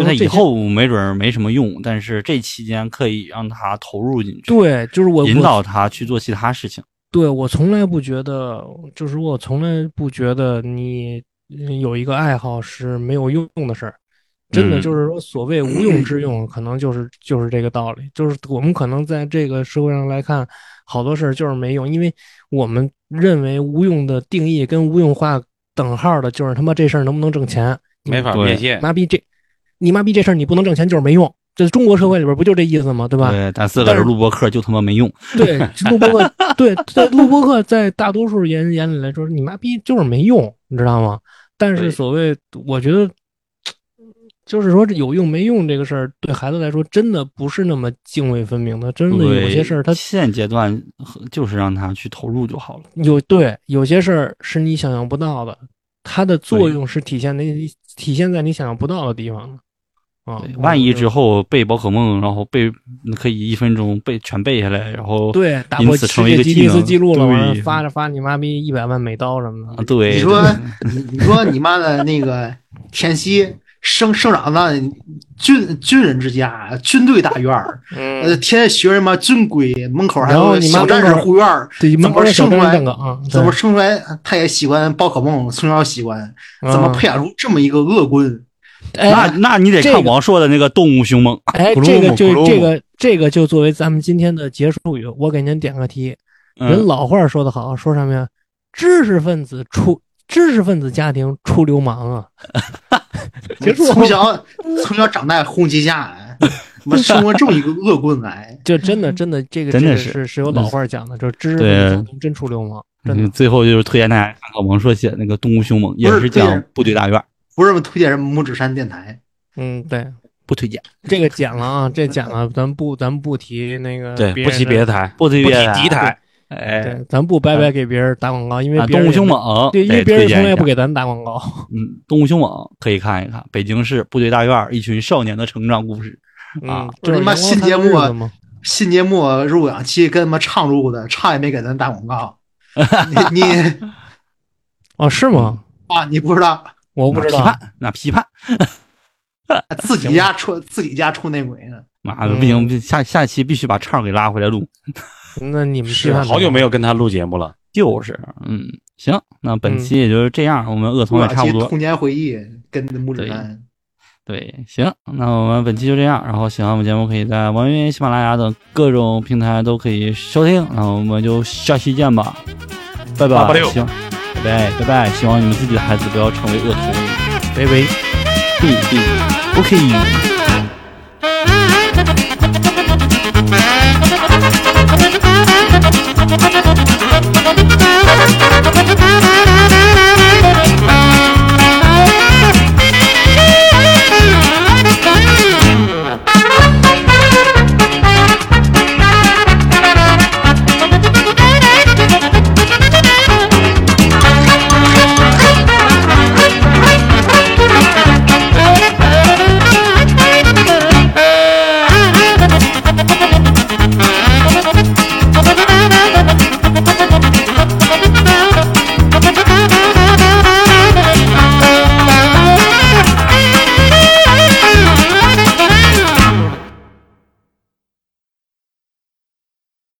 [SPEAKER 2] 对他
[SPEAKER 3] 是说这
[SPEAKER 2] 以
[SPEAKER 3] 些
[SPEAKER 2] 后没准儿没什么用，但是这期间可以让他投入进去，，
[SPEAKER 3] 对，就是我
[SPEAKER 2] 引
[SPEAKER 3] 我
[SPEAKER 2] 导他去做其他事情。
[SPEAKER 3] 对我从来不觉得，就是我从来不觉得你嗯有一个爱好是没有用的事儿。真的
[SPEAKER 2] 嗯
[SPEAKER 3] 就是说，所谓无用之用，可能就是就是这个道理。就是我们可能在这个社会上来看，好多事儿就是没用，因为我们认为无用的定义跟无用化等号的，就是他妈这事儿能不能挣钱。
[SPEAKER 5] 没法
[SPEAKER 2] 对
[SPEAKER 5] 变现，
[SPEAKER 3] 妈逼这，你妈逼这事儿你不能挣钱就是没用。这中国社会里边不就这意思吗？对吧？
[SPEAKER 2] 对，咱四个
[SPEAKER 3] 但
[SPEAKER 2] 人
[SPEAKER 3] 是
[SPEAKER 2] 录播课就他妈没用。
[SPEAKER 3] 对，录播课，对，在录播课，在大多数人眼里来说，你妈逼就是没用，你知道吗？但
[SPEAKER 2] 对
[SPEAKER 3] 是所谓，我觉得，就是说这有用没用这个事儿，对孩子来说，真的不是那么泾渭分明的。真的有
[SPEAKER 2] 对，
[SPEAKER 3] 些事儿，他
[SPEAKER 2] 现阶段就是让他去投入就好了。
[SPEAKER 3] 有对有些事儿是你想象不到的，它的作用是体现在你体现在你想象不到的地方的啊
[SPEAKER 2] 对。万一之
[SPEAKER 3] 后
[SPEAKER 2] 后背宝可梦，然后背可以一分钟背全背下来，然后
[SPEAKER 3] 对打
[SPEAKER 2] 因
[SPEAKER 3] 破
[SPEAKER 2] 此
[SPEAKER 3] 世
[SPEAKER 2] 成为一
[SPEAKER 3] 界
[SPEAKER 2] 个
[SPEAKER 3] 吉
[SPEAKER 2] 技
[SPEAKER 3] 尼斯
[SPEAKER 2] 能
[SPEAKER 3] 记录了，完了
[SPEAKER 2] 对
[SPEAKER 3] 发着发你妈逼一百万美刀什么
[SPEAKER 2] 啊
[SPEAKER 3] 的，
[SPEAKER 2] 对，
[SPEAKER 4] 你说你你说你妈的那个田曦生生长在军军人之家，军队大院儿，
[SPEAKER 3] 嗯，
[SPEAKER 4] 呃，天天学人妈军规，门口还
[SPEAKER 3] 然后
[SPEAKER 4] 有
[SPEAKER 3] 你妈
[SPEAKER 4] 小战士
[SPEAKER 3] 门口
[SPEAKER 4] 护院儿，
[SPEAKER 3] 对，
[SPEAKER 4] 怎么
[SPEAKER 3] 门口小
[SPEAKER 4] 生出
[SPEAKER 3] 战士
[SPEAKER 4] 来
[SPEAKER 3] 站岗啊？
[SPEAKER 4] 怎么生出来他也喜欢宝可梦，从小喜欢，
[SPEAKER 3] 对
[SPEAKER 4] 怎么
[SPEAKER 3] 啊
[SPEAKER 4] 培养出这么一个恶棍？
[SPEAKER 3] 哎
[SPEAKER 2] 那那你得
[SPEAKER 3] 这
[SPEAKER 2] 看
[SPEAKER 3] 个
[SPEAKER 2] 王硕的那个动物凶猛，
[SPEAKER 3] 哎，
[SPEAKER 5] 咕噜
[SPEAKER 3] 这个
[SPEAKER 5] 咕
[SPEAKER 3] 就
[SPEAKER 5] 噜
[SPEAKER 3] 这个这个就作为咱们今天的结束语，我给您点个题。人
[SPEAKER 2] 嗯
[SPEAKER 3] 老话说得好，说什么呀？知识分子出知识分子家庭出流氓啊！ 结束
[SPEAKER 4] 从小从小长大红旗下来，怎么生活这么一个恶棍来？
[SPEAKER 3] 就真的真的这个
[SPEAKER 2] 真的
[SPEAKER 3] 这个
[SPEAKER 2] 是
[SPEAKER 3] 是是有老话讲的，就是知识分
[SPEAKER 2] 对
[SPEAKER 3] 子家庭真出流氓，真的
[SPEAKER 2] 嗯，最后就是推荐大家看看王硕写的那个《动物凶猛》，也
[SPEAKER 4] 不是
[SPEAKER 2] 是
[SPEAKER 4] 推荐
[SPEAKER 2] 讲部队大院，
[SPEAKER 4] 不是推荐什么拇指山电台，
[SPEAKER 3] 嗯，对，
[SPEAKER 2] 不推荐，
[SPEAKER 3] 这个讲了啊，这讲了，咱不咱不提那个
[SPEAKER 5] 对，
[SPEAKER 3] 人
[SPEAKER 5] 不提
[SPEAKER 3] 的
[SPEAKER 5] 别的台，
[SPEAKER 2] 不推
[SPEAKER 5] 不提
[SPEAKER 2] 荐
[SPEAKER 5] 敌台，
[SPEAKER 2] 哎，
[SPEAKER 3] 对，咱不白白给别人打广告，因为
[SPEAKER 2] 啊，
[SPEAKER 3] 别人
[SPEAKER 2] 动物凶
[SPEAKER 3] 也
[SPEAKER 2] 猛，
[SPEAKER 3] 对，因为
[SPEAKER 2] 得
[SPEAKER 3] 别人
[SPEAKER 2] 推荐
[SPEAKER 3] 从来
[SPEAKER 2] 一下
[SPEAKER 3] 也不给咱打广告，
[SPEAKER 2] 嗯，《动物凶猛》可以看一看，北京市部队大院一群少年的成长故事。啊
[SPEAKER 3] 嗯，
[SPEAKER 4] 我他妈新节目啊
[SPEAKER 3] 吗？
[SPEAKER 4] 新节目入两期跟他妈唱入的，唱也没给咱打 广告。你你
[SPEAKER 3] 哦，是吗？
[SPEAKER 4] 啊，你不知道
[SPEAKER 3] 我不知
[SPEAKER 2] 那批
[SPEAKER 3] 道，
[SPEAKER 2] 判那批判，
[SPEAKER 4] 自己家出自己家出内鬼呢？
[SPEAKER 2] 妈的
[SPEAKER 3] 嗯
[SPEAKER 2] 不行，下下期必须把畅给拉回来录。
[SPEAKER 3] 那你们批
[SPEAKER 5] 是
[SPEAKER 3] 判
[SPEAKER 5] 好久
[SPEAKER 3] 他
[SPEAKER 5] 没有跟他录节目了。
[SPEAKER 2] 就是，嗯，行，那本
[SPEAKER 3] 嗯
[SPEAKER 2] 期也就是这样，我们恶
[SPEAKER 4] 入
[SPEAKER 2] 童也
[SPEAKER 4] 两
[SPEAKER 2] 差
[SPEAKER 4] 期
[SPEAKER 2] 不多。
[SPEAKER 4] 童年回忆跟拇指山，
[SPEAKER 2] 对，行，那我们本期就这样。然后喜欢我们节目，可以在网易云、喜马拉雅等各种平台都可以收听。那我们就下期见吧，拜拜。
[SPEAKER 5] 886
[SPEAKER 2] 希望拜拜拜拜，希望你们自己的孩子不要成为恶童。
[SPEAKER 3] 拜拜。
[SPEAKER 2] 嘿嘿，OK。